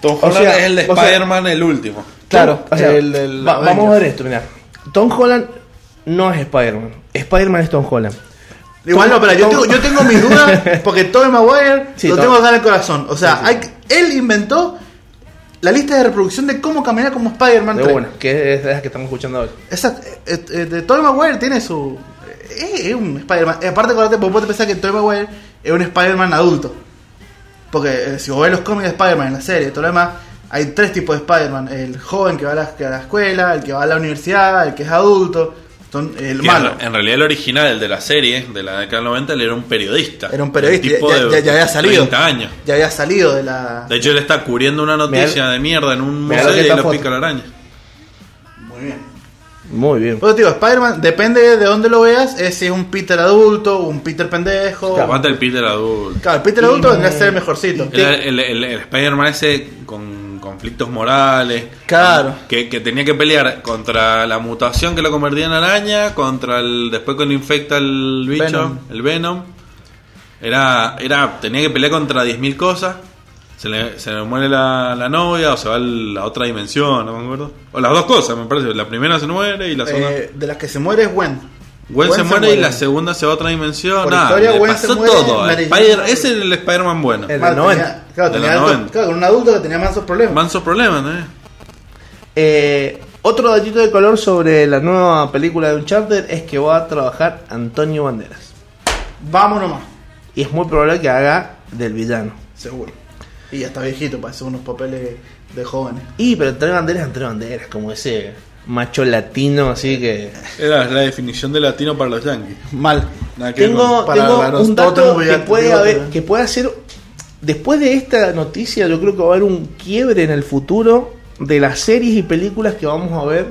[SPEAKER 3] Tom
[SPEAKER 1] o
[SPEAKER 3] Holland
[SPEAKER 1] sea,
[SPEAKER 3] es el de
[SPEAKER 1] o sea-
[SPEAKER 3] Spider-Man, el último.
[SPEAKER 1] Claro, o sea,
[SPEAKER 2] el del
[SPEAKER 1] va- vamos a ver
[SPEAKER 2] Avengers.
[SPEAKER 1] esto, mirá. Tom Holland no es Spider-Man. Spider-Man es Tom Holland.
[SPEAKER 2] Igual no, pero yo
[SPEAKER 1] Tom-
[SPEAKER 2] tengo, yo tengo mis dudas, porque Tobey Maguire
[SPEAKER 1] Sí,
[SPEAKER 2] lo
[SPEAKER 1] Tom-
[SPEAKER 2] tengo acá en el corazón. O
[SPEAKER 1] Sí,
[SPEAKER 2] sea,
[SPEAKER 1] sí,
[SPEAKER 2] hay que- él inventó la lista de reproducción de cómo caminar como Spider-Man
[SPEAKER 1] De
[SPEAKER 2] 3.
[SPEAKER 1] una, que es de las que estamos escuchando ahora.
[SPEAKER 2] Esa- eh, eh, de Tobey Maguire tiene su... eh, Es, es un Spider-Man. Eh, Aparte, acordate, vos podés pensar que Tobey Maguire es un Spider-Man adulto. Porque eh, si vos ves los cómics de Spider-Man en la serie, todo lo demás, hay tres tipos de Spider-Man. El joven que va a la, que a la escuela, el que va a la universidad, el que es adulto. Son, el
[SPEAKER 3] Que
[SPEAKER 2] malo.
[SPEAKER 3] en- En realidad, el original, el de la serie, de la década del 90, él era un periodista.
[SPEAKER 2] Era un periodista,
[SPEAKER 3] tipo
[SPEAKER 2] ya, ya-
[SPEAKER 3] de
[SPEAKER 2] ya había salido.
[SPEAKER 3] 30 años.
[SPEAKER 2] Ya había salido de la.
[SPEAKER 3] De hecho, él está cubriendo una noticia
[SPEAKER 1] Mirá-
[SPEAKER 3] de mierda en un
[SPEAKER 1] mirá lo
[SPEAKER 3] museo
[SPEAKER 1] que
[SPEAKER 3] y
[SPEAKER 1] está
[SPEAKER 3] lo
[SPEAKER 1] foto.
[SPEAKER 3] pica la araña.
[SPEAKER 2] Muy bien.
[SPEAKER 1] Muy bien.
[SPEAKER 2] Pero digo, Spider-Man, depende de dónde lo veas, es si es un Peter adulto, un Peter pendejo. Claro,
[SPEAKER 3] Aguanta el Peter adulto.
[SPEAKER 2] el Peter adulto vendría a ser el mejorcito.
[SPEAKER 3] El, el- el- el Spider-Man ese con conflictos morales.
[SPEAKER 2] Claro.
[SPEAKER 3] Que, que tenía que pelear contra la mutación que lo convertía en araña, contra el. después cuando infecta el bicho,
[SPEAKER 2] Venom.
[SPEAKER 3] el Venom. Era, era. tenía que pelear contra 10.000 cosas. Se le, se le muere la, la novia o se va a la otra dimensión, no me acuerdo. O las dos cosas, me parece. La primera se muere y la segunda.
[SPEAKER 2] Eh, de las que se muere es Gwen.
[SPEAKER 3] Gwen, se, muere, y la segunda se va a otra dimensión.
[SPEAKER 2] Por
[SPEAKER 3] Nada,
[SPEAKER 2] historia,
[SPEAKER 3] le
[SPEAKER 2] Gwen se
[SPEAKER 3] pasó
[SPEAKER 2] muere,
[SPEAKER 3] todo.
[SPEAKER 2] Mary Jane
[SPEAKER 3] Spider-
[SPEAKER 2] muere.
[SPEAKER 3] ese es el Spider-Man bueno.
[SPEAKER 1] El-
[SPEAKER 2] Mal,
[SPEAKER 1] de la
[SPEAKER 2] tenía-
[SPEAKER 1] 90.
[SPEAKER 2] Claro,
[SPEAKER 3] De
[SPEAKER 2] tenía
[SPEAKER 3] la
[SPEAKER 2] alto-
[SPEAKER 3] 90.
[SPEAKER 2] claro, con un adulto que tenía más esos problemas.
[SPEAKER 3] Mansos problemas, ¿eh?
[SPEAKER 1] Eh, otro datito de color sobre la nueva película de Uncharted es que va a trabajar Antonio Banderas.
[SPEAKER 2] Vamos nomás,
[SPEAKER 1] Y es muy probable que haga del villano.
[SPEAKER 2] seguro. Y ya está viejito para hacer unos papeles de jóvenes.
[SPEAKER 1] Y, pero Antonio Banderas es Antonio Banderas, como ese macho latino, así que...
[SPEAKER 3] Era la definición de latino para los yankees.
[SPEAKER 2] Mal.
[SPEAKER 3] Nada que ver
[SPEAKER 1] Tengo,
[SPEAKER 3] con-
[SPEAKER 2] para
[SPEAKER 1] tengo
[SPEAKER 2] raros,
[SPEAKER 1] un
[SPEAKER 2] todos
[SPEAKER 1] dato
[SPEAKER 2] tenemos
[SPEAKER 1] que
[SPEAKER 2] bigote,
[SPEAKER 1] puede,
[SPEAKER 2] bigote,
[SPEAKER 1] haber,
[SPEAKER 2] ¿eh?
[SPEAKER 1] que puede hacer... Después de esta noticia, yo creo que va a haber un quiebre en el futuro de las series y películas que vamos a ver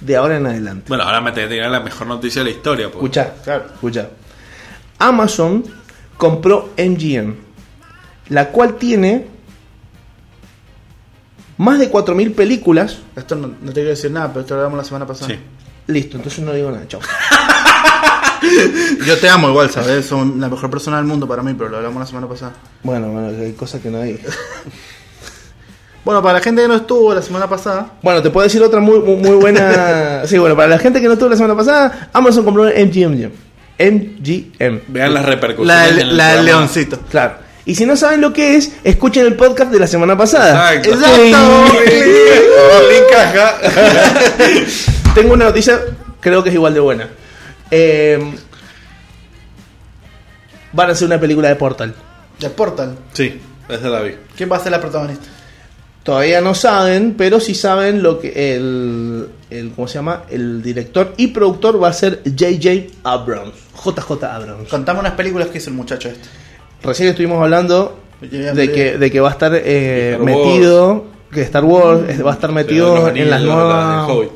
[SPEAKER 1] de ahora en adelante.
[SPEAKER 3] Bueno, ahora me tenés que tirar la mejor noticia de la historia. pues. po.
[SPEAKER 1] Escuchá,
[SPEAKER 2] Claro.
[SPEAKER 1] escuchá. Amazon compró MGM, la cual tiene más de 4.000 películas.
[SPEAKER 2] Esto no, no te quiero decir nada, pero esto lo hablamos la semana pasada.
[SPEAKER 3] Sí.
[SPEAKER 1] Listo, entonces no digo nada, chao.
[SPEAKER 2] Yo te amo igual, ¿sabes? Son la mejor persona del mundo para mí, pero lo hablamos la semana pasada.
[SPEAKER 1] Bueno, bueno, hay cosas que no hay.
[SPEAKER 2] Bueno, para la gente que no estuvo la semana pasada,
[SPEAKER 1] Bueno, te puedo decir otra muy, muy, muy buena. Sí, bueno, para la gente que no estuvo la semana pasada, Amazon compró MGM. MGM.
[SPEAKER 3] Vean las repercusiones.
[SPEAKER 2] la,
[SPEAKER 3] en el
[SPEAKER 2] del- la del
[SPEAKER 3] programa.
[SPEAKER 2] leoncito.
[SPEAKER 1] Claro. Y si no saben lo que es, escuchen el podcast de la semana pasada.
[SPEAKER 3] Exacto. Oh,
[SPEAKER 1] Tengo una noticia, creo que es igual de buena. Eh, van a hacer una película de Portal.
[SPEAKER 2] Del Portal.
[SPEAKER 3] Sí, esa la vi.
[SPEAKER 2] ¿Quién va a ser la protagonista?
[SPEAKER 1] Todavía no saben, pero sí saben lo que el, el- ¿cómo se llama? El director y productor va a ser JJ Abrams, JJ Abrams.
[SPEAKER 2] Contame unas películas que hizo el muchacho este.
[SPEAKER 1] Recién estuvimos hablando
[SPEAKER 2] J.J.
[SPEAKER 1] de que, de que va a estar eh,
[SPEAKER 3] Star Wars.
[SPEAKER 1] metido, que Star Wars eh, va a estar
[SPEAKER 3] O sea,
[SPEAKER 1] metido
[SPEAKER 3] los
[SPEAKER 1] en la
[SPEAKER 3] anillos, la
[SPEAKER 1] nueva
[SPEAKER 3] del Hobbit.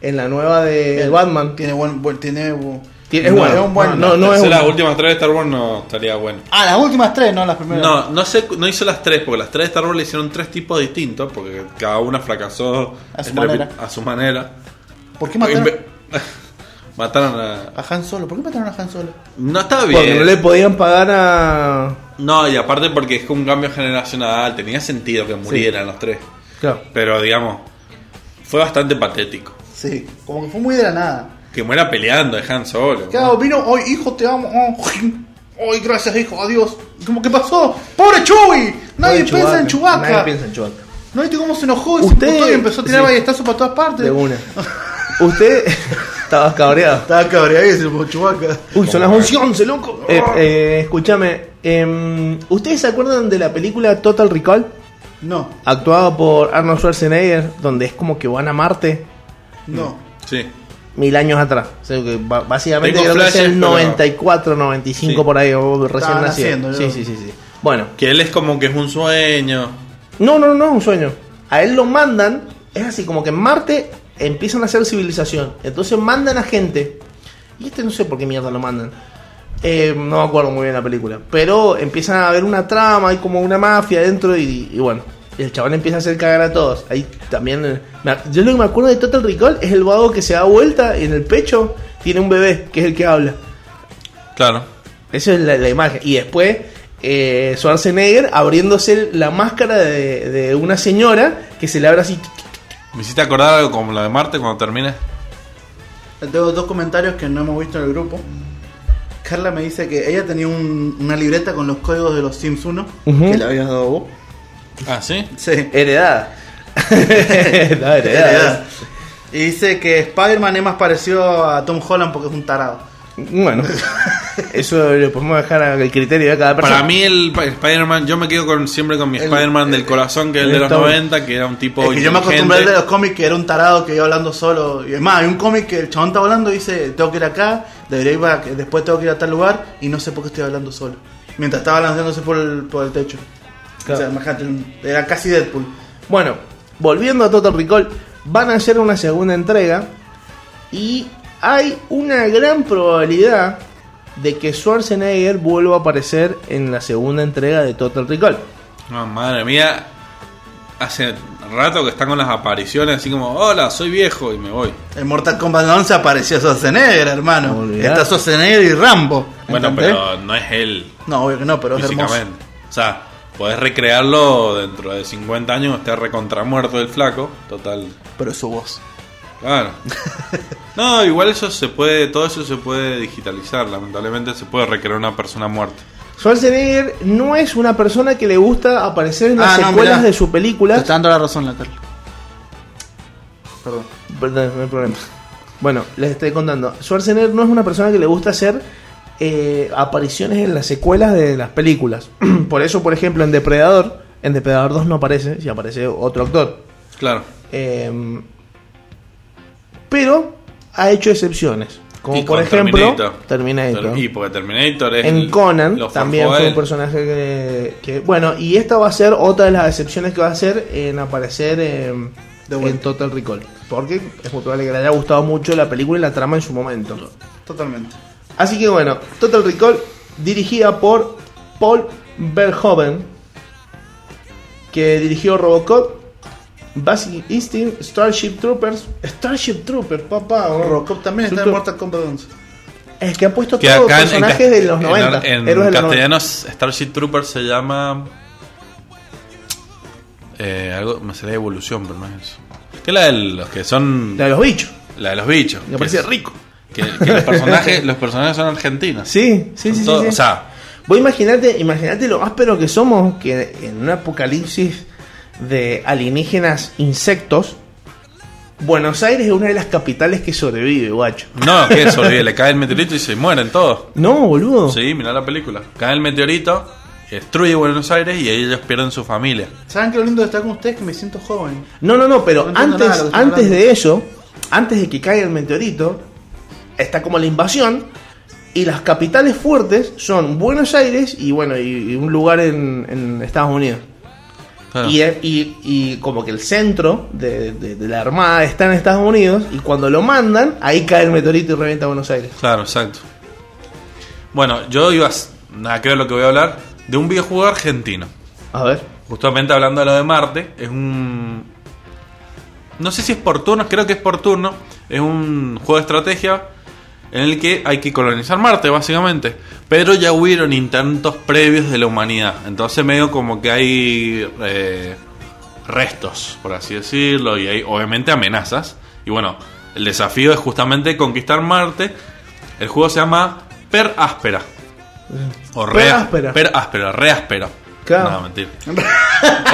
[SPEAKER 1] en la nueva de Batman.
[SPEAKER 2] Tiene buen. buen- tiene, bu-
[SPEAKER 1] Tiene- es
[SPEAKER 2] no,
[SPEAKER 1] bueno,
[SPEAKER 2] es un buen-
[SPEAKER 1] no, no, no es
[SPEAKER 3] Hacer las
[SPEAKER 1] bueno.
[SPEAKER 3] últimas tres de Star Wars no estaría bueno.
[SPEAKER 2] Ah, las últimas tres, no las primeras.
[SPEAKER 3] No, no, sé, no hizo las tres, porque las tres de Star Wars le hicieron tres tipos distintos, porque cada una fracasó
[SPEAKER 2] A su
[SPEAKER 3] entre-
[SPEAKER 2] manera.
[SPEAKER 3] a su manera.
[SPEAKER 2] ¿Por qué mataron
[SPEAKER 3] Inve- Mataron a...
[SPEAKER 2] a Han Solo? ¿Por qué mataron a Han Solo?
[SPEAKER 3] No está
[SPEAKER 1] Porque no le
[SPEAKER 3] bien.
[SPEAKER 1] podían pagar a
[SPEAKER 3] No, y aparte porque es un cambio generacional, tenía sentido que murieran los tres.
[SPEAKER 1] claro,
[SPEAKER 3] Pero digamos, fue bastante patético.
[SPEAKER 2] Sí, como que fue muy de la nada.
[SPEAKER 3] Que muera peleando de Han Solo.
[SPEAKER 2] ¿Qué hago? Vino, hoy hijo, te amo. Hoy, gracias, hijo, adiós. ¿Cómo que pasó? ¡Pobre Chuy! Nadie
[SPEAKER 1] Pobre
[SPEAKER 2] piensa en
[SPEAKER 1] Chewbacca.
[SPEAKER 2] Chewbacca.
[SPEAKER 1] Nadie piensa en Chewbacca.
[SPEAKER 2] ¿No viste cómo se enojó? y se
[SPEAKER 1] Usted-
[SPEAKER 2] puso y empezó a tirar
[SPEAKER 1] sí.
[SPEAKER 2] ballestazos para todas partes.
[SPEAKER 1] de una. Usted estaba cabreado.
[SPEAKER 2] Estaba cabreadísimo, Chubaca.
[SPEAKER 1] Uy, son las 11, 11, loco. Eh, eh, escúchame, em, ¿ustedes se acuerdan de la película Total Recall?
[SPEAKER 2] No,
[SPEAKER 1] Actuada por Arnold Schwarzenegger, donde es como que van a Marte
[SPEAKER 2] no.
[SPEAKER 3] Sí.
[SPEAKER 1] mil años atrás. O sea, que ba- básicamente
[SPEAKER 3] Tengo
[SPEAKER 1] creo que es
[SPEAKER 3] flashes,
[SPEAKER 1] el
[SPEAKER 3] pero-
[SPEAKER 1] 94, 95
[SPEAKER 3] Sí.
[SPEAKER 1] por ahí, o recién
[SPEAKER 2] Estaban
[SPEAKER 1] nacido.
[SPEAKER 2] naciendo,
[SPEAKER 1] Sí,
[SPEAKER 2] yo-
[SPEAKER 1] sí, sí, sí. Bueno,
[SPEAKER 3] Que él es como que es un sueño.
[SPEAKER 1] no, no, no es un sueño. A él lo mandan, es así como que en Marte empiezan a hacer civilización. Entonces mandan a gente. Y este no sé por qué mierda lo mandan. Eh, no me acuerdo muy bien la película. Pero empiezan a haber una trama, hay como una mafia dentro y, y bueno. y el chabón empieza a hacer cagar a todos. Ahí también. eh, me ac- Yo lo que me acuerdo de Total Recall es el vago que se da vuelta y en el pecho tiene un bebé, que es el que habla.
[SPEAKER 3] Claro.
[SPEAKER 1] Esa es la, la imagen. Y después eh, Schwarzenegger abriéndose la máscara de, de una señora que se le abre así.
[SPEAKER 3] Me hiciste acordar algo como lo de Marte cuando termine.
[SPEAKER 2] Tengo dos comentarios que no hemos visto en el grupo. Carla me dice que ella tenía un- una libreta con los códigos de los Sims 1
[SPEAKER 1] Ujú.
[SPEAKER 2] que le habías dado vos. Eh,
[SPEAKER 3] Ah, sí.
[SPEAKER 2] Sí.
[SPEAKER 1] Heredada. No, heredada.
[SPEAKER 2] eh,
[SPEAKER 1] eh.
[SPEAKER 2] Heredada. Y dice que Spider-Man es más parecido a Tom Holland porque es un tarado.
[SPEAKER 1] Bueno, eso lo podemos dejar al criterio de cada persona.
[SPEAKER 3] Para mí el pa- Spider-Man, yo me quedo con, siempre con mi
[SPEAKER 2] El-
[SPEAKER 3] Spider-Man del corazón, que es el de
[SPEAKER 1] el
[SPEAKER 3] los
[SPEAKER 1] Tom.
[SPEAKER 3] 90, que era un tipo
[SPEAKER 2] Es que yo me acostumbré al
[SPEAKER 3] inteligente.
[SPEAKER 2] de los cómics que era un tarado que iba hablando solo. Y es más, hay un cómic que el chabón está hablando y dice, tengo que ir acá, debería ir a- después tengo que ir a tal lugar y no sé por qué estoy hablando solo. Mientras estaba lanzándose por el, por el techo.
[SPEAKER 1] Claro.
[SPEAKER 2] O sea, imagínate, un- era casi Deadpool.
[SPEAKER 1] Bueno, volviendo a Total Recall, van a hacer una segunda entrega y hay una gran probabilidad de que Schwarzenegger vuelva a aparecer en la segunda entrega de Total Recall.
[SPEAKER 3] No, madre mía, hace rato que están con las apariciones, así como, hola, soy viejo y me voy.
[SPEAKER 2] En Mortal Kombat 11 apareció Schwarzenegger, hermano.
[SPEAKER 1] Olvidate.
[SPEAKER 2] Está Schwarzenegger y Rambo.
[SPEAKER 3] Bueno,
[SPEAKER 2] ¿entendés?
[SPEAKER 3] pero no es él
[SPEAKER 2] No, obvio que no, pero es hermoso.
[SPEAKER 3] físicamente. O sea, podés recrearlo dentro de 50 años, esté recontramuerto el flaco, total.
[SPEAKER 2] Pero es su voz.
[SPEAKER 3] Claro. No, igual eso se puede, todo eso se puede digitalizar, lamentablemente se puede recrear una persona muerta.
[SPEAKER 1] Schwarzenegger no es una persona que le gusta aparecer en las
[SPEAKER 2] Ah, no,
[SPEAKER 1] secuelas
[SPEAKER 2] mirá.
[SPEAKER 1] de su
[SPEAKER 2] Te
[SPEAKER 1] película.
[SPEAKER 2] está dando la razón la Carla. Perdón.
[SPEAKER 1] Perdón, no hay problema. Bueno, les estoy contando. Schwarzenegger no es una persona que le gusta hacer eh, apariciones en las secuelas de las películas. por eso, por ejemplo, en Depredador, en Depredador 2 no aparece, si aparece otro actor.
[SPEAKER 3] Claro.
[SPEAKER 1] Eh, pero ha hecho excepciones. Como
[SPEAKER 3] Y
[SPEAKER 1] por
[SPEAKER 3] con
[SPEAKER 1] ejemplo,
[SPEAKER 3] Terminator.
[SPEAKER 1] Terminator.
[SPEAKER 3] Y porque Terminator es.
[SPEAKER 1] en
[SPEAKER 3] el-
[SPEAKER 1] Conan
[SPEAKER 3] lo forjó
[SPEAKER 1] también fue
[SPEAKER 3] él.
[SPEAKER 1] un personaje que, que- bueno y esta va a ser otra de las excepciones que va a hacer en aparecer eh,
[SPEAKER 2] De vuelta.
[SPEAKER 1] en Total Recall porque es muy probable que le haya gustado mucho la película y la trama en su momento
[SPEAKER 2] Totalmente.
[SPEAKER 1] así que bueno Total Recall dirigida por Paul Verhoeven que dirigió Robocop Basic Instinct Starship Troopers Starship Troopers papá ¿no?
[SPEAKER 2] Robocop también está en
[SPEAKER 1] Super-
[SPEAKER 2] Mortal Kombat 11.
[SPEAKER 1] es que han puesto
[SPEAKER 3] Que
[SPEAKER 1] todos los
[SPEAKER 3] acá en-
[SPEAKER 1] personajes
[SPEAKER 3] en,
[SPEAKER 1] de
[SPEAKER 3] cas-
[SPEAKER 1] los
[SPEAKER 3] en-
[SPEAKER 1] 90
[SPEAKER 3] En,
[SPEAKER 1] héroes de los 90.
[SPEAKER 3] castellano, Starship Trooper se llama. Eh, algo. Me sale evolución, pero no es eso. Que la de los que son.
[SPEAKER 1] de los bichos
[SPEAKER 3] La de los bichos.
[SPEAKER 1] Me
[SPEAKER 3] que
[SPEAKER 1] parecía
[SPEAKER 3] es-
[SPEAKER 1] rico.
[SPEAKER 3] Que, que los, personajes, los personajes son argentinos.
[SPEAKER 1] Sí, sí,
[SPEAKER 3] Son
[SPEAKER 1] sí, sí,
[SPEAKER 3] todos-
[SPEAKER 1] sí.
[SPEAKER 3] O sea,
[SPEAKER 1] Vos imaginate, imaginate lo áspero que somos que en un apocalipsis de alienígenas insectos, Buenos Aires es una de las capitales que sobrevive, guacho.
[SPEAKER 3] no, que eso, le cae el meteorito y se mueren todos.
[SPEAKER 1] No, boludo.
[SPEAKER 3] Sí, mirá la película. Cae el meteorito, destruye Buenos Aires y ellos pierden su familia.
[SPEAKER 2] ¿Saben qué lo lindo de estar con ustedes? Que me siento joven.
[SPEAKER 1] No, no, no, pero
[SPEAKER 2] No entiendo
[SPEAKER 1] antes,
[SPEAKER 2] nada de lo que están
[SPEAKER 1] antes
[SPEAKER 2] hablando.
[SPEAKER 1] de ello, antes de que caiga el meteorito, está como la invasión. Y las capitales fuertes son Buenos Aires y bueno, y, y un lugar en, en Estados Unidos.
[SPEAKER 3] Claro.
[SPEAKER 1] Y, y- y como que el centro de, de- de la Armada está en Estados Unidos y cuando lo mandan, ahí cae el meteorito y revienta Buenos Aires.
[SPEAKER 3] Claro, exacto. Bueno, yo iba a, nada que ver lo que voy a hablar, de un videojuego argentino.
[SPEAKER 1] A ver.
[SPEAKER 3] Justamente hablando de lo de Marte, es un... No sé si es por turnos, creo que es por turno. Es un juego de estrategia en el que hay que colonizar Marte, básicamente. Pero ya hubieron intentos previos de la humanidad. Entonces medio como que hay eh, restos, por así decirlo, y hay obviamente amenazas. Y bueno, el desafío es justamente conquistar Marte. El juego se llama Per Áspera. O
[SPEAKER 1] Eh. Per
[SPEAKER 3] re-
[SPEAKER 1] Áspera.
[SPEAKER 3] Per Áspera, Re Áspera.
[SPEAKER 1] Claro.
[SPEAKER 3] No, mentira.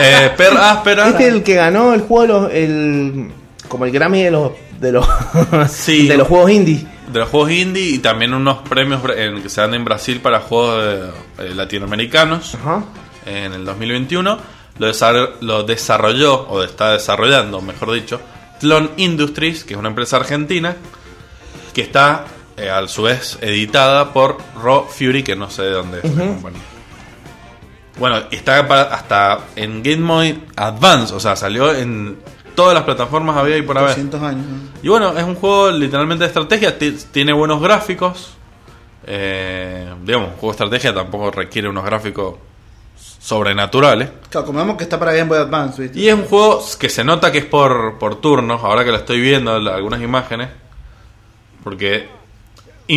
[SPEAKER 3] Eh, per áspera.
[SPEAKER 1] Este es el que ganó el juego, de los- el, como el Grammy de los, de los,
[SPEAKER 3] Sí.
[SPEAKER 1] de los juegos indie.
[SPEAKER 3] De los juegos indie y también unos premios bra- en- que se dan en Brasil para juegos eh, latinoamericanos
[SPEAKER 1] Ajá.
[SPEAKER 3] en el 2021. Lo, desar- lo desarrolló, o está desarrollando, mejor dicho, Clon Industries, que es una empresa argentina, que está eh, a su vez editada por Raw Fury, que no sé de dónde es la compañía. Bueno, y está para- hasta en Game Boy Advance, o sea, salió en todas las plataformas había y por haber.
[SPEAKER 2] 200 años. ¿no?
[SPEAKER 3] Y bueno, es un juego literalmente de estrategia, ti- tiene buenos gráficos. Eh, digamos, un juego de estrategia tampoco requiere unos gráficos sobrenaturales.
[SPEAKER 2] Claro, como vemos que está para Game Boy Advance, ¿viste?
[SPEAKER 3] Y es un juego que se nota que es por, por turnos, ahora que lo estoy viendo, la- algunas imágenes. Porque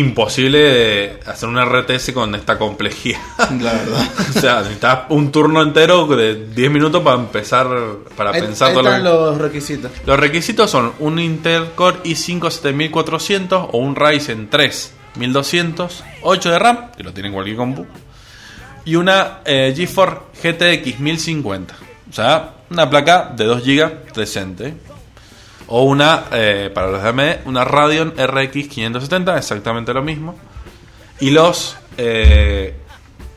[SPEAKER 3] imposible hacer una RTS con esta complejidad.
[SPEAKER 2] La verdad.
[SPEAKER 3] o sea, necesitas un turno entero de 10 minutos para empezar, para
[SPEAKER 2] Ahí,
[SPEAKER 3] pensar
[SPEAKER 2] ahí
[SPEAKER 3] todo lo
[SPEAKER 2] están
[SPEAKER 3] que-
[SPEAKER 2] los requisitos.
[SPEAKER 3] los requisitos son un Intel Core i5 7400 o un Ryzen 3 1200, 8 de RAM, que lo tiene cualquier compu, y una eh, GeForce GTX 1050. O sea, una placa de 2 GB decente. O una, eh, para los de AMD, una Radeon RX 570, exactamente lo mismo. Y los eh,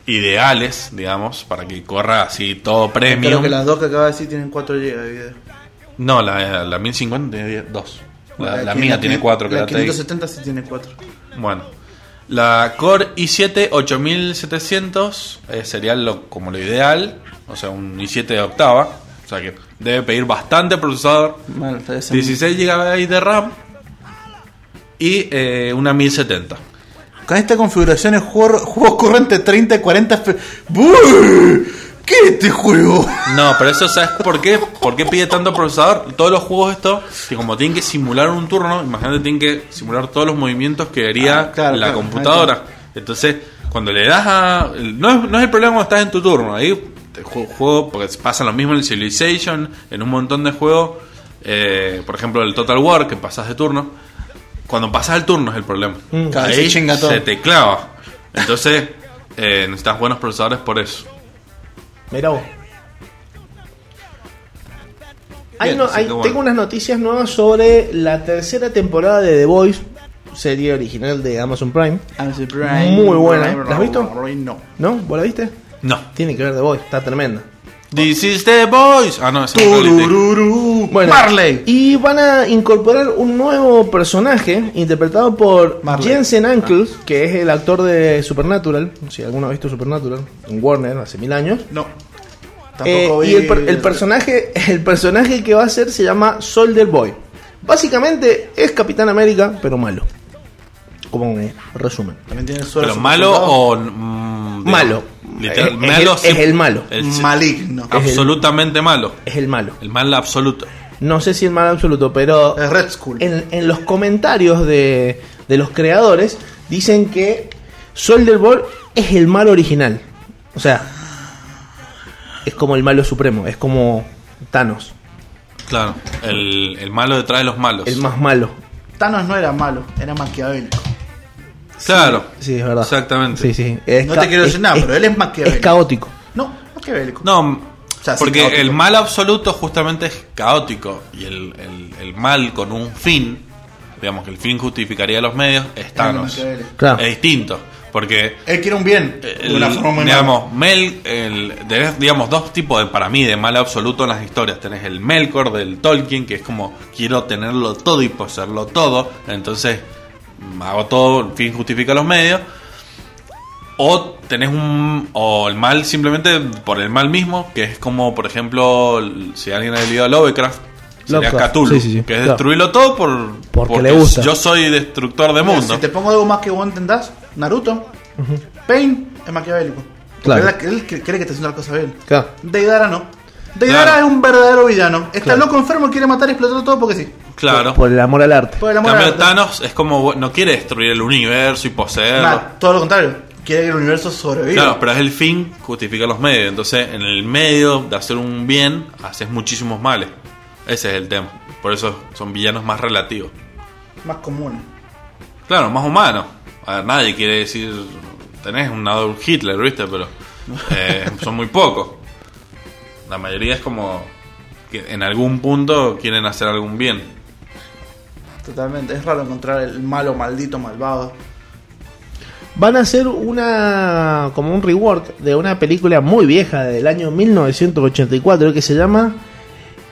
[SPEAKER 3] ideales, digamos, para que corra así todo
[SPEAKER 2] Creo
[SPEAKER 3] premium.
[SPEAKER 2] que las dos que acaba de decir tienen 4 GB de video.
[SPEAKER 3] No, la, la 1050 tiene 2. La, la
[SPEAKER 2] quin-
[SPEAKER 3] mía tiene 4, que
[SPEAKER 2] La
[SPEAKER 3] la TX.
[SPEAKER 2] 570 sí tiene 4.
[SPEAKER 3] Bueno. La Core i7 8700 eh, sería lo, como lo ideal. O sea, un i7 de octava. O sea que debe pedir bastante procesador.
[SPEAKER 2] Bueno, está ese-
[SPEAKER 3] 16 GB de RAM. Y eh, una 1070.
[SPEAKER 4] Con esta configuración el juego, juego corre entre 30 y 40 fr- ¡Buuu! ¿Qué es este juego?
[SPEAKER 3] No, pero eso, ¿sabes por qué? ¿Por qué pide tanto procesador? Todos los juegos estos, que como tienen que simular un turno, imagínate, tienen que simular todos los movimientos que haría
[SPEAKER 2] Ah, claro,
[SPEAKER 3] la
[SPEAKER 2] claro,
[SPEAKER 3] computadora. Entonces, cuando le das a... No es, no es el problema cuando estás en tu turno, ahí te ju- juego, porque pasa lo mismo en el Civilization, en un montón de juegos, eh, por ejemplo el Total War, que pasas de turno. Cuando pasas el turno es el problema.
[SPEAKER 4] claro,
[SPEAKER 3] ahí
[SPEAKER 4] se chinga todo.
[SPEAKER 3] se te clava. Entonces, eh, necesitas buenos procesadores por eso.
[SPEAKER 1] Mirá vos. Hay
[SPEAKER 3] Bien,
[SPEAKER 1] no-
[SPEAKER 3] así
[SPEAKER 1] hay-
[SPEAKER 3] que bueno.
[SPEAKER 1] Tengo unas noticias nuevas sobre la tercera temporada de The Voice, serie original de Amazon Prime. Muy buena, ¿eh? ¿La has visto?
[SPEAKER 2] No.
[SPEAKER 1] ¿No? ¿Vos la viste?
[SPEAKER 3] No.
[SPEAKER 1] Tiene que ver The Voice, está tremenda.
[SPEAKER 3] This is the boys. Ah, no, es un reality.
[SPEAKER 1] Bueno,
[SPEAKER 2] Marley.
[SPEAKER 1] Y van a incorporar un nuevo personaje interpretado por
[SPEAKER 2] Marley. Ah.
[SPEAKER 1] Jensen Ankles, que es el actor de Supernatural. Si alguno ha visto Supernatural, en Warner hace mil años.
[SPEAKER 2] No.
[SPEAKER 1] Eh,
[SPEAKER 2] Tampoco
[SPEAKER 1] y
[SPEAKER 2] vi-
[SPEAKER 1] el, per- el personaje el personaje que va a ser se llama Soldier Boy. Básicamente es Capitán América, pero malo. Como un resumen.
[SPEAKER 2] También tiene el suelo
[SPEAKER 3] Pero malo o. mm, digamos,
[SPEAKER 1] Malo.
[SPEAKER 3] Literal,
[SPEAKER 1] Es- es
[SPEAKER 3] malo
[SPEAKER 1] el- es el malo.
[SPEAKER 3] sí,
[SPEAKER 2] Maligno.
[SPEAKER 1] el-
[SPEAKER 3] absolutamente malo.
[SPEAKER 1] Es el malo.
[SPEAKER 3] El mal absoluto.
[SPEAKER 1] No sé si el malo absoluto, pero
[SPEAKER 2] Es Red School.
[SPEAKER 1] en, en los comentarios de, de los creadores dicen que Soldier Boy es el malo original. O sea, es como el malo supremo, es como Thanos,
[SPEAKER 3] Claro. El, el malo detrás de los malos.
[SPEAKER 1] el más malo.
[SPEAKER 2] Thanos no era malo, era maquiavélico.
[SPEAKER 3] Claro.
[SPEAKER 1] Sí, es verdad.
[SPEAKER 3] Exactamente.
[SPEAKER 1] Sí, sí. Es
[SPEAKER 2] No
[SPEAKER 1] ca-
[SPEAKER 2] te quiero decir
[SPEAKER 1] es-
[SPEAKER 2] nada, pero él es
[SPEAKER 1] Es
[SPEAKER 2] maquiavélico.
[SPEAKER 1] caótico.
[SPEAKER 2] No, maquiavélico.
[SPEAKER 3] No.
[SPEAKER 2] sea, sí,
[SPEAKER 3] porque
[SPEAKER 2] caótico.
[SPEAKER 3] el mal absoluto justamente es caótico. Y el, el- el mal con un fin digamos que el fin justificaría los medios, es Thanos.
[SPEAKER 2] Maquiavelo.
[SPEAKER 1] Claro.
[SPEAKER 3] Es distinto, porque
[SPEAKER 2] Él quiere un bien. de
[SPEAKER 3] Eh, el-
[SPEAKER 2] una forma muy mala.
[SPEAKER 3] digamos, Mel, el- tenés, digamos, dos tipos de, para mí, de mal absoluto en las historias. Tenés el Melkor del Tolkien, que es como, quiero tenerlo todo y poseerlo todo, entonces mm, hago todo, el fin justifica los medios. O tenés un. O el mal simplemente por el mal mismo, que es como, por ejemplo, l- si alguien ha leído a Lovecraft, sería
[SPEAKER 1] Lovecraft,
[SPEAKER 3] Cthulhu,
[SPEAKER 1] sí, sí, sí,
[SPEAKER 3] que es
[SPEAKER 1] claro.
[SPEAKER 3] destruirlo todo por,
[SPEAKER 1] Porque le gusta.
[SPEAKER 3] yo soy destructor de mundo.
[SPEAKER 2] Si te pongo algo más que vos entendás, Naruto, Pain es maquiavélico. Porque
[SPEAKER 1] Claro.
[SPEAKER 2] él- Él cre- cree que está haciendo las cosas bien.
[SPEAKER 1] Claro.
[SPEAKER 2] Deidara no. Deidara
[SPEAKER 3] Claro.
[SPEAKER 2] es un verdadero villano. Está
[SPEAKER 1] Claro.
[SPEAKER 2] loco enfermo, quiere matar y explotar todo porque sí.
[SPEAKER 3] Claro.
[SPEAKER 1] Por el amor al arte.
[SPEAKER 2] Por el amor
[SPEAKER 3] cambio,
[SPEAKER 2] al arte.
[SPEAKER 3] Thanos es como bueno, no quiere destruir el universo y poseerlo.
[SPEAKER 2] Nah, todo lo contrario. Quiere que el universo sobreviva.
[SPEAKER 3] Claro, pero es el fin, justifica los medios. Entonces, en el medio de hacer un bien, haces muchísimos males. Ese es el tema. Por eso son villanos más relativos.
[SPEAKER 2] Más común.
[SPEAKER 3] Claro, más humanos. A ver, nadie quiere decir. Tenés un Adolf Hitler, ¿viste? Pero eh, son muy pocos. La mayoría es como. que en algún punto quieren hacer algún bien.
[SPEAKER 2] Totalmente. Es raro encontrar el malo, maldito, malvado.
[SPEAKER 1] Van a hacer una como un rework de una película muy vieja del año 1984 que se llama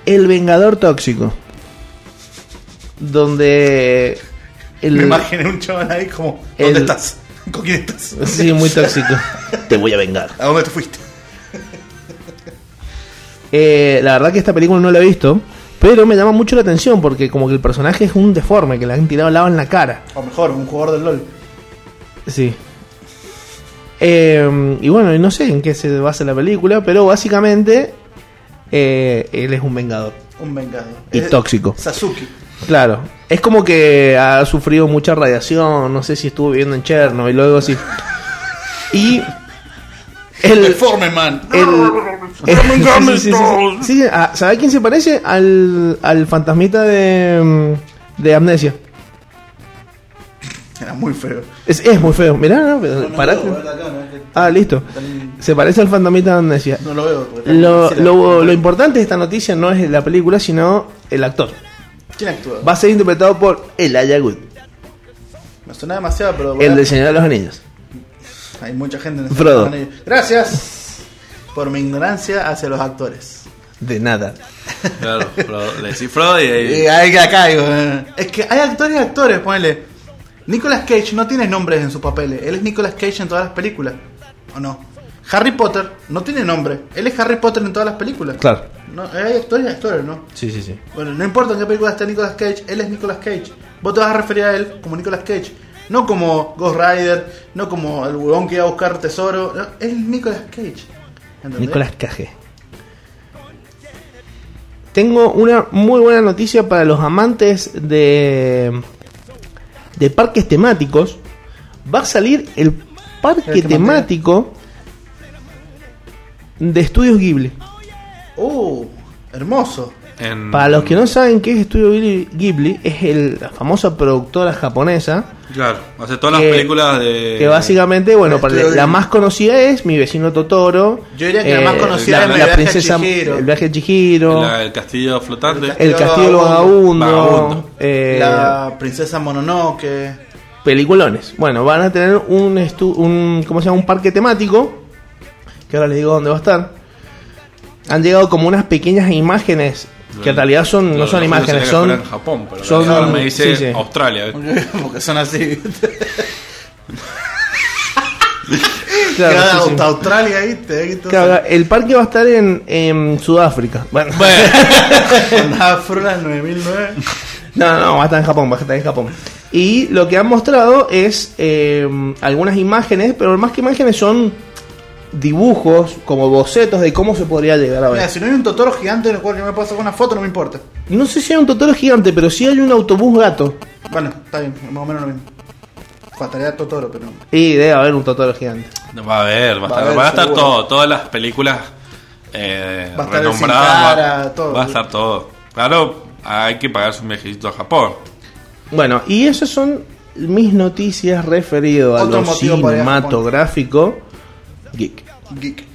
[SPEAKER 1] El Vengador Tóxico. Donde el
[SPEAKER 2] Me imaginé un chaval ahí como, ¿dónde
[SPEAKER 1] El-
[SPEAKER 2] estás? ¿Con quién estás?
[SPEAKER 1] Sí, muy tóxico. Te voy a vengar.
[SPEAKER 2] ¿A dónde te fuiste?
[SPEAKER 1] Eh, la verdad que esta película no la he visto, pero me llama mucho la atención porque como que el personaje es un deforme que le han tirado al lado en la cara.
[SPEAKER 2] O mejor, un jugador del LOL.
[SPEAKER 1] Sí. Eh, y bueno, y no sé en qué se basa la película, pero básicamente eh, él es un vengador.
[SPEAKER 2] Un vengado.
[SPEAKER 1] Y tóxico.
[SPEAKER 2] Sasuke.
[SPEAKER 1] Claro. Es como que ha sufrido mucha radiación, no sé si estuvo viviendo en Chernobyl y luego así. Y el,
[SPEAKER 2] Deforme, man.
[SPEAKER 1] el, el- sí, sí, sí, sí. Sí, a- ¿Sabe quién se parece? Al, al fantasmita de, mm, de Amnesia.
[SPEAKER 2] Era muy feo.
[SPEAKER 1] Es, es muy feo. Mirá, no, pero parate. Ah, listo. Se parece al fantasmita de Amnesia.
[SPEAKER 2] No lo veo. porque
[SPEAKER 1] Lo,
[SPEAKER 2] también-
[SPEAKER 1] lo- lo importante de esta noticia no es la película, sino el actor.
[SPEAKER 2] ¿Quién actúa?
[SPEAKER 1] Va a ser interpretado por Elijah Wood,
[SPEAKER 2] Me suena demasiado, pero.
[SPEAKER 1] el
[SPEAKER 2] bueno,
[SPEAKER 1] del Señor de los Anillos.
[SPEAKER 2] Hay mucha gente en ese
[SPEAKER 1] Frodo.
[SPEAKER 2] panel. Gracias por mi ignorancia hacia los actores.
[SPEAKER 1] De nada.
[SPEAKER 3] Claro, Frodo- le decís Frodo y ahí-
[SPEAKER 2] Y ahí la caigo. eh. Es que hay actores y actores, ponele. Nicolas Cage no tiene nombres en sus papeles. Él es Nicolas Cage en todas las películas. ¿O no? Harry Potter no tiene nombre. Él es Harry Potter en todas las películas.
[SPEAKER 1] Claro.
[SPEAKER 2] No, eh, hay actores y actores, ¿no?
[SPEAKER 1] Sí, sí, sí.
[SPEAKER 2] Bueno, no importa en qué película esté Nicolas Cage, él es Nicolas Cage. Vos te vas a referir a él como Nicolas Cage, no como Ghost Rider, no como el huevón que iba a buscar tesoro. no, él es Nicolas Cage. ¿Entendés?
[SPEAKER 1] Nicolás Cage. Tengo una muy buena noticia para los amantes de, de parques temáticos. Va a salir el parque
[SPEAKER 2] El que
[SPEAKER 1] temático de Estudios Ghibli.
[SPEAKER 2] ¡Uh! Hermoso.
[SPEAKER 3] en-
[SPEAKER 1] Para los que no saben qué es Estudio Ghibli, Ghibli es el- la famosa productora japonesa
[SPEAKER 3] Claro, hace todas las
[SPEAKER 1] que-
[SPEAKER 3] películas de.
[SPEAKER 1] que básicamente, bueno, para-
[SPEAKER 2] Estudio
[SPEAKER 1] la
[SPEAKER 2] Ghibli.
[SPEAKER 1] más conocida es Mi vecino Totoro. eh,
[SPEAKER 2] Yo diría que la más conocida es Mi viaje a Chihiro.
[SPEAKER 1] El viaje a Chihiro.
[SPEAKER 3] La- el castillo flotante.
[SPEAKER 2] El
[SPEAKER 1] El Castillo de los
[SPEAKER 3] Vagabundo.
[SPEAKER 1] Vagabundos.
[SPEAKER 3] Vagabundo.
[SPEAKER 1] eh,
[SPEAKER 2] La princesa Mononoke.
[SPEAKER 1] Peliculones. Bueno, van a tener un, estu- un, ¿cómo se llama? un parque temático. Que ahora les digo dónde va a estar. Han llegado como unas pequeñas imágenes. Que en realidad son, no son
[SPEAKER 3] Yo pensé
[SPEAKER 1] imágenes,
[SPEAKER 3] que
[SPEAKER 1] son.
[SPEAKER 3] fuera en Japón, pero
[SPEAKER 1] son-
[SPEAKER 3] ahora me dice
[SPEAKER 1] sí, sí.
[SPEAKER 3] Australia. ¿ves?
[SPEAKER 2] Porque son así.
[SPEAKER 1] claro,
[SPEAKER 2] Cada
[SPEAKER 1] sí, sí.
[SPEAKER 2] Australia, ¿viste? Ahí todo
[SPEAKER 1] Claro, el parque va a estar en, en Sudáfrica. Bueno,
[SPEAKER 2] Andaba Frula 9009.
[SPEAKER 1] no, no, va a estar en Japón, va a estar en Japón. Y lo que han mostrado es eh, algunas imágenes, pero más que imágenes son dibujos, como bocetos de cómo se podría llegar a ver.
[SPEAKER 2] Mira, si no hay un Totoro gigante en el cual yo me puedo sacar una foto, no me importa.
[SPEAKER 1] No sé si hay un Totoro gigante, pero sí hay un autobús gato.
[SPEAKER 2] Bueno, está bien, más o menos lo mismo. Fatalidad Totoro, pero.
[SPEAKER 1] Y debe haber un Totoro gigante.
[SPEAKER 3] No, Va a haber, va a
[SPEAKER 2] Va a
[SPEAKER 3] estar,
[SPEAKER 2] haber,
[SPEAKER 3] va a estar
[SPEAKER 2] seguro.
[SPEAKER 3] todo. Todas las películas eh,
[SPEAKER 2] Va a estar el Sin
[SPEAKER 3] renombradas.
[SPEAKER 2] Cara,
[SPEAKER 3] va,
[SPEAKER 2] todo.
[SPEAKER 3] va a estar todo. Claro, hay que pagarse un viajecito a Japón.
[SPEAKER 1] Bueno, y esas son mis noticias referido a
[SPEAKER 2] Otro
[SPEAKER 1] lo
[SPEAKER 2] motivo para ir a Japón.
[SPEAKER 1] cinematográfico. Geek.
[SPEAKER 2] Geek.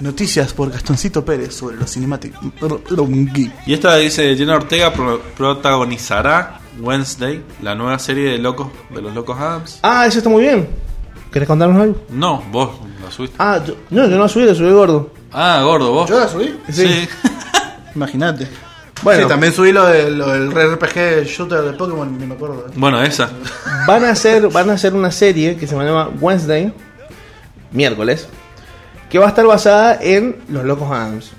[SPEAKER 2] Noticias por Gastoncito Pérez sobre los cinemáticos. Geek.
[SPEAKER 3] Y esta dice Jenna Ortega pro- protagonizará Wednesday, la nueva serie de locos de los locos Adams.
[SPEAKER 1] Ah, eso está muy bien. ¿Querés contarnos algo?
[SPEAKER 3] No, vos la subiste.
[SPEAKER 1] Ah, yo- no, yo no subí, lo subí gordo.
[SPEAKER 3] Ah, gordo, vos.
[SPEAKER 2] ¿Yo la subí?
[SPEAKER 3] Sí.
[SPEAKER 2] Imagínate.
[SPEAKER 1] Bueno.
[SPEAKER 2] Sí, también subí lo del, lo del RPG shooter de Pokémon, ni me acuerdo. ¿eh?
[SPEAKER 3] bueno, esa.
[SPEAKER 1] Van a hacer, van a hacer una serie que se llama Wednesday, miércoles, que va a estar basada en Los Locos Adams.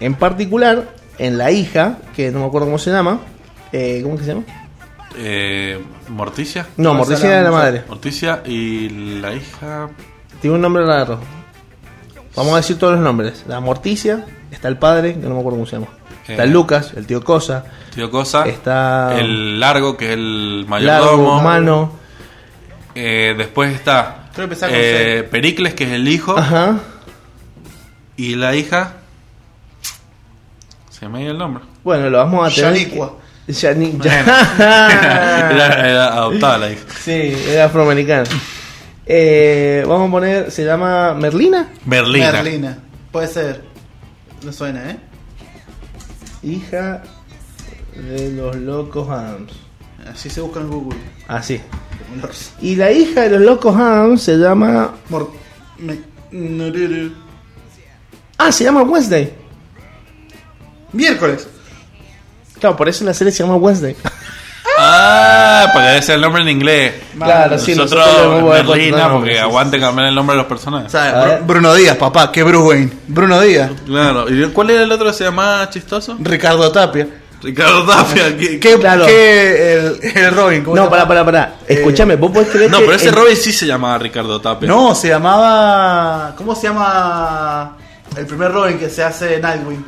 [SPEAKER 1] En particular, en la hija, que no me acuerdo cómo se llama. Eh, ¿Cómo que se llama?
[SPEAKER 3] Eh, Morticia.
[SPEAKER 1] No, Morticia era la madre.
[SPEAKER 3] Morticia y la hija.
[SPEAKER 1] Tiene un nombre raro. Vamos a decir todos los nombres. La Morticia, está el padre, que no me acuerdo cómo se llama. Está
[SPEAKER 3] Eh.
[SPEAKER 1] Lucas, el tío Cosa,
[SPEAKER 3] Tío Cosa.
[SPEAKER 1] Está-
[SPEAKER 3] El largo, que es el
[SPEAKER 1] Largo,
[SPEAKER 3] mayordomo.
[SPEAKER 1] Mano.
[SPEAKER 3] Eh, después está.
[SPEAKER 2] Creo que empezaba con
[SPEAKER 3] eh, Pericles, que es el hijo.
[SPEAKER 1] Ajá.
[SPEAKER 3] Y la hija. Se me dio el nombre.
[SPEAKER 1] Bueno, lo vamos a tener.
[SPEAKER 2] Yalicua.
[SPEAKER 1] que- Yani- Ah.
[SPEAKER 3] era, era adoptada la hija.
[SPEAKER 1] Sí, era afroamericana. Eh, vamos a poner, se llama Merlina,
[SPEAKER 3] Berlina.
[SPEAKER 2] Merlina. Puede ser. No suena, ¿eh?
[SPEAKER 1] hija de los locos Adams.
[SPEAKER 2] Así se busca en Google.
[SPEAKER 1] Así.
[SPEAKER 2] Como los-
[SPEAKER 1] Y la hija de los locos Adams se llama...
[SPEAKER 2] Mor- me- noruru.
[SPEAKER 1] Ah, se llama Wednesday.
[SPEAKER 2] Miércoles.
[SPEAKER 1] Claro, por eso la serie se llama Wednesday.
[SPEAKER 3] Ah, porque debe ser el nombre en inglés.
[SPEAKER 1] Claro, sí,
[SPEAKER 3] nosotros,
[SPEAKER 1] nosotros lo vamos a
[SPEAKER 3] Berlina,
[SPEAKER 1] encontrar,
[SPEAKER 3] porque
[SPEAKER 1] sí, sí,
[SPEAKER 3] aguante cambiar el nombre de los personajes.
[SPEAKER 2] O sea,
[SPEAKER 1] A ver.
[SPEAKER 2] Bru- Bruno Díaz, papá, que Bruce Wayne. Bruno Díaz.
[SPEAKER 3] Claro, ¿y cuál era el otro que se llamaba chistoso?
[SPEAKER 2] Ricardo Tapia.
[SPEAKER 3] Ricardo Tapia. que-
[SPEAKER 2] Que,
[SPEAKER 1] Claro.
[SPEAKER 2] que el, el Robin. ¿cómo
[SPEAKER 1] No,
[SPEAKER 2] se
[SPEAKER 1] pará,
[SPEAKER 2] llama?
[SPEAKER 1] pará, pará.
[SPEAKER 2] Eh,
[SPEAKER 1] Escuchame, vos podés creer
[SPEAKER 3] No,
[SPEAKER 1] que
[SPEAKER 3] pero ese
[SPEAKER 1] en-
[SPEAKER 3] Robin sí se llamaba Ricardo Tapia.
[SPEAKER 2] No, se llamaba. ¿Cómo se llama el primer Robin que se hace Nightwing?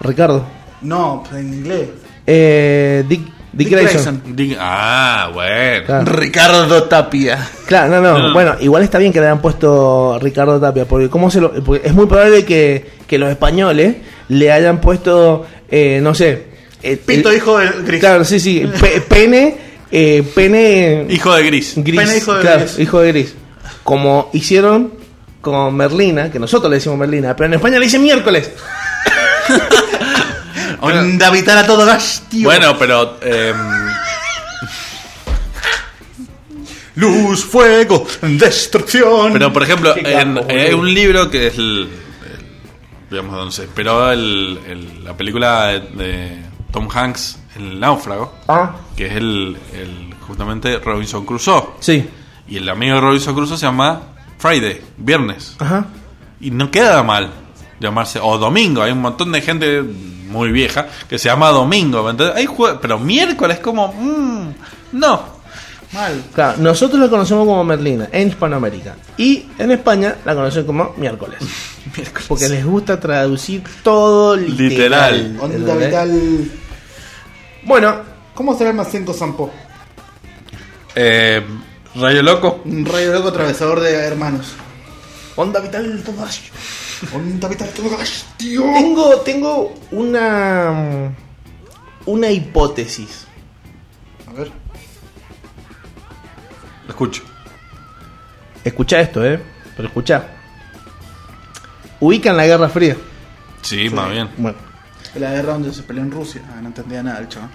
[SPEAKER 1] Ricardo.
[SPEAKER 2] No, pues, en inglés.
[SPEAKER 1] Eh, Dick, Dick,
[SPEAKER 2] Dick
[SPEAKER 1] Grayson.
[SPEAKER 2] Grayson.
[SPEAKER 3] Dig- Ah, bueno.
[SPEAKER 1] Claro.
[SPEAKER 2] Ricardo Tapia.
[SPEAKER 1] Claro, no, no,
[SPEAKER 3] No, no.
[SPEAKER 1] Bueno, igual está bien que le hayan puesto Ricardo Tapia, porque, ¿cómo se lo, porque es muy probable que, que los españoles le hayan puesto, eh, no sé. eh,
[SPEAKER 2] Pito,
[SPEAKER 1] el-
[SPEAKER 2] hijo del gris.
[SPEAKER 1] Claro, sí, sí. pe- pene, eh, pene
[SPEAKER 3] Hijo de Gris.
[SPEAKER 1] gris.
[SPEAKER 2] Pene hijo de
[SPEAKER 1] claro,
[SPEAKER 2] gris.
[SPEAKER 1] hijo de gris. Como hicieron con Merlina, que nosotros le decimos Merlina, pero en España le dicen miércoles.
[SPEAKER 2] Onda vital a todo gas, tío.
[SPEAKER 3] Bueno, pero. eh,
[SPEAKER 2] Luz, fuego, destrucción.
[SPEAKER 3] pero por ejemplo,
[SPEAKER 1] Qué
[SPEAKER 3] en- eh,
[SPEAKER 1] capo,
[SPEAKER 3] hay
[SPEAKER 1] boludo.
[SPEAKER 3] un libro que es el. el- digamos, donde se esperó el- el- la película de, de Tom Hanks, El Náufrago,
[SPEAKER 1] Ah,
[SPEAKER 3] que es el, el- justamente Robinson Crusoe.
[SPEAKER 1] sí.
[SPEAKER 3] Y el amigo de Robinson Crusoe se llama Friday, viernes.
[SPEAKER 1] Ajá.
[SPEAKER 3] Y no queda mal llamarse. O domingo, hay un montón de gente muy vieja que se llama domingo. ¿me entendés? Hay jue- pero miércoles como. mm, no.
[SPEAKER 2] Mal.
[SPEAKER 1] Claro, nosotros la conocemos como Merlina en Hispanoamérica y en España la conocen como miércoles. Porque les gusta traducir todo literal.
[SPEAKER 3] Literal.
[SPEAKER 2] Onda
[SPEAKER 1] ¿entendés?
[SPEAKER 2] vital.
[SPEAKER 1] Bueno,
[SPEAKER 2] ¿Cómo será el más 5 Sampo?
[SPEAKER 3] Eh, Rayo Loco.
[SPEAKER 2] Un rayo loco atravesador de hermanos.
[SPEAKER 1] onda vital todo así.
[SPEAKER 2] Onda vital a todo gas, tío.
[SPEAKER 1] Tengo, tengo una una hipótesis.
[SPEAKER 2] A ver.
[SPEAKER 3] Lo escucho.
[SPEAKER 1] Escucha esto, eh, pero escucha. Ubican la Guerra Fría.
[SPEAKER 3] Sí, más bien.
[SPEAKER 1] Bueno,
[SPEAKER 2] La guerra donde se peleó en Rusia. Ah, no entendía nada el chaval.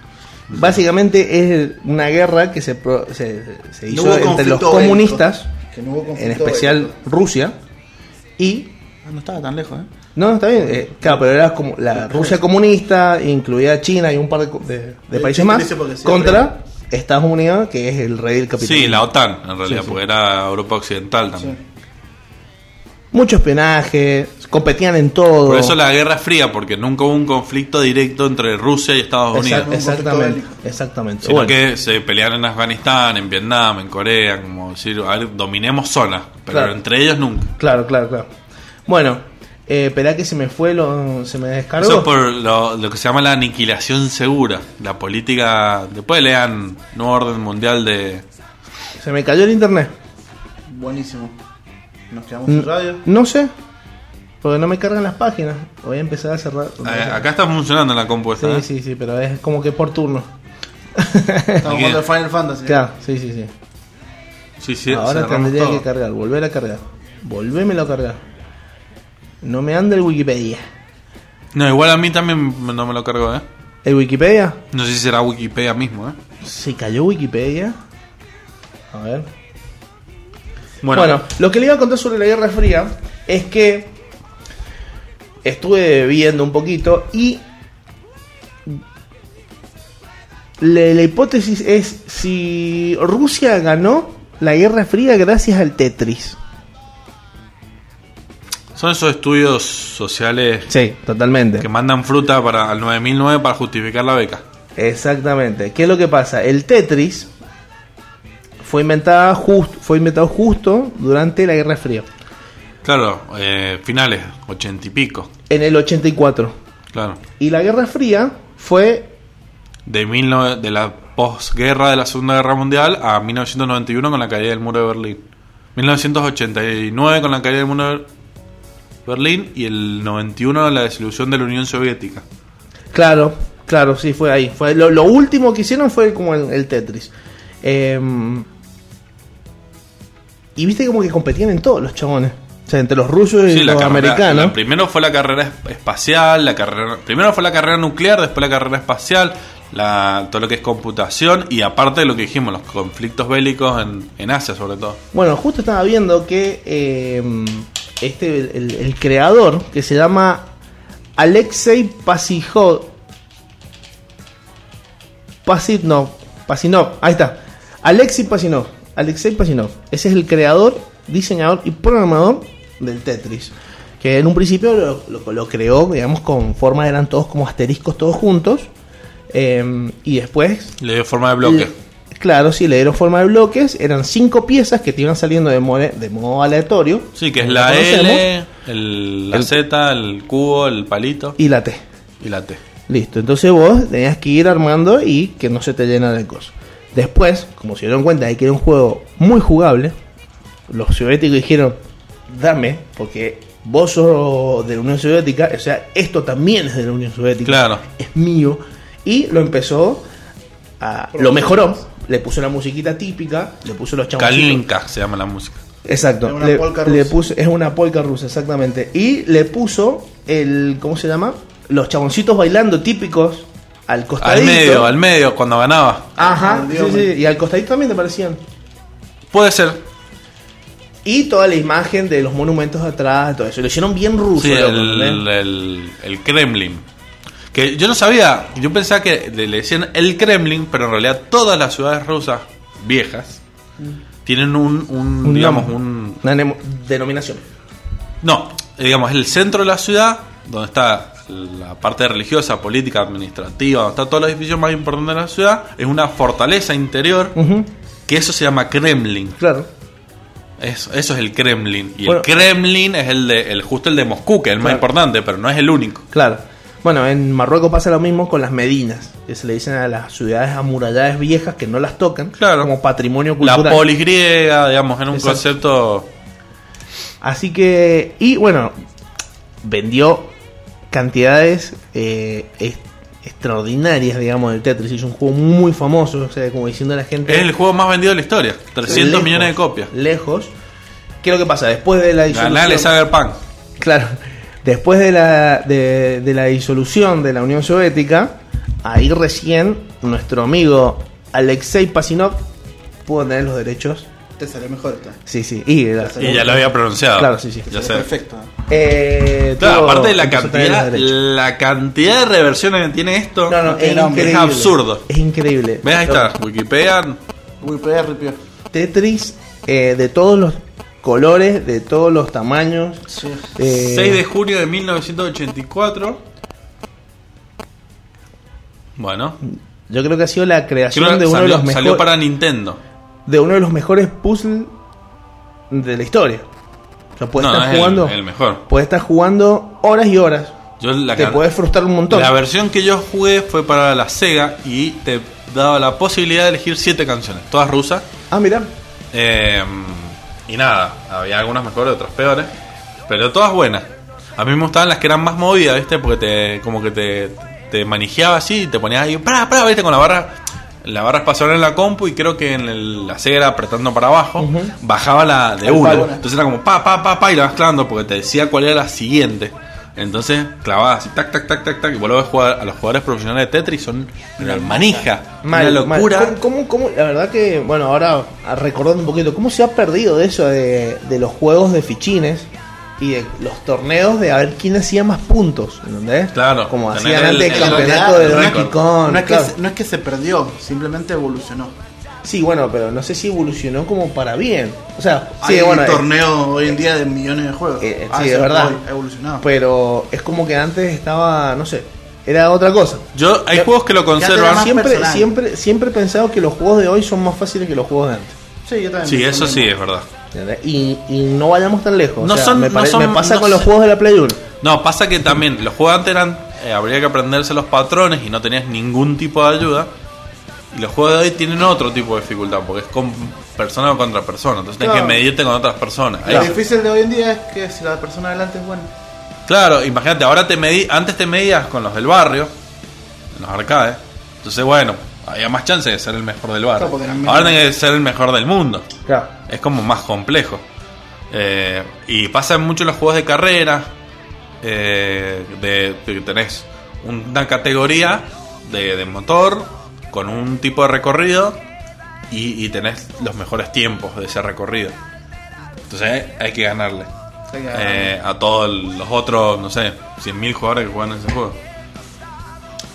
[SPEAKER 1] básicamente es una guerra que se pro- se, se hizo
[SPEAKER 2] hubo
[SPEAKER 1] entre los
[SPEAKER 2] conflicto
[SPEAKER 1] comunistas,
[SPEAKER 2] bélico. Que no hubo
[SPEAKER 1] en
[SPEAKER 2] conflicto
[SPEAKER 1] especial
[SPEAKER 2] bélico.
[SPEAKER 1] Rusia y
[SPEAKER 2] Ah, no estaba tan lejos, ¿eh?
[SPEAKER 1] No, está bien. eh, claro, pero era como la Rusia comunista, incluida China y un par de, co- de- de
[SPEAKER 2] El
[SPEAKER 1] países
[SPEAKER 2] chiste
[SPEAKER 1] más,
[SPEAKER 2] dice porque sí,
[SPEAKER 1] contra Estados Unidos, que es el rey del capitalismo.
[SPEAKER 3] Sí, la OTAN, en realidad,
[SPEAKER 1] sí.
[SPEAKER 3] porque era Europa Occidental también.
[SPEAKER 2] Sí.
[SPEAKER 1] Mucho espionaje, competían en todo.
[SPEAKER 3] Por eso la Guerra Fría, porque nunca hubo un conflicto directo entre Rusia y Estados
[SPEAKER 1] Exact-
[SPEAKER 3] Unidos.
[SPEAKER 1] Exactamente,
[SPEAKER 2] Un conflicto
[SPEAKER 1] exactamente.
[SPEAKER 3] Sino
[SPEAKER 1] Bueno,
[SPEAKER 3] que se pelearon en Afganistán, en Vietnam, en Corea, como decir, a ver, dominemos zonas, pero
[SPEAKER 1] Claro.
[SPEAKER 3] entre ellos nunca.
[SPEAKER 1] Claro, claro, claro. Bueno, eh, esperá que se me fue, lo, se me descargó.
[SPEAKER 3] Eso es por lo, lo que se llama la aniquilación segura, la política. Después lean Nuevo Orden Mundial de.
[SPEAKER 1] Se me cayó el internet.
[SPEAKER 2] Buenísimo. Nos quedamos
[SPEAKER 1] N-
[SPEAKER 2] en radio.
[SPEAKER 1] No sé, porque no me cargan las páginas. Voy a empezar a cerrar.
[SPEAKER 3] Eh, acá está funcionando la compuesta. ¿eh?
[SPEAKER 1] Sí, sí, sí, pero es como que por turno.
[SPEAKER 2] Estamos
[SPEAKER 3] ¿Y qué?
[SPEAKER 2] jugando el Final Fantasy.
[SPEAKER 1] Claro, sí, sí, sí.
[SPEAKER 3] sí, sí,
[SPEAKER 1] Ahora
[SPEAKER 3] cerramos
[SPEAKER 1] tendría
[SPEAKER 3] todo.
[SPEAKER 1] que cargar, volver a cargar. Volvémelo a cargar. No me anda el Wikipedia.
[SPEAKER 3] No, igual a mí también no me lo cargo, ¿eh?
[SPEAKER 1] ¿El Wikipedia?
[SPEAKER 3] No sé si será Wikipedia mismo, ¿eh?
[SPEAKER 1] ¿Se cayó Wikipedia? A ver.
[SPEAKER 3] Bueno,
[SPEAKER 1] Bueno. lo que le iba a contar sobre la Guerra Fría es que estuve viendo un poquito y la, la hipótesis es si Rusia ganó la Guerra Fría gracias al Tetris.
[SPEAKER 3] son esos estudios sociales
[SPEAKER 1] Sí, totalmente.
[SPEAKER 3] que mandan fruta para al 9009 para justificar la beca.
[SPEAKER 1] Exactamente. ¿Qué es lo que pasa? El Tetris fue inventada justo, fue inventado justo durante la Guerra Fría,
[SPEAKER 3] Claro, eh, finales, ochenta y pico,
[SPEAKER 1] en el 84.
[SPEAKER 3] claro.
[SPEAKER 1] Y la Guerra Fría fue
[SPEAKER 3] De, 19 de la posguerra de la Segunda Guerra Mundial a 1991 con la caída del muro de Berlín. 1989 con la caída del muro de Berlín y el 91 la desilusión de la Unión Soviética.
[SPEAKER 1] Claro, claro, sí, fue ahí. Fue lo, lo último que hicieron fue como el, el Tetris. Em, y viste como que competían en todos los chabones. O sea, entre los rusos y
[SPEAKER 3] Sí, la
[SPEAKER 1] los
[SPEAKER 3] carrera-
[SPEAKER 1] americanos.
[SPEAKER 3] la- primero fue la carrera es- espacial, la carrera, primero fue la carrera nuclear, después la carrera espacial, la, todo lo que es computación y aparte de lo que dijimos, los conflictos bélicos en, en Asia sobre todo.
[SPEAKER 1] Bueno, justo estaba viendo que em, este, el, el- el creador, que se llama Alexei Pasijo. Pasit, no, Pasinov, ahí está. Alexei Pasinov. Alexei Pasinov. Ese es el creador, diseñador y programador del Tetris. Que en un principio lo, lo- lo creó, digamos, con forma, eran todos como asteriscos todos juntos. em, y después
[SPEAKER 3] Le dio forma de bloque.
[SPEAKER 1] le- claro, sí, le dieron forma de bloques. Eran cinco piezas que te iban saliendo de, mone- de modo aleatorio.
[SPEAKER 3] Sí, que es
[SPEAKER 1] como
[SPEAKER 3] la
[SPEAKER 1] lo conocemos,
[SPEAKER 3] L, el- la
[SPEAKER 1] El-
[SPEAKER 3] Z, el cubo, el palito
[SPEAKER 1] Y la T.
[SPEAKER 3] y la T.
[SPEAKER 1] Listo. Entonces vos tenías que ir armando y que no se te llenara el coso. Después, como se dieron cuenta de que era un juego muy jugable, los soviéticos dijeron, dame, porque vos sos de la Unión Soviética, o sea, esto también es de la Unión Soviética.
[SPEAKER 3] Claro.
[SPEAKER 1] es mío. Y lo empezó a. Lo mejoró. Le puso la musiquita típica. Le puso los chaboncitos.
[SPEAKER 3] Kalinka se llama la música.
[SPEAKER 1] Exacto.
[SPEAKER 2] Es una
[SPEAKER 1] le,
[SPEAKER 2] polka
[SPEAKER 1] le
[SPEAKER 2] rusa.
[SPEAKER 1] puso, es una polka rusa, exactamente. Y le puso el. ¿Cómo se llama? Los chaboncitos bailando típicos al costadito.
[SPEAKER 3] Al medio, al medio, cuando ganaba.
[SPEAKER 1] Ajá. sí,
[SPEAKER 2] Al medio,
[SPEAKER 1] sí, Y al costadito también te parecían.
[SPEAKER 3] Puede ser.
[SPEAKER 1] Y toda la imagen de los monumentos atrás, todo eso. Lo hicieron bien ruso.
[SPEAKER 3] Sí,
[SPEAKER 1] loco,
[SPEAKER 3] el,
[SPEAKER 1] ¿entendés?
[SPEAKER 3] el- el Kremlin. Que yo no sabía, yo pensaba que le le decían el Kremlin, pero en realidad todas las ciudades rusas viejas
[SPEAKER 1] Mm.
[SPEAKER 3] tienen un, un,
[SPEAKER 1] Un
[SPEAKER 3] digamos,
[SPEAKER 1] nombre.
[SPEAKER 3] un...
[SPEAKER 1] Una nemo- denominación.
[SPEAKER 3] No, eh, digamos, el centro de la ciudad, donde está la parte religiosa, política, administrativa, donde está todos los edificios más importantes de la ciudad, es una fortaleza interior,
[SPEAKER 1] Ujú,
[SPEAKER 3] que eso se llama Kremlin.
[SPEAKER 1] Claro.
[SPEAKER 3] Eso, eso es el Kremlin. Y
[SPEAKER 1] Bueno.
[SPEAKER 3] el Kremlin es el de, el, justo el de Moscú, que es el más
[SPEAKER 1] Claro.
[SPEAKER 3] importante, pero no es el único.
[SPEAKER 1] Claro. Bueno, en Marruecos pasa lo mismo con las medinas, que se le dicen a las ciudades amuralladas viejas que no las tocan
[SPEAKER 3] Claro.
[SPEAKER 1] como patrimonio
[SPEAKER 3] La
[SPEAKER 1] cultural.
[SPEAKER 3] polis griega, digamos, era un
[SPEAKER 1] Exacto.
[SPEAKER 3] concepto.
[SPEAKER 1] Así que, y bueno, vendió cantidades eh, es- extraordinarias, digamos, del Tetris. Es un juego muy famoso, o sea, como diciendo a la gente...
[SPEAKER 3] Es el juego más vendido de la historia. 300
[SPEAKER 1] lejos,
[SPEAKER 3] millones de copias.
[SPEAKER 1] Lejos. ¿Qué es lo que pasa? Después de la
[SPEAKER 3] Ganale
[SPEAKER 1] disolución-
[SPEAKER 3] Cyberpunk.
[SPEAKER 1] Claro. Después de la, de, de la disolución de la Unión Soviética, ahí recién nuestro amigo Alexei Pasinov pudo tener los derechos.
[SPEAKER 2] Te salió mejor esta.
[SPEAKER 1] Sí, sí. Y, la-
[SPEAKER 3] Y ya lo había pronunciado.
[SPEAKER 1] Claro, sí, sí.
[SPEAKER 3] Ya
[SPEAKER 2] Te
[SPEAKER 3] sé.
[SPEAKER 2] salió perfecto.
[SPEAKER 1] Eh,
[SPEAKER 3] Claro,
[SPEAKER 1] tuvo-
[SPEAKER 3] aparte de la
[SPEAKER 1] empezó a tener
[SPEAKER 3] cantidad,
[SPEAKER 1] los derechos.
[SPEAKER 3] la cantidad de reversiones que tiene esto.
[SPEAKER 1] No, no, es,
[SPEAKER 2] Era hombre.
[SPEAKER 1] increíble.
[SPEAKER 3] Es absurdo.
[SPEAKER 1] Es increíble.
[SPEAKER 3] ¿Ves? Ahí está. Wikipedia.
[SPEAKER 2] Wikipedia ripió.
[SPEAKER 1] Tetris eh, de todos los colores, de todos los tamaños.
[SPEAKER 2] Sí.
[SPEAKER 1] eh,
[SPEAKER 3] 6 de junio de 1984. Bueno.
[SPEAKER 1] Yo creo que ha sido la creación
[SPEAKER 3] Creo que
[SPEAKER 1] de uno de
[SPEAKER 3] salió,
[SPEAKER 1] los mejores.
[SPEAKER 3] salió para Nintendo.
[SPEAKER 1] de uno de los mejores puzzles de la historia. O sea, puedes
[SPEAKER 3] No,
[SPEAKER 1] estar
[SPEAKER 3] es el-
[SPEAKER 1] jugando.
[SPEAKER 3] el mejor.
[SPEAKER 1] Puedes estar jugando horas y horas.
[SPEAKER 3] Yo la
[SPEAKER 1] te
[SPEAKER 3] can-
[SPEAKER 1] puedes frustrar un montón.
[SPEAKER 3] La versión que yo jugué fue para la Sega y te daba la posibilidad de elegir siete canciones, todas rusas.
[SPEAKER 1] Ah, mira.
[SPEAKER 3] Eh, y nada, había algunas mejores, otras peores, pero todas buenas. A mí me gustaban las que eran más movidas, ¿viste? Porque te, como que te, te manijeaba así y te ponías ahí, para, para, ¿viste? Con la barra, la barra espacial en la compu y creo que en el- la Sega era apretando para abajo, bajaba la de
[SPEAKER 2] El
[SPEAKER 3] uno.
[SPEAKER 2] palo.
[SPEAKER 3] Entonces era como pa, pa, pa, pa y la vas clavando porque te decía cuál era la siguiente. Entonces clavás así, tac, tac, tac, tac, tac. Y vos lo ves jugar a los jugadores profesionales de Tetris, son una manija,
[SPEAKER 1] Mal,
[SPEAKER 3] una
[SPEAKER 1] mal.
[SPEAKER 3] locura.
[SPEAKER 1] ¿Cómo- cómo- cómo? La verdad que, bueno, ahora a- recordando un poquito, ¿cómo se ha perdido de eso de, de los juegos de fichines y de los torneos de a ver quién hacía más puntos? ¿Entendés?
[SPEAKER 3] Claro,
[SPEAKER 1] Como
[SPEAKER 3] tener
[SPEAKER 1] hacían
[SPEAKER 3] el-
[SPEAKER 1] antes el,
[SPEAKER 3] el
[SPEAKER 1] campeonato
[SPEAKER 3] récord.
[SPEAKER 1] de
[SPEAKER 2] no, es
[SPEAKER 1] Donkey
[SPEAKER 2] que,
[SPEAKER 1] Kong.
[SPEAKER 2] no es que
[SPEAKER 1] claro.
[SPEAKER 2] se, no es que se perdió, simplemente evolucionó.
[SPEAKER 1] Sí, bueno, pero no sé si evolucionó como para bien. O sea, sí,
[SPEAKER 2] Hay
[SPEAKER 1] bueno.
[SPEAKER 2] un
[SPEAKER 1] eh,
[SPEAKER 2] torneo hoy en día de millones de juegos.
[SPEAKER 1] Eh, eh,
[SPEAKER 2] Ah,
[SPEAKER 1] sí,
[SPEAKER 2] eso
[SPEAKER 1] es verdad. Pues,
[SPEAKER 2] hoy Ha evolucionado.
[SPEAKER 1] eh, Pero es como que antes estaba, no sé, era otra cosa.
[SPEAKER 3] Yo, hay
[SPEAKER 1] Ya-
[SPEAKER 3] juegos que lo
[SPEAKER 2] te
[SPEAKER 3] conservan.
[SPEAKER 2] más
[SPEAKER 1] Siempre,
[SPEAKER 2] personal.
[SPEAKER 1] siempre, siempre he pensado que los juegos de hoy son más fáciles que los juegos de antes.
[SPEAKER 2] sí, yo también
[SPEAKER 3] Sí,
[SPEAKER 2] pienso
[SPEAKER 3] eso
[SPEAKER 2] lo
[SPEAKER 3] sí
[SPEAKER 2] mismo.
[SPEAKER 3] es verdad.
[SPEAKER 1] ¿entendés? Y, y no vayamos tan lejos.
[SPEAKER 3] No
[SPEAKER 1] o sea,
[SPEAKER 3] son-
[SPEAKER 1] me,
[SPEAKER 3] no
[SPEAKER 1] pare-
[SPEAKER 3] son-
[SPEAKER 1] me pasa
[SPEAKER 3] no
[SPEAKER 1] con los
[SPEAKER 3] sé.
[SPEAKER 1] juegos de la Play 1.
[SPEAKER 3] No, pasa que también los juegos antes eran. eh, habría que aprenderse los patrones y no tenías ningún tipo de ayuda. Y los juegos de hoy tienen otro tipo de dificultad, porque es con persona o contra persona. Entonces
[SPEAKER 2] Claro.
[SPEAKER 3] tienes que medirte con otras personas. Ahí-
[SPEAKER 2] Lo difícil de hoy en día es que si la persona delante es buena.
[SPEAKER 3] Claro, imagínate, ahora te medí, antes te medías con los del barrio, en los arcades. Entonces, bueno, había más chance de ser el mejor del barrio.
[SPEAKER 2] Claro, porque eran
[SPEAKER 3] ahora
[SPEAKER 2] menos.
[SPEAKER 3] tenés que ser el mejor del mundo.
[SPEAKER 1] Claro.
[SPEAKER 3] Es como más complejo. Eh, y pasan mucho los juegos de carrera, eh, de, de que tenés una categoría de, de motor con un tipo de recorrido y, y tenés los mejores tiempos de ese recorrido. Entonces hay que ganarle
[SPEAKER 2] O sea que,
[SPEAKER 3] eh, a todos los otros, no sé, 100.000 jugadores que juegan ese juego.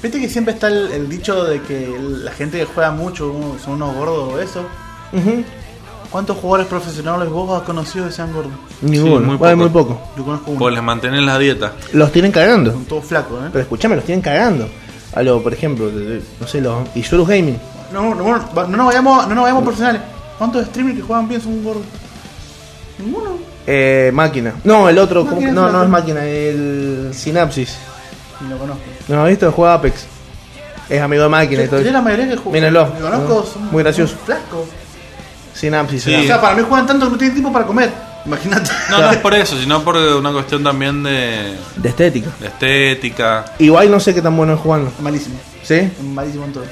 [SPEAKER 2] Viste que siempre está el, el dicho de que la gente que juega mucho uh, son unos gordos o eso.
[SPEAKER 1] Ujú.
[SPEAKER 2] ¿Cuántos jugadores profesionales vos has conocido que sean gordos?
[SPEAKER 1] Ninguno.
[SPEAKER 3] muy
[SPEAKER 1] Bueno,
[SPEAKER 3] poco.
[SPEAKER 1] muy poco.
[SPEAKER 2] Yo conozco uno.
[SPEAKER 3] Vos les mantenés la dieta.
[SPEAKER 1] Los tienen cagando.
[SPEAKER 2] Son todos flacos, ¿eh?
[SPEAKER 1] Pero escuchame, los tienen cagando. A lo, por ejemplo, de- de- no sé, los Isurus Gaming.
[SPEAKER 2] No, no, no, no nos vayamos, no nos vayamos personales. ¿Cuántos streamers que juegan bien son gordos? Ninguno.
[SPEAKER 1] Eh, máquina. No, el otro. ¿cómo
[SPEAKER 2] Máquina
[SPEAKER 1] que-
[SPEAKER 2] es
[SPEAKER 1] No,
[SPEAKER 2] otro.
[SPEAKER 1] no es máquina, el Sinapsis.
[SPEAKER 2] Ni lo conozco.
[SPEAKER 1] ¿No has visto? Juega Apex. Es amigo de máquina y
[SPEAKER 2] Yo,
[SPEAKER 1] todo.
[SPEAKER 2] yo la mayoría que juego.
[SPEAKER 1] Mírenlo.
[SPEAKER 2] Que conozco
[SPEAKER 1] ¿No?
[SPEAKER 2] son
[SPEAKER 1] Muy gracioso.
[SPEAKER 2] son flacos.
[SPEAKER 1] Sinapsis.
[SPEAKER 3] Sí.
[SPEAKER 2] O
[SPEAKER 1] Sinapsis.
[SPEAKER 2] sea, para mí juegan tanto que no tienen tiempo para comer. Imagínate.
[SPEAKER 3] No, no es por eso, sino por una cuestión también de,
[SPEAKER 1] De estética.
[SPEAKER 3] de estética.
[SPEAKER 1] Igual no sé qué tan bueno es jugando.
[SPEAKER 2] Malísimo.
[SPEAKER 1] ¿Sí?
[SPEAKER 2] Malísimo en todo.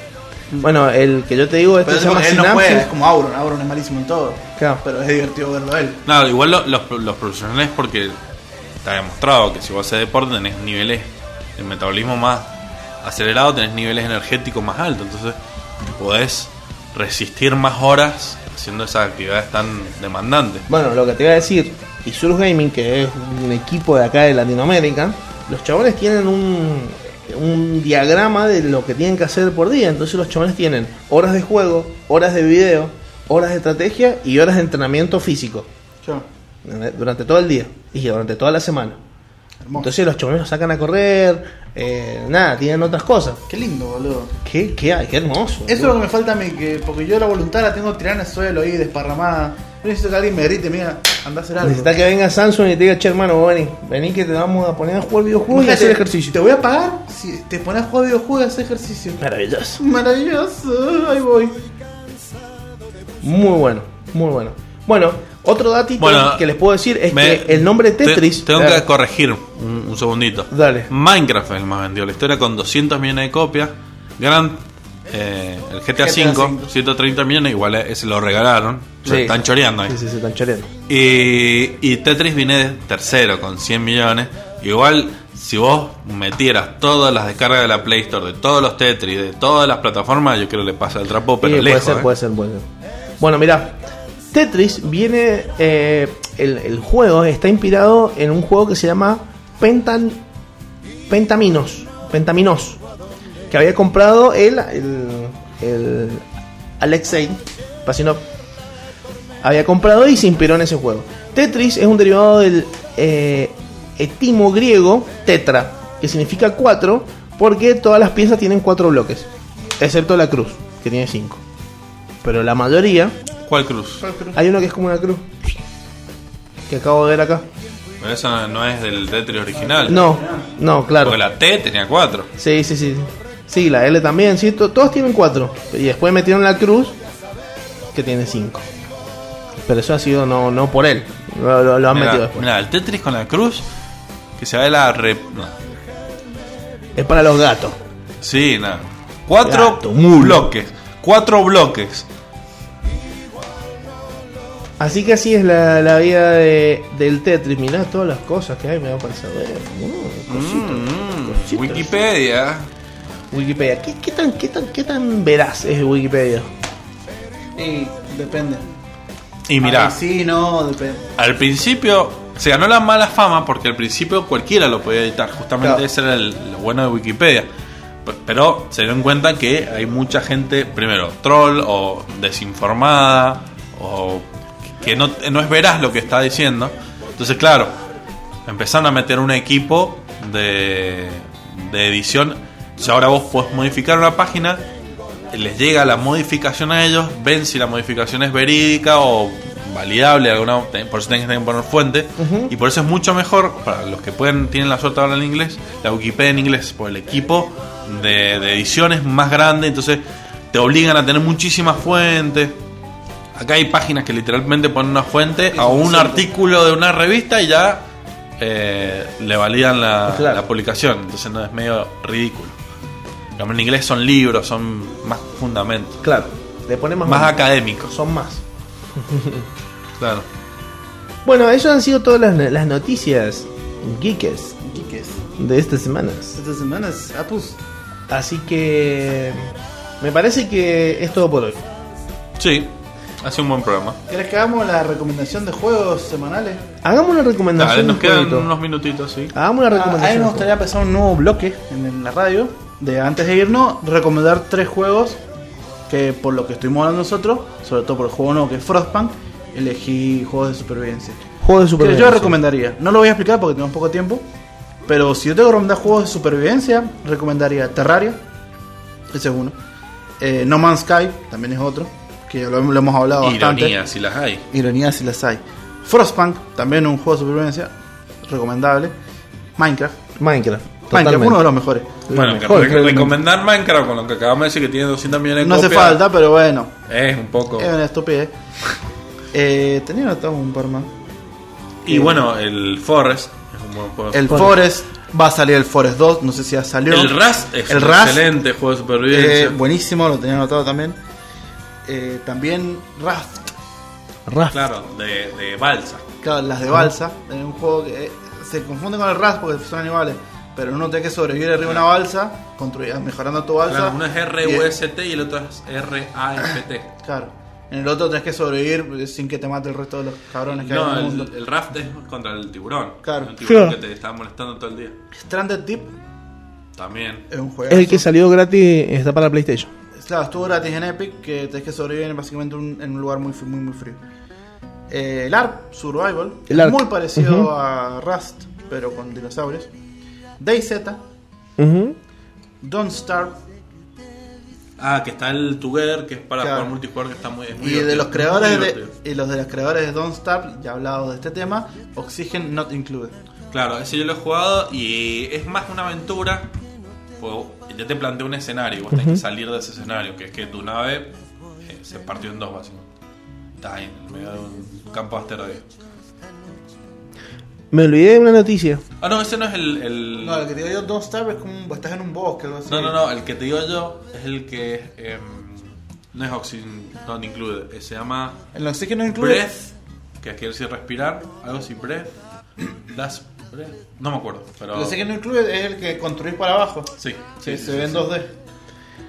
[SPEAKER 1] Bueno, el que yo te digo, este
[SPEAKER 2] Pero
[SPEAKER 1] se llama
[SPEAKER 2] él no
[SPEAKER 1] Sinapsis.
[SPEAKER 2] juega, es como Auron. Auron es malísimo en todo.
[SPEAKER 1] Claro.
[SPEAKER 2] Pero es divertido verlo a él.
[SPEAKER 3] No, igual lo- los, los profesionales porque está demostrado que si vos haces deporte tenés niveles de metabolismo más acelerado, tenés niveles energéticos más altos, entonces podés resistir más horas haciendo esas actividades tan demandantes.
[SPEAKER 1] Bueno, lo que te iba a decir, Isurus Gaming, que es un equipo de acá de Latinoamérica, los chabones tienen un, un diagrama de lo que tienen que hacer por día. Entonces los chabones tienen horas de juego, horas de video, horas de estrategia y horas de entrenamiento físico.
[SPEAKER 2] Yo,
[SPEAKER 1] ¿entendés? Durante todo el día y durante toda la semana.
[SPEAKER 2] hermoso.
[SPEAKER 1] Entonces los chabones los sacan a correr, eh, nada, tienen otras cosas.
[SPEAKER 2] Qué lindo, boludo.
[SPEAKER 1] ¿Qué, qué, hay? qué hermoso.
[SPEAKER 2] Eso es lo que me falta a mí, que, porque yo la voluntad la tengo tirada en el suelo ahí, desparramada. Yo necesito que alguien me grite, mira, anda a hacer algo.
[SPEAKER 1] Necesita que venga Samsung y te diga, che hermano, vos vení, vení que te vamos a poner a jugar videojuegos y
[SPEAKER 2] Imagínate,
[SPEAKER 1] hacer ejercicio.
[SPEAKER 2] Te voy a pagar si te pones a jugar videojuegos y hacer ejercicio.
[SPEAKER 1] Maravilloso.
[SPEAKER 2] Maravilloso, ahí voy.
[SPEAKER 1] Muy bueno, muy bueno. Bueno, otro datito
[SPEAKER 3] Bueno,
[SPEAKER 1] que les puedo decir es
[SPEAKER 3] Me-
[SPEAKER 1] que Este, el nombre Tetris.
[SPEAKER 3] te- tengo
[SPEAKER 1] Claro.
[SPEAKER 3] que corregir un, un segundito.
[SPEAKER 1] Dale.
[SPEAKER 3] Minecraft es el más vendido de la historia con 200 millones de copias. Gran. eh, el GTA,
[SPEAKER 2] GTA
[SPEAKER 3] V,
[SPEAKER 2] V.
[SPEAKER 3] 130 millones, igual eh, se lo regalaron. Se
[SPEAKER 1] Sí.
[SPEAKER 3] están choreando ahí.
[SPEAKER 1] Sí, sí, sí, están choreando.
[SPEAKER 3] Y, y Tetris viene de tercero con 100 millones. Igual, si vos metieras todas las descargas de la Play Store, de todos los Tetris, de todas las plataformas, yo creo que le pasa el trapo, pero
[SPEAKER 1] Sí,
[SPEAKER 3] lejos.
[SPEAKER 1] puede ser,
[SPEAKER 3] eh.
[SPEAKER 1] puede ser, puede ser. Bueno, mirá, Tetris viene. eh, el, el juego está inspirado en un juego que se llama Pentan, Pentaminos. Pentaminos. Que había comprado el, el, el Alexei Pasinov. Había comprado y se inspiró en ese juego. Tetris es un derivado del eh, etimo griego tetra, que significa cuatro, porque todas las piezas tienen cuatro bloques, excepto la cruz, que tiene cinco. Pero la mayoría,
[SPEAKER 3] ¿Cuál cruz?
[SPEAKER 1] hay uno que es como una cruz, que acabo de ver acá.
[SPEAKER 3] Pero eso no, no es del Tetris original.
[SPEAKER 1] No, no, claro.
[SPEAKER 3] Porque la T tenía 4.
[SPEAKER 1] Sí, sí, sí. Sí, la L también, sí, to- todos tienen cuatro. Y después metieron la cruz, que tiene cinco. Pero eso ha sido no, no por él, lo, lo- lo han metido después.
[SPEAKER 3] Mira, el Tetris con la cruz, que se ve la... Re... no.
[SPEAKER 1] Es para los gatos.
[SPEAKER 3] Sí, nada. Cuatro
[SPEAKER 1] Gato, mulo.
[SPEAKER 3] bloques. Cuatro bloques.
[SPEAKER 1] Así que así es la, la vida de, del Tetris. Mirá todas las cosas que hay, me da para saber. Mm, cositas,
[SPEAKER 3] Mm,
[SPEAKER 1] cositas.
[SPEAKER 3] Wikipedia.
[SPEAKER 1] Wikipedia. ¿Qué, qué tan, qué, tan, ¿Qué tan veraz es Wikipedia?
[SPEAKER 2] Y depende.
[SPEAKER 3] Y mirá,
[SPEAKER 2] Ay, sí, no, depende.
[SPEAKER 3] al principio se ganó la mala fama porque al principio cualquiera lo podía editar. Justamente
[SPEAKER 1] Claro.
[SPEAKER 3] ese era el- lo bueno de Wikipedia. P- Pero se dieron cuenta que hay mucha gente, primero, troll o desinformada o que no, no es veraz lo que está diciendo. Entonces, claro, empezaron a meter un equipo de, de edición. Entonces ahora vos podés modificar una página, les llega la modificación a ellos, ven si la modificación es verídica o validable, alguna, por eso tenés que poner fuente. Y por eso es mucho mejor, para los que pueden tienen la suerte de hablar en inglés, la Wikipedia en inglés, por el equipo de, de edición es más grande, entonces te obligan a tener muchísimas fuentes. Acá hay páginas que literalmente ponen una fuente a un artículo de una revista y ya eh, le validan la,
[SPEAKER 1] Claro.
[SPEAKER 3] la publicación. Entonces no es medio ridículo. En cambio, En inglés son libros, son más fundamentos,
[SPEAKER 1] Claro, le ponemos
[SPEAKER 3] más,
[SPEAKER 1] más.
[SPEAKER 3] académicos.
[SPEAKER 1] Son más.
[SPEAKER 3] Claro.
[SPEAKER 1] Bueno, esas han sido todas las, las noticias geekes
[SPEAKER 2] ¿Y qué es?
[SPEAKER 1] de estas semanas.
[SPEAKER 2] Esta semana es Apus.
[SPEAKER 1] Así que me parece que es todo por hoy.
[SPEAKER 3] Sí, hace un buen programa.
[SPEAKER 2] ¿Querés que hagamos la recomendación de juegos semanales?
[SPEAKER 1] Hagamos una
[SPEAKER 3] Dale,
[SPEAKER 1] recomendación.
[SPEAKER 3] nos
[SPEAKER 1] de
[SPEAKER 3] quedan
[SPEAKER 1] jueguito.
[SPEAKER 3] unos minutitos, sí.
[SPEAKER 1] Hagamos una
[SPEAKER 2] Ah, a mí
[SPEAKER 1] recomendación.
[SPEAKER 2] me gustaría empezar un nuevo bloque en, en la radio. De antes de irnos, recomendar tres juegos que por lo que estuvimos hablando nosotros, sobre todo por el juego nuevo que es Frostpunk, elegí juegos de supervivencia.
[SPEAKER 1] Juego de
[SPEAKER 2] Que
[SPEAKER 1] supervivencia.
[SPEAKER 2] yo recomendaría, no lo voy a explicar porque tenemos poco tiempo, pero si yo tengo que recomendar juegos de supervivencia, recomendaría Terraria, ese es uno. Eh, no Man's Sky, también es otro, que lo, lo hemos hablado Ah, bastante.
[SPEAKER 3] Ironías, si las hay.
[SPEAKER 2] Ironía si las hay. Frostpunk, también un juego de supervivencia, recomendable. Minecraft.
[SPEAKER 1] Minecraft.
[SPEAKER 2] Minecraft,
[SPEAKER 1] totalmente.
[SPEAKER 2] uno de los mejores.
[SPEAKER 1] Lo
[SPEAKER 3] Bueno,
[SPEAKER 1] mejor,
[SPEAKER 3] que re-
[SPEAKER 1] realmente.
[SPEAKER 3] recomendar Minecraft con lo que acabamos de decir que tiene 200 millones de
[SPEAKER 2] No hace
[SPEAKER 3] copias,
[SPEAKER 2] falta, pero bueno.
[SPEAKER 3] Es un poco.
[SPEAKER 2] Es una estupidez. Eh, tenía notado un par más.
[SPEAKER 3] y bueno, el Forest es un buen juego.
[SPEAKER 2] eh, El Forest. Va a salir el Forest 2, no sé si ya salió.
[SPEAKER 3] El RAS es
[SPEAKER 2] El
[SPEAKER 3] un
[SPEAKER 2] Rust,
[SPEAKER 3] excelente juego de supervivencia.
[SPEAKER 2] eh, buenísimo, lo tenía anotado también. Eh, también Raft,
[SPEAKER 1] Raft.
[SPEAKER 3] Claro, de, de balsa.
[SPEAKER 2] claro, las de balsa. Es un juego que eh, se confunde con el Raft porque son animales. Pero uno tiene que sobrevivir arriba de una balsa, construir, mejorando tu balsa.
[SPEAKER 3] Claro, uno es
[SPEAKER 2] Y-
[SPEAKER 3] RUST y el otro es RAFT.
[SPEAKER 2] Claro. En el otro tenés que sobrevivir sin que te mate el resto de los cabrones que hay
[SPEAKER 3] No,
[SPEAKER 2] en el mundo.
[SPEAKER 3] el, el raft es contra el tiburón.
[SPEAKER 2] Claro.
[SPEAKER 3] Un tiburón
[SPEAKER 1] Sí.
[SPEAKER 3] que te está molestando todo el día.
[SPEAKER 2] Stranded Deep
[SPEAKER 3] También.
[SPEAKER 2] es un juego.
[SPEAKER 1] Es el que salió gratis, está para PlayStation.
[SPEAKER 2] Claro, estuvo gratis en Epic, que tenés que sobrevivir en básicamente un- en un lugar muy, fri- muy, muy frío. Eh, el ARP, Survival,
[SPEAKER 1] El ARK.
[SPEAKER 2] muy parecido
[SPEAKER 1] Ujú.
[SPEAKER 2] a Rust, pero con dinosaurios. DayZ,
[SPEAKER 1] Ujú.
[SPEAKER 2] Don't Starve,
[SPEAKER 3] Ah, que está el Together, que es para
[SPEAKER 2] Claro.
[SPEAKER 3] jugar multijugador, que está muy, es muy
[SPEAKER 2] y de
[SPEAKER 3] divertido,
[SPEAKER 2] los creadores
[SPEAKER 3] muy
[SPEAKER 2] de,
[SPEAKER 3] divertido.
[SPEAKER 2] y los de los creadores de Don't Starve, ya hablado de este tema, Oxygen Not Included.
[SPEAKER 3] Claro, ese yo lo he jugado y es más una aventura. Pues, ya te planteo un escenario, vos tenés que salir de ese escenario, que es que tu nave eh, se partió en dos, básicamente. Estás ahí, en el medio de un campo de asteroides.
[SPEAKER 1] Me olvidé de una noticia.
[SPEAKER 3] Ah, no, ese no es el... el-
[SPEAKER 2] No, lo que te digo yo, Don't Starve es como un- estás en un bosque, algo así.
[SPEAKER 3] No, no, no, el que te digo yo es el que es, em, no es Oxygen Not Included, eh, se llama
[SPEAKER 2] El Oxygen Not Included.
[SPEAKER 3] Breath, que quiere decir respirar, algo así, Breath, Das Breath, no me acuerdo, pero...
[SPEAKER 2] Lo sé que no incluye es el que construís para abajo.
[SPEAKER 3] Sí,
[SPEAKER 2] Que
[SPEAKER 3] sí,
[SPEAKER 2] se
[SPEAKER 3] sí,
[SPEAKER 2] ve en
[SPEAKER 3] sí.
[SPEAKER 2] 2D.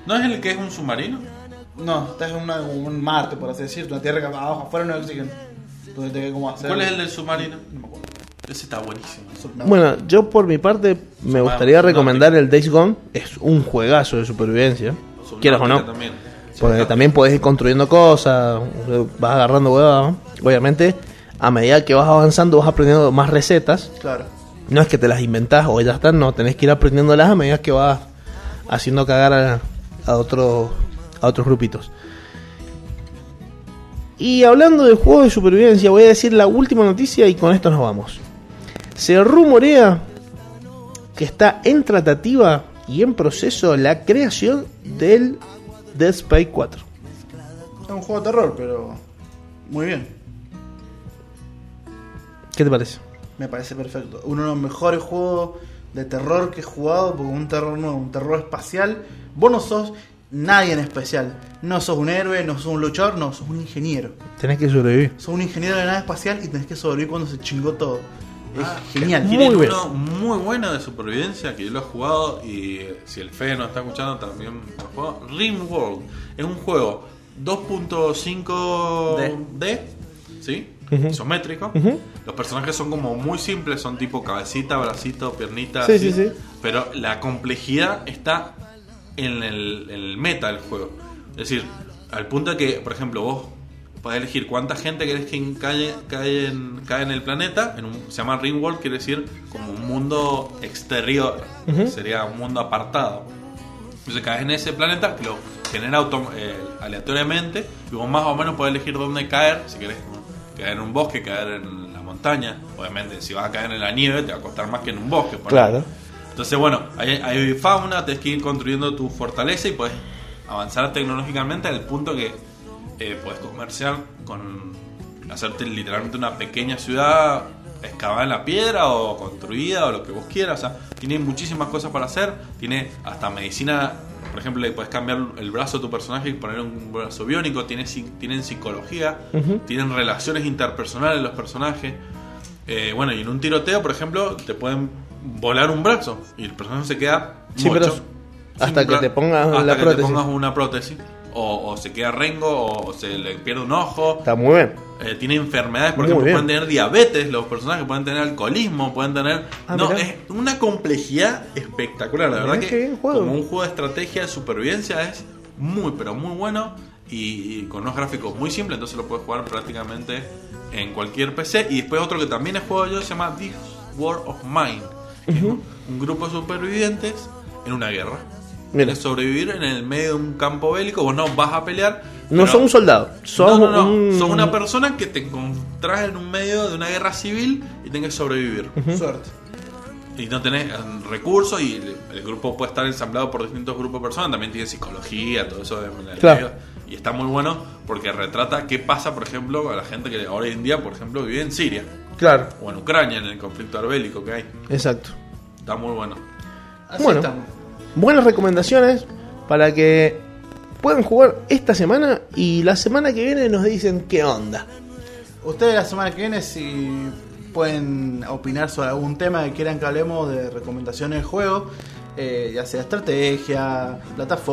[SPEAKER 3] ¿No es el que es un submarino?
[SPEAKER 2] No, estás en una- un Marte, por así decirlo. Una tierra que para abajo afuera no hay oxígeno. Entonces tenés que como hacer.
[SPEAKER 3] ¿Cuál es el del submarino? No me acuerdo. Ese está buenísimo.
[SPEAKER 2] No.
[SPEAKER 1] Bueno, yo por mi parte me gustaría recomendar el Days Gone. Es un juegazo de supervivencia.
[SPEAKER 3] Subnautica
[SPEAKER 1] Quieras o no.
[SPEAKER 3] También.
[SPEAKER 1] Porque también podés ir construyendo cosas, vas agarrando huevadas. Obviamente, a medida que vas avanzando, vas aprendiendo más recetas.
[SPEAKER 2] Claro.
[SPEAKER 1] No es que te las inventás o ya están, no, tenés que ir aprendiéndolas a medida que vas haciendo cagar a, a otros a otros grupitos. Y hablando de juegos de supervivencia, voy a decir la última noticia y con esto nos vamos. Se rumorea que está en tratativa y en proceso la creación del Dead Space 4.
[SPEAKER 2] Es un juego de terror, pero. Muy bien.
[SPEAKER 1] ¿Qué te parece?
[SPEAKER 2] Me parece perfecto. Uno de los mejores juegos de terror que he jugado. Porque un terror nuevo, un terror espacial. Vos no sos nadie en especial. No sos un héroe, no sos un luchador, no, sos un ingeniero.
[SPEAKER 5] Tenés que sobrevivir.
[SPEAKER 2] Sos un ingeniero de la nave espacial y tenés que sobrevivir cuando se chingó todo. Es
[SPEAKER 3] Ah.
[SPEAKER 2] genial.
[SPEAKER 5] Ah, Muy
[SPEAKER 3] Tienen
[SPEAKER 5] bueno.
[SPEAKER 3] uno muy bueno de supervivencia que yo lo he jugado y eh, si el Fede nos está escuchando también lo ha jugado. Rimworld es un juego 2.5D, ¿sí? Isométrico. Los personajes son como muy simples, son tipo cabecita, bracito, piernita.
[SPEAKER 1] Sí,
[SPEAKER 3] así.
[SPEAKER 1] sí, sí.
[SPEAKER 3] Pero la complejidad está en el, en el meta del juego. Es decir, al punto de que, por ejemplo, vos podés elegir cuánta gente querés que en- cae, cae, en, cae en el planeta. En un, se llama Ringworld, quiere decir como un mundo exterior. Sería un mundo apartado. Entonces caes en ese planeta que lo genera autom- eh, aleatoriamente. Y vos más o menos podés elegir dónde caer. Si querés ¿no? caer en un bosque, caer en la montaña. Obviamente, si vas a caer en la nieve, te va a costar más que en un bosque. por
[SPEAKER 5] Claro.
[SPEAKER 3] ejemplo. Entonces, bueno, hay, hay fauna, tenés que ir construyendo tu fortaleza y puedes avanzar tecnológicamente al punto que eh, puedes comerciar con hacerte literalmente una pequeña ciudad excavada en la piedra o construida o lo que vos quieras. O sea, tiene muchísimas cosas para hacer. Tiene hasta medicina, por ejemplo, le puedes cambiar el brazo de tu personaje y poner un brazo biónico. Tiene, psi- tienen psicología, tienen relaciones interpersonales los personajes. Eh, bueno, y en un tiroteo, por ejemplo, te pueden volar un brazo y el personaje se queda.
[SPEAKER 1] Sí, pero
[SPEAKER 3] mocho.
[SPEAKER 1] hasta
[SPEAKER 3] Sin
[SPEAKER 1] que
[SPEAKER 3] bra-
[SPEAKER 1] te pongas
[SPEAKER 3] hasta
[SPEAKER 1] la
[SPEAKER 3] que
[SPEAKER 1] prótesis.
[SPEAKER 3] te pongas una prótesis. O, o se queda rengo, o se le pierde un ojo.
[SPEAKER 1] Está muy bien.
[SPEAKER 3] Eh, tiene enfermedades, por
[SPEAKER 1] Muy
[SPEAKER 3] ejemplo,
[SPEAKER 1] bien.
[SPEAKER 3] pueden tener diabetes los personajes, pueden tener alcoholismo, pueden tener.
[SPEAKER 1] Ah,
[SPEAKER 3] no,
[SPEAKER 1] mirá.
[SPEAKER 3] es una complejidad espectacular. La
[SPEAKER 1] Mirá
[SPEAKER 3] verdad
[SPEAKER 1] qué
[SPEAKER 3] que,
[SPEAKER 1] bien juego.
[SPEAKER 3] como un juego de estrategia de supervivencia, es muy, pero muy bueno. Y, y con unos gráficos muy simples, entonces lo puedes jugar prácticamente en cualquier PC. Y después otro que también he jugado yo se llama This War of Mine. que es un- un grupo de supervivientes en una guerra.
[SPEAKER 1] Mira.
[SPEAKER 3] Tienes que sobrevivir en el medio de un campo bélico, vos no vas a pelear.
[SPEAKER 1] No
[SPEAKER 3] pero-
[SPEAKER 1] sos un soldado. Sos
[SPEAKER 3] no, no, no.
[SPEAKER 1] un-
[SPEAKER 3] Sos una persona que te encontrás en un medio de una guerra civil y tenés que sobrevivir.
[SPEAKER 2] Suerte.
[SPEAKER 3] Y no tenés eh, recursos y el, el grupo puede estar ensamblado por distintos grupos de personas. También tiene psicología, todo eso. en el
[SPEAKER 1] Claro.
[SPEAKER 3] medio. Y está muy bueno porque retrata qué pasa, por ejemplo, a la gente que hoy en día, por ejemplo, vive en Siria
[SPEAKER 1] Claro,
[SPEAKER 3] o en Ucrania, en el conflicto arbélico que hay.
[SPEAKER 1] exacto.
[SPEAKER 3] Está muy bueno.
[SPEAKER 2] Así
[SPEAKER 1] Bueno.
[SPEAKER 2] estamos.
[SPEAKER 1] Buenas recomendaciones para que puedan jugar esta semana y la semana que viene nos dicen qué onda.
[SPEAKER 2] Ustedes la semana que viene si pueden opinar sobre algún tema que quieran que hablemos de recomendaciones de juegos, eh, ya sea estrategia,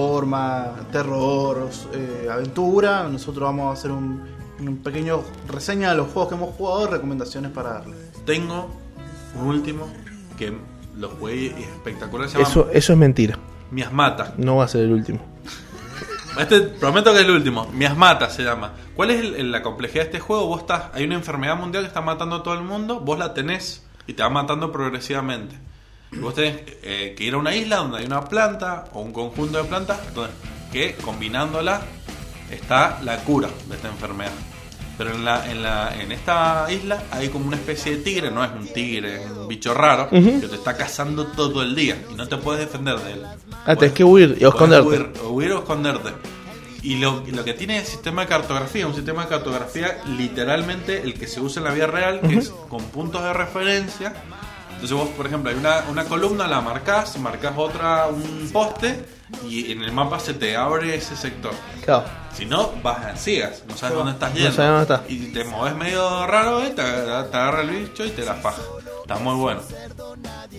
[SPEAKER 2] plataforma, terror, eh, aventura, nosotros vamos a hacer un, un pequeño reseña de los juegos que hemos jugado, recomendaciones para darle.
[SPEAKER 3] Tengo un último que lo jugué y es espectacular. Se llama
[SPEAKER 1] Eso, eso es mentira.
[SPEAKER 3] Miasmata.
[SPEAKER 1] No va a ser el último.
[SPEAKER 3] Este prometo que es el último. Miasmata se llama. ¿Cuál es el- el- la complejidad de este juego? Vos estás, hay una enfermedad mundial que está matando a todo el mundo, vos la tenés y te va matando progresivamente. Y Vos tenés eh, que ir a una isla donde hay una planta o un conjunto de plantas donde- que combinándola está la cura de esta enfermedad. Pero en, la, en, la, en esta isla hay como una especie de tigre, no es un tigre, es un bicho raro, que te está cazando todo el día y no te puedes defender de él.
[SPEAKER 1] Ah, tenés
[SPEAKER 3] Puedes-
[SPEAKER 1] que huir y
[SPEAKER 3] puedes
[SPEAKER 1] esconderte.
[SPEAKER 3] huir o huir o esconderte. Y lo, lo que tiene el sistema de cartografía, un sistema de cartografía literalmente el que se usa en la vida real, que es con puntos de referencia. Entonces vos, por ejemplo, hay una, una columna, la marcás, marcás otra, un poste, y en el mapa se te abre ese sector.
[SPEAKER 1] Claro.
[SPEAKER 3] Si no, vas a ciegas, no sabes dónde estás yendo.
[SPEAKER 1] sabes dónde estás.
[SPEAKER 3] Y te moves medio raro, eh, te, aga- te agarra el bicho y te la faja. Está muy bueno.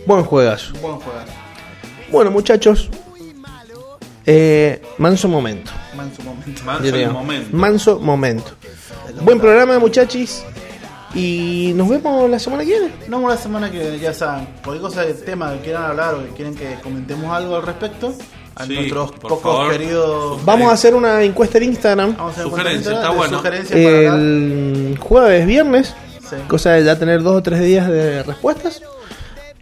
[SPEAKER 1] Buen juegazo.
[SPEAKER 2] Buen juego,
[SPEAKER 1] Bueno, muchachos. eh, manso momento.
[SPEAKER 2] en su momento.
[SPEAKER 3] Manso
[SPEAKER 1] yo
[SPEAKER 3] el
[SPEAKER 1] digo.
[SPEAKER 3] momento.
[SPEAKER 1] Manso momento. Buen programa, muchachis. Y nos vemos la semana que viene.
[SPEAKER 2] Nos vemos la semana que ya saben, cualquier cosa de tema que quieran hablar o que quieren que comentemos algo al respecto, a
[SPEAKER 3] Sí,
[SPEAKER 2] nuestros
[SPEAKER 3] por
[SPEAKER 2] pocos
[SPEAKER 3] favor.
[SPEAKER 2] queridos...
[SPEAKER 1] Vamos
[SPEAKER 3] Sí.
[SPEAKER 1] a hacer una encuesta en Instagram.
[SPEAKER 2] Vamos a hacer
[SPEAKER 3] Sugerencia,
[SPEAKER 2] cuenta
[SPEAKER 3] está
[SPEAKER 2] de
[SPEAKER 3] bueno.
[SPEAKER 2] sugerencias para hablar.
[SPEAKER 1] El jueves, viernes.
[SPEAKER 2] Sí.
[SPEAKER 1] Cosa de ya tener dos o tres días de respuestas.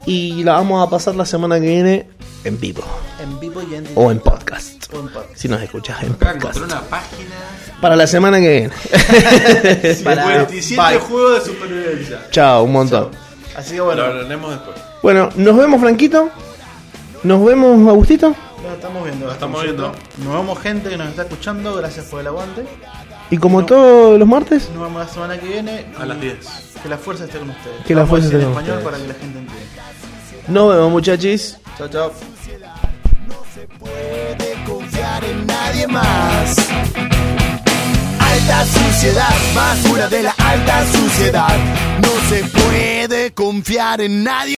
[SPEAKER 1] Y la vamos a pasar la semana que viene en vivo.
[SPEAKER 2] En vivo y en,
[SPEAKER 1] O en podcast.
[SPEAKER 2] o en podcast.
[SPEAKER 1] Si nos escuchas en
[SPEAKER 3] Acá encontré
[SPEAKER 1] podcast.
[SPEAKER 3] una página
[SPEAKER 1] Para la semana que viene.
[SPEAKER 2] Para-
[SPEAKER 3] 57
[SPEAKER 2] Bye.
[SPEAKER 3] juegos de supervivencia.
[SPEAKER 1] Chao, un montón.
[SPEAKER 2] Así que bueno,
[SPEAKER 3] Lo hablaremos después.
[SPEAKER 1] Bueno, nos vemos, Franquito. Nos vemos, Agustito.
[SPEAKER 2] nos estamos viendo.
[SPEAKER 3] Nos estamos viendo.
[SPEAKER 2] Nos vemos gente que nos está escuchando. Gracias por el aguante.
[SPEAKER 1] Y como todos los martes,
[SPEAKER 2] Nos vemos la semana que viene.
[SPEAKER 3] A las
[SPEAKER 2] y
[SPEAKER 3] 10.
[SPEAKER 2] Que la fuerza esté con ustedes.
[SPEAKER 1] Que la
[SPEAKER 2] Vamos a
[SPEAKER 1] fuerza
[SPEAKER 2] decir
[SPEAKER 1] esté
[SPEAKER 2] en
[SPEAKER 1] con
[SPEAKER 2] español
[SPEAKER 1] ustedes.
[SPEAKER 2] para que la gente entienda.
[SPEAKER 1] nos vemos, muchachis.
[SPEAKER 2] Chao, chao.
[SPEAKER 6] no se puede confiar en
[SPEAKER 5] nadie más. Alta suciedad, basura de la alta suciedad. No se puede confiar en nadie.